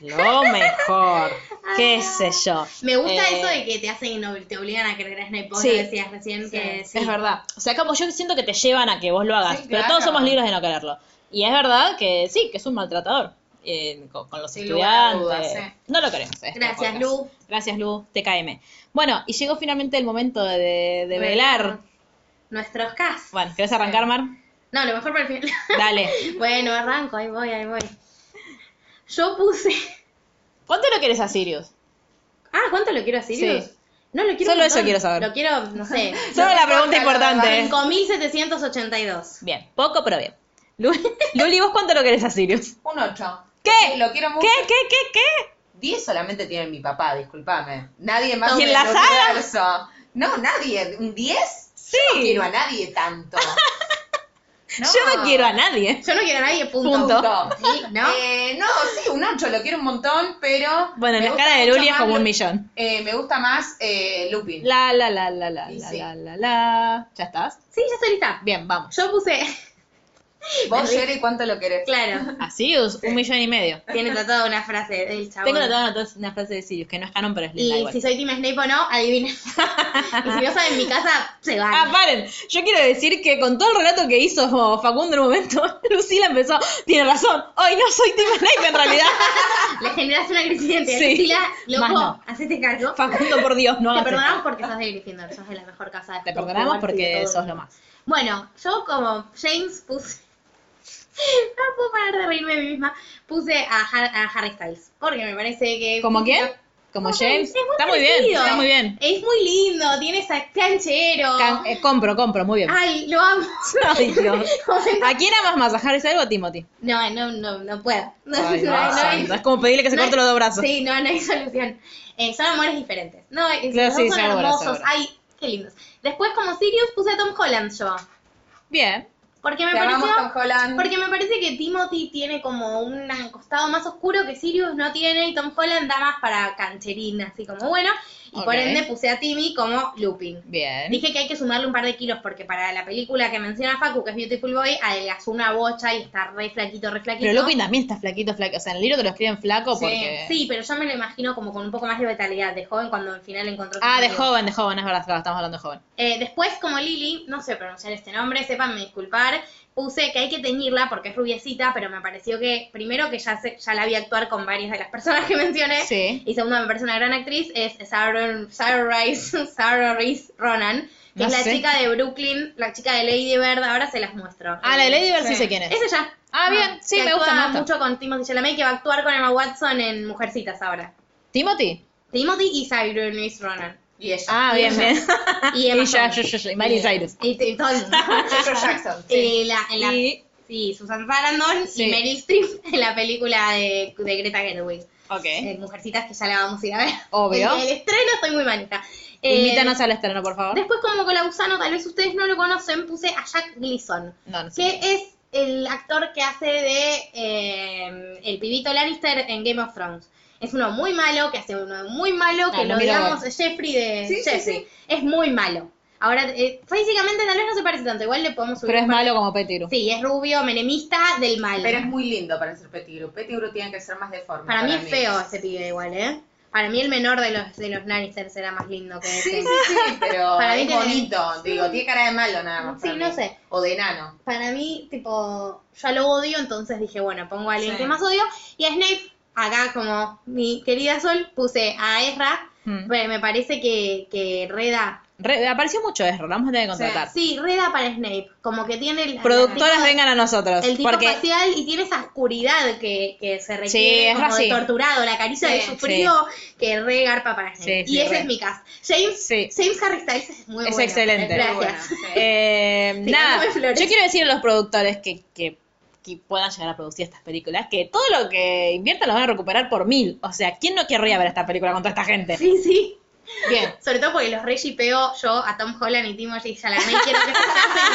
Speaker 1: Lo mejor. Qué sé yo.
Speaker 2: Me gusta
Speaker 1: Eh,
Speaker 2: eso de que te hacen innoble- te obligan a querer a Snape. Vos
Speaker 1: Sí.
Speaker 2: lo decías recién que sí.
Speaker 1: Es verdad. O sea, como yo siento que te llevan a que vos lo hagas,
Speaker 2: Sí,
Speaker 1: pero
Speaker 2: claro.
Speaker 1: todos somos libres de no quererlo. Y es verdad que sí, que es un maltratador eh, con, con los
Speaker 2: Sin lugar a
Speaker 1: estudiantes.
Speaker 2: dudas, sí.
Speaker 1: No lo queremos. este
Speaker 2: Gracias,
Speaker 1: podcast.
Speaker 2: Lu.
Speaker 1: Gracias, Lu. TKM. Bueno, y llegó finalmente el momento de, de velar.
Speaker 2: Nuestros cas.
Speaker 1: Bueno, ¿querés arrancar, Mar?
Speaker 2: No, lo mejor para el final.
Speaker 1: Dale.
Speaker 2: bueno, arranco, ahí voy, ahí voy. Yo puse.
Speaker 1: ¿Cuánto lo querés a Sirius?
Speaker 2: Ah, ¿cuánto lo quiero a Sirius?
Speaker 1: Sí.
Speaker 2: No lo quiero.
Speaker 1: Solo
Speaker 2: un
Speaker 1: eso
Speaker 2: montón.
Speaker 1: quiero saber.
Speaker 2: Lo quiero, no sé.
Speaker 1: Solo la pregunta importante.
Speaker 2: 5782.
Speaker 1: Bien, poco, pero bien. Lu- Luli, ¿vos cuánto lo querés a Sirius?
Speaker 3: Un 8.
Speaker 1: ¿Qué?
Speaker 3: Lo quiero mucho.
Speaker 1: ¿Qué, qué, qué, qué?
Speaker 3: 10 solamente tiene mi papá, discúlpame. Nadie más
Speaker 1: ¿Y en
Speaker 3: del
Speaker 1: la saga?
Speaker 3: universo. No, nadie. ¿Un 10? Sí. no quiero a nadie tanto.
Speaker 1: Yo no quiero a nadie.
Speaker 2: Yo no quiero a nadie, punto.
Speaker 3: Sí, ¿no? Eh, no, sí, un 8, lo quiero un montón, pero.
Speaker 1: Bueno,
Speaker 3: me
Speaker 1: la
Speaker 3: gusta
Speaker 1: cara de
Speaker 3: mucho
Speaker 1: Luli es
Speaker 3: más
Speaker 1: como
Speaker 3: Lu-
Speaker 1: un millón.
Speaker 3: eh, me gusta más eh, Lupin.
Speaker 1: La, la, la, la, la,
Speaker 3: Y
Speaker 1: la,
Speaker 3: sí.
Speaker 1: la, la, la. ¿Ya estás?
Speaker 2: Sí, ya estoy lista.
Speaker 1: Bien, vamos.
Speaker 2: Yo puse.
Speaker 3: Vos, Jerry, ¿cuánto lo querés?
Speaker 2: Claro.
Speaker 1: A Sirius, un millón y medio.
Speaker 2: Tiene tratada una frase del chabón.
Speaker 1: Tengo tatuada una, una frase de Sirius, que no es canon, pero es linda
Speaker 2: Y
Speaker 1: igual.
Speaker 2: si soy Team Snape o no, adivinen. y si no saben mi casa, se van.
Speaker 1: Ah, paren, yo quiero decir que con todo el relato que hizo Facundo en un momento, Lucila empezó, tiene razón, hoy no soy Team Snape en realidad.
Speaker 2: Le generas una crisis de identidad.
Speaker 1: Sí.
Speaker 2: Lucila,
Speaker 1: Más
Speaker 2: loco,
Speaker 1: no.
Speaker 2: hacete cargo.
Speaker 1: Facundo, por Dios, no
Speaker 2: Te
Speaker 1: hagas
Speaker 2: perdonamos
Speaker 1: esto.
Speaker 2: porque sos de Gryffindor, sos de la mejor casa. de
Speaker 1: Te
Speaker 2: Hogwarts
Speaker 1: perdonamos
Speaker 2: y de todo
Speaker 1: porque
Speaker 2: el
Speaker 1: sos
Speaker 2: mundo.
Speaker 1: lo más.
Speaker 2: Bueno, yo como James puse. No puedo parar de reírme de mí misma. Puse a, Har- a Harry Styles. Porque me parece que.
Speaker 1: ¿Como quién?
Speaker 2: física-
Speaker 1: ¿Como
Speaker 2: No,
Speaker 1: James?
Speaker 2: es muy
Speaker 1: Está muy bien,
Speaker 2: parecido.
Speaker 1: está muy bien.
Speaker 2: Es muy lindo, tiene esa canchero.
Speaker 1: Can- eh, compro, compro, muy bien.
Speaker 2: Ay, lo amo.
Speaker 1: Ay, Dios. ¿A quién amas más, a Harry Styles o a Timothy?
Speaker 2: No, no, no, no puedo. No,
Speaker 1: Ay,
Speaker 2: no,
Speaker 1: Dios
Speaker 2: no hay-
Speaker 1: santo, es como pedirle que se
Speaker 2: no hay-
Speaker 1: corte los dos brazos.
Speaker 2: Sí, no, no hay solución. Eh, son amores diferentes. No, es-
Speaker 1: Claro,
Speaker 2: los
Speaker 1: sí,
Speaker 2: dos son
Speaker 1: seguro,
Speaker 2: hermosos.
Speaker 1: seguro.
Speaker 2: Ay, qué lindos. Después, como Sirius, puse a Tom Holland yo.
Speaker 1: Bien.
Speaker 2: Porque me
Speaker 3: Te amamos,
Speaker 2: pareció.
Speaker 3: Tom Holland.
Speaker 2: Porque me parece que Timothy tiene como un costado más oscuro que Sirius no tiene y Tom Holland da más para cancherín, así como bueno. Y por
Speaker 1: Ok.
Speaker 2: ende puse a Timmy como Lupin.
Speaker 1: Bien.
Speaker 2: Dije que hay que sumarle un par de kilos porque para la película que menciona Facu, que es Beautiful Boy, adelgazó una bocha y está re flaquito, re flaquito.
Speaker 1: Pero Lupin también está flaquito, flaco. O sea, en el libro te lo escriben flaco porque.
Speaker 2: Sí, pero yo me lo imagino como con un poco más de vitalidad de joven cuando al final encontró. su
Speaker 1: Ah, de
Speaker 2: novio.
Speaker 1: joven, de joven, es verdad, claro, estamos hablando de joven.
Speaker 2: Eh, después, como Lily, no sé pronunciar este nombre, sépanme disculpar, puse que hay que teñirla porque es rubiecita, pero me pareció que, primero, que ya, se- ya la vi actuar con varias de las personas que mencioné,
Speaker 1: Sí.
Speaker 2: y segundo, me parece una gran actriz, es Sarah, Sarah Rice, Sarah Rice Ronan, que
Speaker 1: No
Speaker 2: es la
Speaker 1: sé.
Speaker 2: chica de Brooklyn, la chica de Lady Bird, ahora se las muestro.
Speaker 1: Ah, la de Lady Bird sí sé quién es.
Speaker 2: Es ella.
Speaker 1: Ah, bien, sí,
Speaker 2: que
Speaker 1: me gusta,
Speaker 2: actúa
Speaker 1: me gusta.
Speaker 2: mucho con Timothy Chalamet, que va a actuar con Emma Watson en Mujercitas ahora.
Speaker 1: ¿Timothy?
Speaker 2: Timothy y Sarah Rice Ronan. Y ella.
Speaker 1: Ah,
Speaker 2: Y
Speaker 1: bien,
Speaker 2: ella.
Speaker 1: bien.
Speaker 2: Y Emma
Speaker 1: Y ya,
Speaker 2: Stone.
Speaker 1: yo, yo, yo, y Miley
Speaker 2: Y-
Speaker 1: Cyrus.
Speaker 2: Y, y todo el mundo.
Speaker 3: Joshua Jackson, sí.
Speaker 2: Y la, en la-
Speaker 1: Y-
Speaker 2: sí, Susan Sarandon
Speaker 1: Sí.
Speaker 2: y Meryl Streep en la película de, de Greta Gerwig.
Speaker 1: Ok.
Speaker 2: Eh, Mujercitas que ya la vamos a ir a ver.
Speaker 1: Obvio.
Speaker 2: El, el estreno estoy muy manija. Eh,
Speaker 1: Invítanos al estreno, por favor.
Speaker 2: Después, como con la gusano, tal vez ustedes no lo conocen, puse a Jack Gleason,
Speaker 1: No, no sé.
Speaker 2: que es el actor que hace de eh, el pibito Lannister en Game of Thrones. Es uno muy malo, que hace uno muy malo,
Speaker 1: Ah,
Speaker 2: que
Speaker 1: lo
Speaker 2: lo
Speaker 1: miro
Speaker 2: digamos
Speaker 1: hoy.
Speaker 2: Jeffrey de
Speaker 3: Sí, sí,
Speaker 2: Jeffrey.
Speaker 3: sí.
Speaker 2: Es muy malo. Ahora, eh, físicamente tal vez no se parece tanto, igual le podemos subir.
Speaker 1: Pero es
Speaker 2: un par de-
Speaker 1: malo como Petiru.
Speaker 2: Sí, es rubio, menemista del mal.
Speaker 3: Pero es muy lindo para ser Pettigrew. Pettigrew tiene que ser más deforme.
Speaker 2: para, mí es feo ese pibe igual, ¿eh? Para mí el menor de los de los Lannister será más lindo que
Speaker 3: Sí,
Speaker 2: ese.
Speaker 3: sí, sí, pero
Speaker 2: Para mí
Speaker 3: es
Speaker 2: tiene-
Speaker 3: bonito. Digo, tiene cara de malo nada más.
Speaker 2: Sí,
Speaker 3: para
Speaker 2: no
Speaker 3: mí.
Speaker 2: sé.
Speaker 3: O de enano.
Speaker 2: para mí, tipo, ya lo odio, entonces dije, bueno, pongo a alguien
Speaker 3: Sí.
Speaker 2: que más odio. Y a Snape, acá como mi querida Sol, puse a Ezra,
Speaker 3: Mm.
Speaker 1: Hmm.
Speaker 2: pero me parece que, que reda.
Speaker 1: Re- apareció mucho Ezra, lo vamos a tener que contratar.
Speaker 2: Sí, reda para Snape, como que tiene el...
Speaker 1: Productoras
Speaker 2: el tipo-
Speaker 1: vengan a nosotros.
Speaker 2: El tipo
Speaker 1: porque
Speaker 2: facial y tiene esa oscuridad que, que se requiere
Speaker 1: Sí, es
Speaker 2: como de
Speaker 1: así.
Speaker 2: torturado, la caricia de
Speaker 1: Sí,
Speaker 2: sufrido que re garpa para Snape.
Speaker 1: Sí, sí,
Speaker 2: y ese
Speaker 1: re.
Speaker 2: es mi cast. James,
Speaker 1: Sí.
Speaker 2: James Harry Styles es muy
Speaker 1: es
Speaker 2: bueno.
Speaker 1: excelente.
Speaker 2: Gracias.
Speaker 1: Eh,
Speaker 2: Sí,
Speaker 1: nada,
Speaker 2: no me flores.
Speaker 1: yo quiero decir a los productores que, que, que puedan llegar a producir estas películas que todo lo que inviertan lo van a recuperar por mil. O sea, ¿quién no querría ver esta película con toda esta gente?
Speaker 2: Sí, sí.
Speaker 1: Bien.
Speaker 2: Sobre todo porque los re shipeo yo a Tom Holland y Timothy Chalamet, quiero que se casen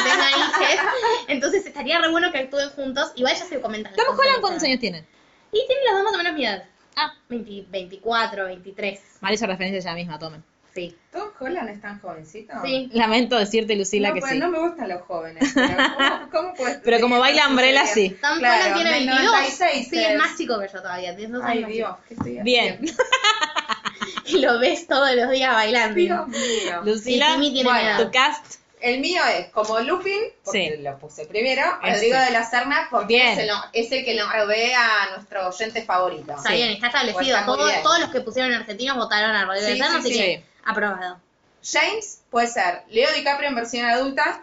Speaker 2: y tengan hijos. Entonces estaría re bueno que actúen juntos. Igual ya se comentan. las
Speaker 1: Tom
Speaker 2: cosas
Speaker 1: Holland,
Speaker 2: que
Speaker 1: ¿cuántos
Speaker 2: saben.
Speaker 1: años tienen?
Speaker 2: Y tienen los dos más o menos mi edad.
Speaker 1: Ah.
Speaker 2: 20 24, 23.
Speaker 1: Mal hizo referencia ya misma, tomen. Ah,
Speaker 2: Sí.
Speaker 3: ¿Tom Holland es tan jovencito?
Speaker 2: Sí.
Speaker 1: Lamento decirte, Lucila,
Speaker 3: no,
Speaker 1: que
Speaker 3: pues,
Speaker 1: sí.
Speaker 3: no me gustan los jóvenes. Pero ¿cómo, cómo puedes
Speaker 1: Pero como
Speaker 3: tener
Speaker 1: baila
Speaker 3: tanta
Speaker 1: Umbrella,
Speaker 3: seriedad?
Speaker 1: sí.
Speaker 2: Tom
Speaker 3: Claro,
Speaker 2: Holland tiene
Speaker 3: del
Speaker 2: 22.
Speaker 3: 96
Speaker 2: sí, es
Speaker 3: es.
Speaker 2: más chico que yo todavía. tiene dos
Speaker 3: Ay,
Speaker 2: años más
Speaker 3: Dios, ¿qué estoy haciendo?
Speaker 1: Bien.
Speaker 2: chico. Y lo ves todos los días bailando.
Speaker 3: Dios mío.
Speaker 1: Lucila,
Speaker 2: Sí, Timmy tiene
Speaker 1: bueno,
Speaker 2: mi edad.
Speaker 1: tu cast.
Speaker 3: El mío es como Lupin, porque
Speaker 1: Sí.
Speaker 3: lo puse primero,
Speaker 1: Ese.
Speaker 3: Rodrigo de la Serna, porque
Speaker 1: Bien.
Speaker 3: es el, es el que lo robé a nuestro oyente favorito.
Speaker 2: Está bien, está
Speaker 3: Pues
Speaker 2: establecido.
Speaker 3: está muy
Speaker 2: Todo-
Speaker 3: bien.
Speaker 2: todos los que pusieron argentinos votaron a Rodrigo
Speaker 3: Sí,
Speaker 2: de Serna,
Speaker 3: sí,
Speaker 2: así
Speaker 3: sí.
Speaker 2: que aprobado.
Speaker 3: James puede ser Leo DiCaprio en versión adulta,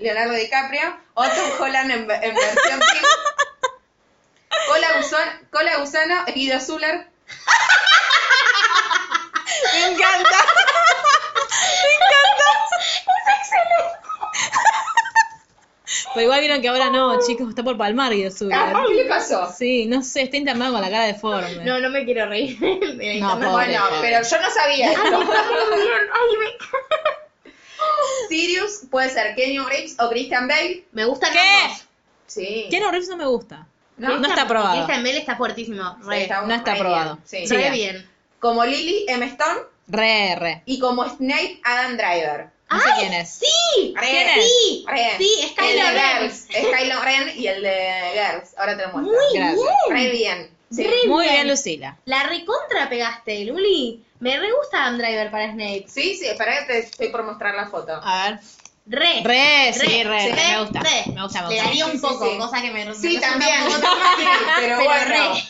Speaker 3: Leonardo DiCaprio, o Tom Holland en, en versión teen. Cola Gusano, Cola Gusano, Guido Zuller.
Speaker 1: Me encanta. Me encanta. Es excelente. Pero igual vieron que ahora no, chicos, está por palmar Guidosúler.
Speaker 3: Ah, ¿qué le pasó?
Speaker 1: Sí, no sé, está internado con la cara deforme.
Speaker 2: No, no me quiero reír. de
Speaker 1: No,
Speaker 2: internet.
Speaker 1: pobre,
Speaker 3: Bueno,
Speaker 1: pobre. Ah,
Speaker 3: pero yo no sabía
Speaker 2: Ay,
Speaker 3: esto.
Speaker 2: está muy bien. Ay, me
Speaker 3: Sirius puede ser Kenyon Reeves o Christian Bale.
Speaker 2: Me gustan
Speaker 3: ¿Qué?
Speaker 2: ambos.
Speaker 3: Sí.
Speaker 1: Keanu Reeves no me gusta.
Speaker 3: No,
Speaker 1: No,
Speaker 3: no
Speaker 1: está aprobado.
Speaker 2: Esta ML está fuertísimo. Re.
Speaker 3: Está
Speaker 1: No está
Speaker 3: re
Speaker 1: aprobado.
Speaker 3: bien, sí.
Speaker 1: Sí.
Speaker 2: Re bien.
Speaker 3: Como Lily M. Stone
Speaker 1: Re, re.
Speaker 3: y como Snape Adam Driver.
Speaker 1: No sé quién es.
Speaker 2: ¡Sí!
Speaker 3: Re,
Speaker 1: ¿Quién es?
Speaker 2: Sí,
Speaker 3: re.
Speaker 2: sí, Skylar
Speaker 3: El de
Speaker 2: Ren.
Speaker 3: Girls, Skylar Ren y el de Girls. Ahora te lo muestro.
Speaker 2: Muy
Speaker 1: Gracias.
Speaker 3: Re
Speaker 2: bien.
Speaker 3: bien. Sí.
Speaker 2: Re
Speaker 1: Muy bien, Lucila.
Speaker 2: La recontra pegaste, Luli. Me re gusta Adam Driver para Snape.
Speaker 3: Sí, sí, espera que te estoy por mostrar la foto.
Speaker 1: A ver.
Speaker 2: Re.
Speaker 1: Re, sí, re,
Speaker 2: sí,
Speaker 1: me gusta.
Speaker 2: re.
Speaker 1: Me gusta, me
Speaker 2: Le
Speaker 1: gusta.
Speaker 2: daría un
Speaker 3: Sí, sí,
Speaker 2: poco,
Speaker 3: sí.
Speaker 2: cosa que me me
Speaker 3: Sí,
Speaker 2: resulta un
Speaker 3: también.
Speaker 2: poco dramática,
Speaker 3: pero bueno.
Speaker 2: re.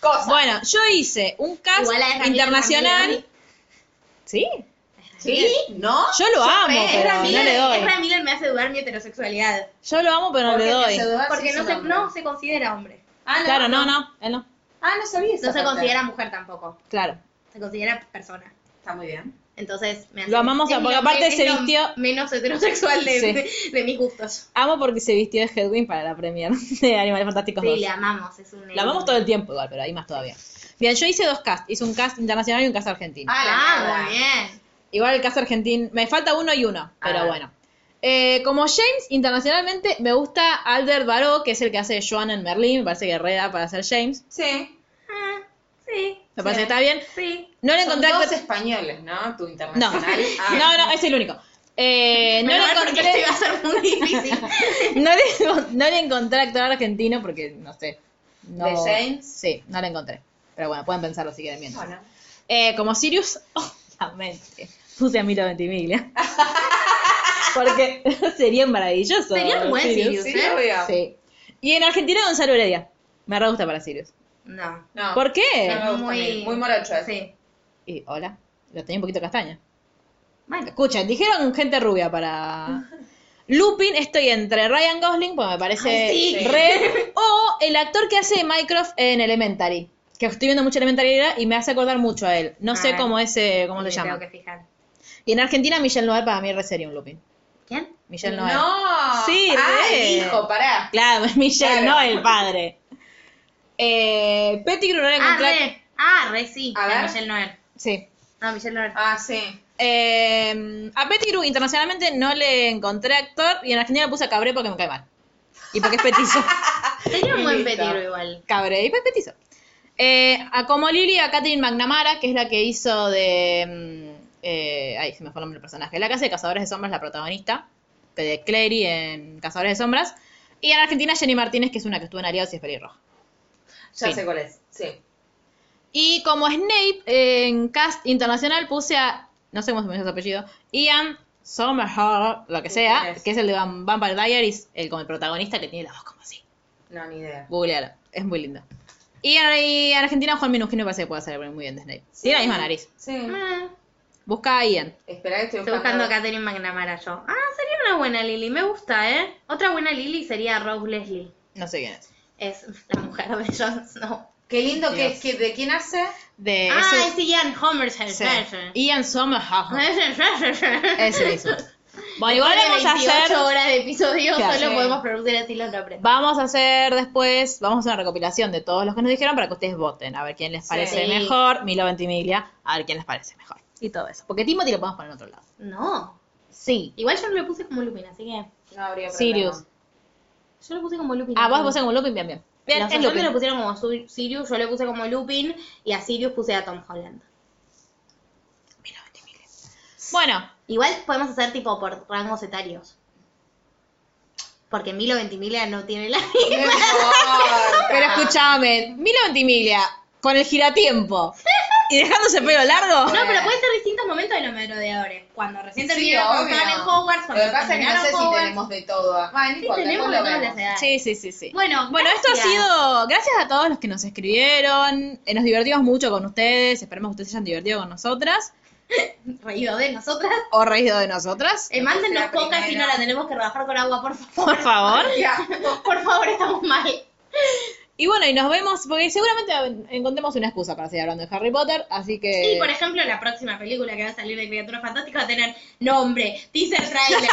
Speaker 3: Cosa.
Speaker 1: Bueno, yo hice un cast
Speaker 2: Igual a Ramírez,
Speaker 1: internacional.
Speaker 2: Ramírez.
Speaker 1: Sí,
Speaker 3: ¿Sí? ¿No.
Speaker 1: yo lo amo,
Speaker 3: re,
Speaker 1: pero no
Speaker 2: Miller-
Speaker 1: le doy.
Speaker 2: Ezra Miller me hace dudar mi heterosexualidad.
Speaker 1: Yo lo amo, pero no
Speaker 3: ¿Por
Speaker 1: le
Speaker 3: qué
Speaker 1: doy.
Speaker 3: te hace dudar
Speaker 2: Porque
Speaker 3: si
Speaker 2: no
Speaker 3: es
Speaker 2: se,
Speaker 3: un
Speaker 2: no
Speaker 3: hombre?
Speaker 2: se considera hombre.
Speaker 3: Ah, no,
Speaker 1: Claro, no, no, él no.
Speaker 3: Ah, no sabía
Speaker 2: No
Speaker 3: esa
Speaker 2: se
Speaker 3: parte.
Speaker 2: considera mujer tampoco.
Speaker 1: Claro.
Speaker 2: Se considera persona.
Speaker 3: Está muy bien.
Speaker 2: Entonces, me hace-
Speaker 1: Lo amamos,
Speaker 2: es
Speaker 1: porque
Speaker 2: lo-
Speaker 1: aparte
Speaker 2: es
Speaker 1: se
Speaker 2: lo
Speaker 1: vistió-
Speaker 2: Menos heterosexual de,
Speaker 1: Sí.
Speaker 2: de- de mis gustos.
Speaker 1: Amo porque se vistió de Hedwig para la premiere de Animales Fantásticos
Speaker 2: Sí,
Speaker 1: 2.
Speaker 2: le amamos. Es un
Speaker 1: La amamos todo el tiempo igual, pero ahí más todavía. Bien, yo hice dos cast. Hice un cast internacional y un cast argentino.
Speaker 3: Ah,
Speaker 2: Ah,
Speaker 3: la
Speaker 2: muy
Speaker 3: mierda.
Speaker 2: bien.
Speaker 1: Igual el cast argentino. Me falta uno y uno, pero
Speaker 3: Ah.
Speaker 1: bueno. Eh, como James, internacionalmente me gusta Albert Baró, que es el que hace Joan en Merlín. Me parece que reda para hacer James.
Speaker 3: Sí.
Speaker 2: Ah, sí.
Speaker 1: Me
Speaker 2: sí,
Speaker 1: parece que está bien.
Speaker 2: Sí.
Speaker 1: No le
Speaker 3: Son
Speaker 1: encontré
Speaker 3: todos
Speaker 1: actor-
Speaker 3: españoles, ¿no? Tu
Speaker 1: No.
Speaker 3: internacional. Ah.
Speaker 1: no, no, es el único. Eh, no,
Speaker 2: Ah. Menos
Speaker 1: le
Speaker 2: mal, porque
Speaker 1: encontré,
Speaker 2: esto iba a ser muy difícil.
Speaker 1: no, le, no le encontré actor argentino porque, no sé. No,
Speaker 3: ¿De James?
Speaker 1: Sí, no le encontré. Pero bueno, pueden pensarlo si quieren mientras.
Speaker 3: Bueno.
Speaker 1: Eh, como Sirius, obviamente, puse a Milo Ventimiglia. Porque sería maravilloso.
Speaker 2: Sería un buen Sirius,
Speaker 3: Sí,
Speaker 2: ¿eh?
Speaker 3: obvio.
Speaker 1: Sí. Y en Argentina, Gonzalo Heredia. Me re gusta para Sirius.
Speaker 2: No.
Speaker 3: No.
Speaker 1: ¿Por qué?
Speaker 3: No me gusta
Speaker 2: Muy-
Speaker 3: muy... muy morocho es.
Speaker 2: Sí.
Speaker 1: Y, hola, lo tenía un poquito castaña.
Speaker 2: Bueno.
Speaker 1: Escuchen, dijeron gente rubia para. Lupin, estoy entre Ryan Gosling, porque me parece
Speaker 2: Ay, sí.
Speaker 1: re, o el actor que hace Mycroft en Elementary, que estoy viendo mucho Elementary ahora y me hace acordar mucho a él. No sé
Speaker 2: Ah.
Speaker 1: cómo es, eh, cómo
Speaker 2: Me
Speaker 1: se llama.
Speaker 2: Tengo que fijar.
Speaker 1: Y en Argentina, Michelle Noel para mí re sería un Lupin.
Speaker 2: ¿Quién?
Speaker 1: Michelle Noel.
Speaker 3: No.
Speaker 1: Sí,
Speaker 3: Ah,
Speaker 1: re.
Speaker 3: el hijo, pará.
Speaker 1: Claro, es Michelle,
Speaker 3: Claro.
Speaker 1: no el padre. Eh, Pettigrew no le
Speaker 2: Ah,
Speaker 1: encontré-
Speaker 2: re. Ah, re, sí.
Speaker 3: A
Speaker 2: A
Speaker 3: ver.
Speaker 2: Michelle Noel.
Speaker 1: Sí.
Speaker 2: No, Michelle Noel.
Speaker 3: Ah, sí.
Speaker 1: Eh, a Pettigrew internacionalmente no le encontré actor y en Argentina le puse a Cabré porque me cae mal. Y porque es petizo.
Speaker 2: Sería un buen
Speaker 3: Listo.
Speaker 2: peligro igual.
Speaker 1: Cabré y porque es petizo. Eh, a como Lily, a Catherine McNamara, que es la que hizo de. mm, eh, ay, se me fue el nombre del personaje. La que hace de Cazadores de Sombras, la protagonista. De Clary en Cazadores de Sombras. Y en Argentina, Jenny Martínez, que es una que estuvo en Aliados y es pelirroja.
Speaker 3: Ya
Speaker 1: Sí.
Speaker 3: sé cuál es. Sí.
Speaker 1: Y como Snape eh, en cast internacional puse a, no sé cómo se me dice su apellido, Ian Somerhalder, lo que
Speaker 3: Sí,
Speaker 1: sea,
Speaker 3: ¿quién es?
Speaker 1: que es el de Vamp- Vampire Diaries, el, como el protagonista que tiene la voz como así.
Speaker 3: No, ni idea.
Speaker 1: Googlealo, es muy lindo. Y en, y en Argentina Juan Minusquino me parece que puede hacer muy bien de Snape. Tiene la misma nariz.
Speaker 3: Sí.
Speaker 2: Ah,
Speaker 1: Busca a Ian.
Speaker 3: Esperá que estoy
Speaker 2: estoy
Speaker 3: buscando.
Speaker 2: buscando a Catherine McNamara yo. Ah, sería una buena Lily. Me gusta, ¿eh? Otra buena Lily sería Rose Leslie.
Speaker 1: No sé quién es.
Speaker 2: Es la mujer de Jon Snow.
Speaker 3: Qué lindo que
Speaker 1: Dios.
Speaker 3: es. que- ¿De quién hace?
Speaker 1: De
Speaker 2: ah,
Speaker 1: ese-
Speaker 2: es Ian Homershell.
Speaker 1: sí. Ian Somerhalder. Ese mismo. Bueno, igual vamos
Speaker 2: Después de
Speaker 1: a
Speaker 2: 28
Speaker 1: hacer...
Speaker 2: horas de episodio,
Speaker 1: Claro.
Speaker 2: solo
Speaker 3: Sí.
Speaker 2: podemos producir así los nombres.
Speaker 1: Vamos a hacer después, vamos a hacer una recopilación de todos los que nos dijeron para que ustedes voten, a ver quién les parece
Speaker 2: Sí.
Speaker 1: mejor, Milo Ventimiglia, a ver quién les parece mejor. Y todo eso. Porque Timothy lo podemos poner en otro lado.
Speaker 2: No.
Speaker 1: Sí.
Speaker 2: Igual yo no lo puse como Lupin, así que.
Speaker 3: No habría
Speaker 1: Sirius.
Speaker 2: Yo lo puse como Lupin.
Speaker 1: Ah, vos vos como Lupin, bien, bien. Bien,
Speaker 2: Los
Speaker 1: es
Speaker 2: oyentes
Speaker 1: Lupin.
Speaker 2: lo pusieron como Su- Sirius, yo lo puse como Lupin y a Sirius puse a Tom Holland.
Speaker 1: Bueno,
Speaker 2: Igual podemos hacer tipo por rangos etarios. Porque Milo Ventimiglia no tiene la
Speaker 3: No importa.
Speaker 1: pero escúchame, Milo Ventimiglia, con el giratiempo y dejándose el pelo largo.
Speaker 2: No, pero puede ser distintos momentos de los merodeadores. Cuando recién
Speaker 3: Sí,
Speaker 2: terminaron con
Speaker 3: obvio.
Speaker 2: Karen Hogwarts,
Speaker 3: Lo
Speaker 2: cuando
Speaker 3: que pasa es que no
Speaker 2: terminaron
Speaker 3: sé si
Speaker 2: Hogwarts.
Speaker 3: tenemos de todo. Bueno, no
Speaker 2: Sí,
Speaker 3: importa,
Speaker 2: tenemos de
Speaker 3: después lo
Speaker 2: todas las
Speaker 3: vemos.
Speaker 2: edades.
Speaker 1: Sí, sí, sí, sí.
Speaker 2: Bueno,
Speaker 1: Bueno, esto ha
Speaker 2: gracias.
Speaker 1: sido. Gracias a todos los que nos escribieron. eh, nos divertimos mucho con ustedes. Esperemos que ustedes se hayan divertido con nosotras.
Speaker 2: Reído de nosotras.
Speaker 1: O reído de nosotras.
Speaker 2: Eh, mándenos
Speaker 3: la
Speaker 2: coca si no
Speaker 3: primera.
Speaker 2: la tenemos que rebajar con agua, por favor.
Speaker 1: Por favor.
Speaker 3: Ya.
Speaker 2: Por favor, estamos mal.
Speaker 1: Y bueno, y nos vemos, porque seguramente encontremos una excusa para seguir hablando de Harry Potter, así que...
Speaker 3: Eh.
Speaker 2: Y por ejemplo, la próxima película que va a salir de Criaturas Fantásticas va a tener nombre, teaser trailer,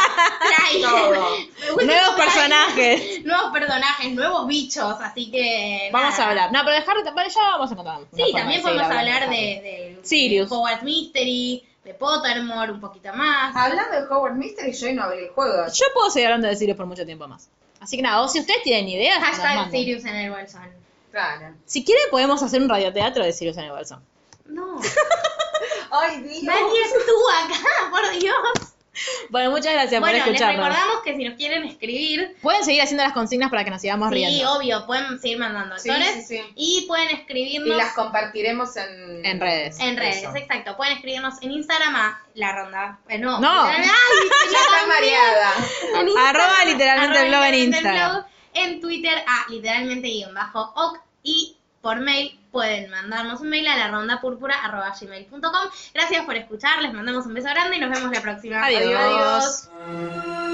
Speaker 2: trailer,
Speaker 3: Todo.
Speaker 1: Nuevos personajes.
Speaker 2: nuevos personajes, nuevos bichos, así que.
Speaker 1: Vamos
Speaker 2: nada.
Speaker 1: a hablar. No, pero dejar, bueno, ya vamos a contar. una
Speaker 2: Sí,
Speaker 1: forma
Speaker 2: también
Speaker 1: de seguir
Speaker 2: podemos hablar
Speaker 1: hablando.
Speaker 2: de, de,
Speaker 1: Sirius.
Speaker 2: de Hogwarts Mystery, de Pottermore, un poquito más.
Speaker 3: Hablando de Hogwarts Mystery, yo hoy no hablé de juegos.
Speaker 1: Yo puedo seguir hablando de Sirius por mucho tiempo más. Así que nada, o si ustedes tienen ideas, nos
Speaker 2: Hashtag
Speaker 1: mandan.
Speaker 2: Sirius en el bolsón.
Speaker 3: Claro.
Speaker 1: Si quieren, podemos hacer un radioteatro de Sirius en el bolsón.
Speaker 2: No.
Speaker 3: Ay, Dios.
Speaker 2: Nadie estuvo acá, por Dios.
Speaker 1: Bueno, muchas gracias
Speaker 2: bueno,
Speaker 1: por
Speaker 2: les
Speaker 1: escucharnos.
Speaker 2: recordamos que si nos quieren escribir.
Speaker 1: Pueden seguir haciendo las consignas para que nos sigamos
Speaker 2: sí,
Speaker 1: riendo.
Speaker 2: obvio, pueden seguir mandando
Speaker 3: Sí,
Speaker 2: actores.
Speaker 3: sí, sí.
Speaker 2: Y pueden
Speaker 3: Y
Speaker 2: escribirnos.
Speaker 3: las compartiremos en,
Speaker 1: En redes.
Speaker 2: En redes,
Speaker 3: Eso.
Speaker 2: exacto. Pueden escribirnos en Instagram a la ronda. eh, no,
Speaker 1: No.
Speaker 2: Ay,
Speaker 3: Ya está mareada.
Speaker 2: En Instagram,
Speaker 1: Arroba literalmente
Speaker 2: arroba
Speaker 1: blog en
Speaker 2: literalmente
Speaker 1: Instagram.
Speaker 2: blog, en Twitter a literalmente guión bajo oc y por mail pueden mandarnos un mail a la ronda púrpura arroba gmail.com. Gracias por escuchar, les mandamos un beso grande y nos vemos la próxima.
Speaker 1: Adiós.
Speaker 2: adiós.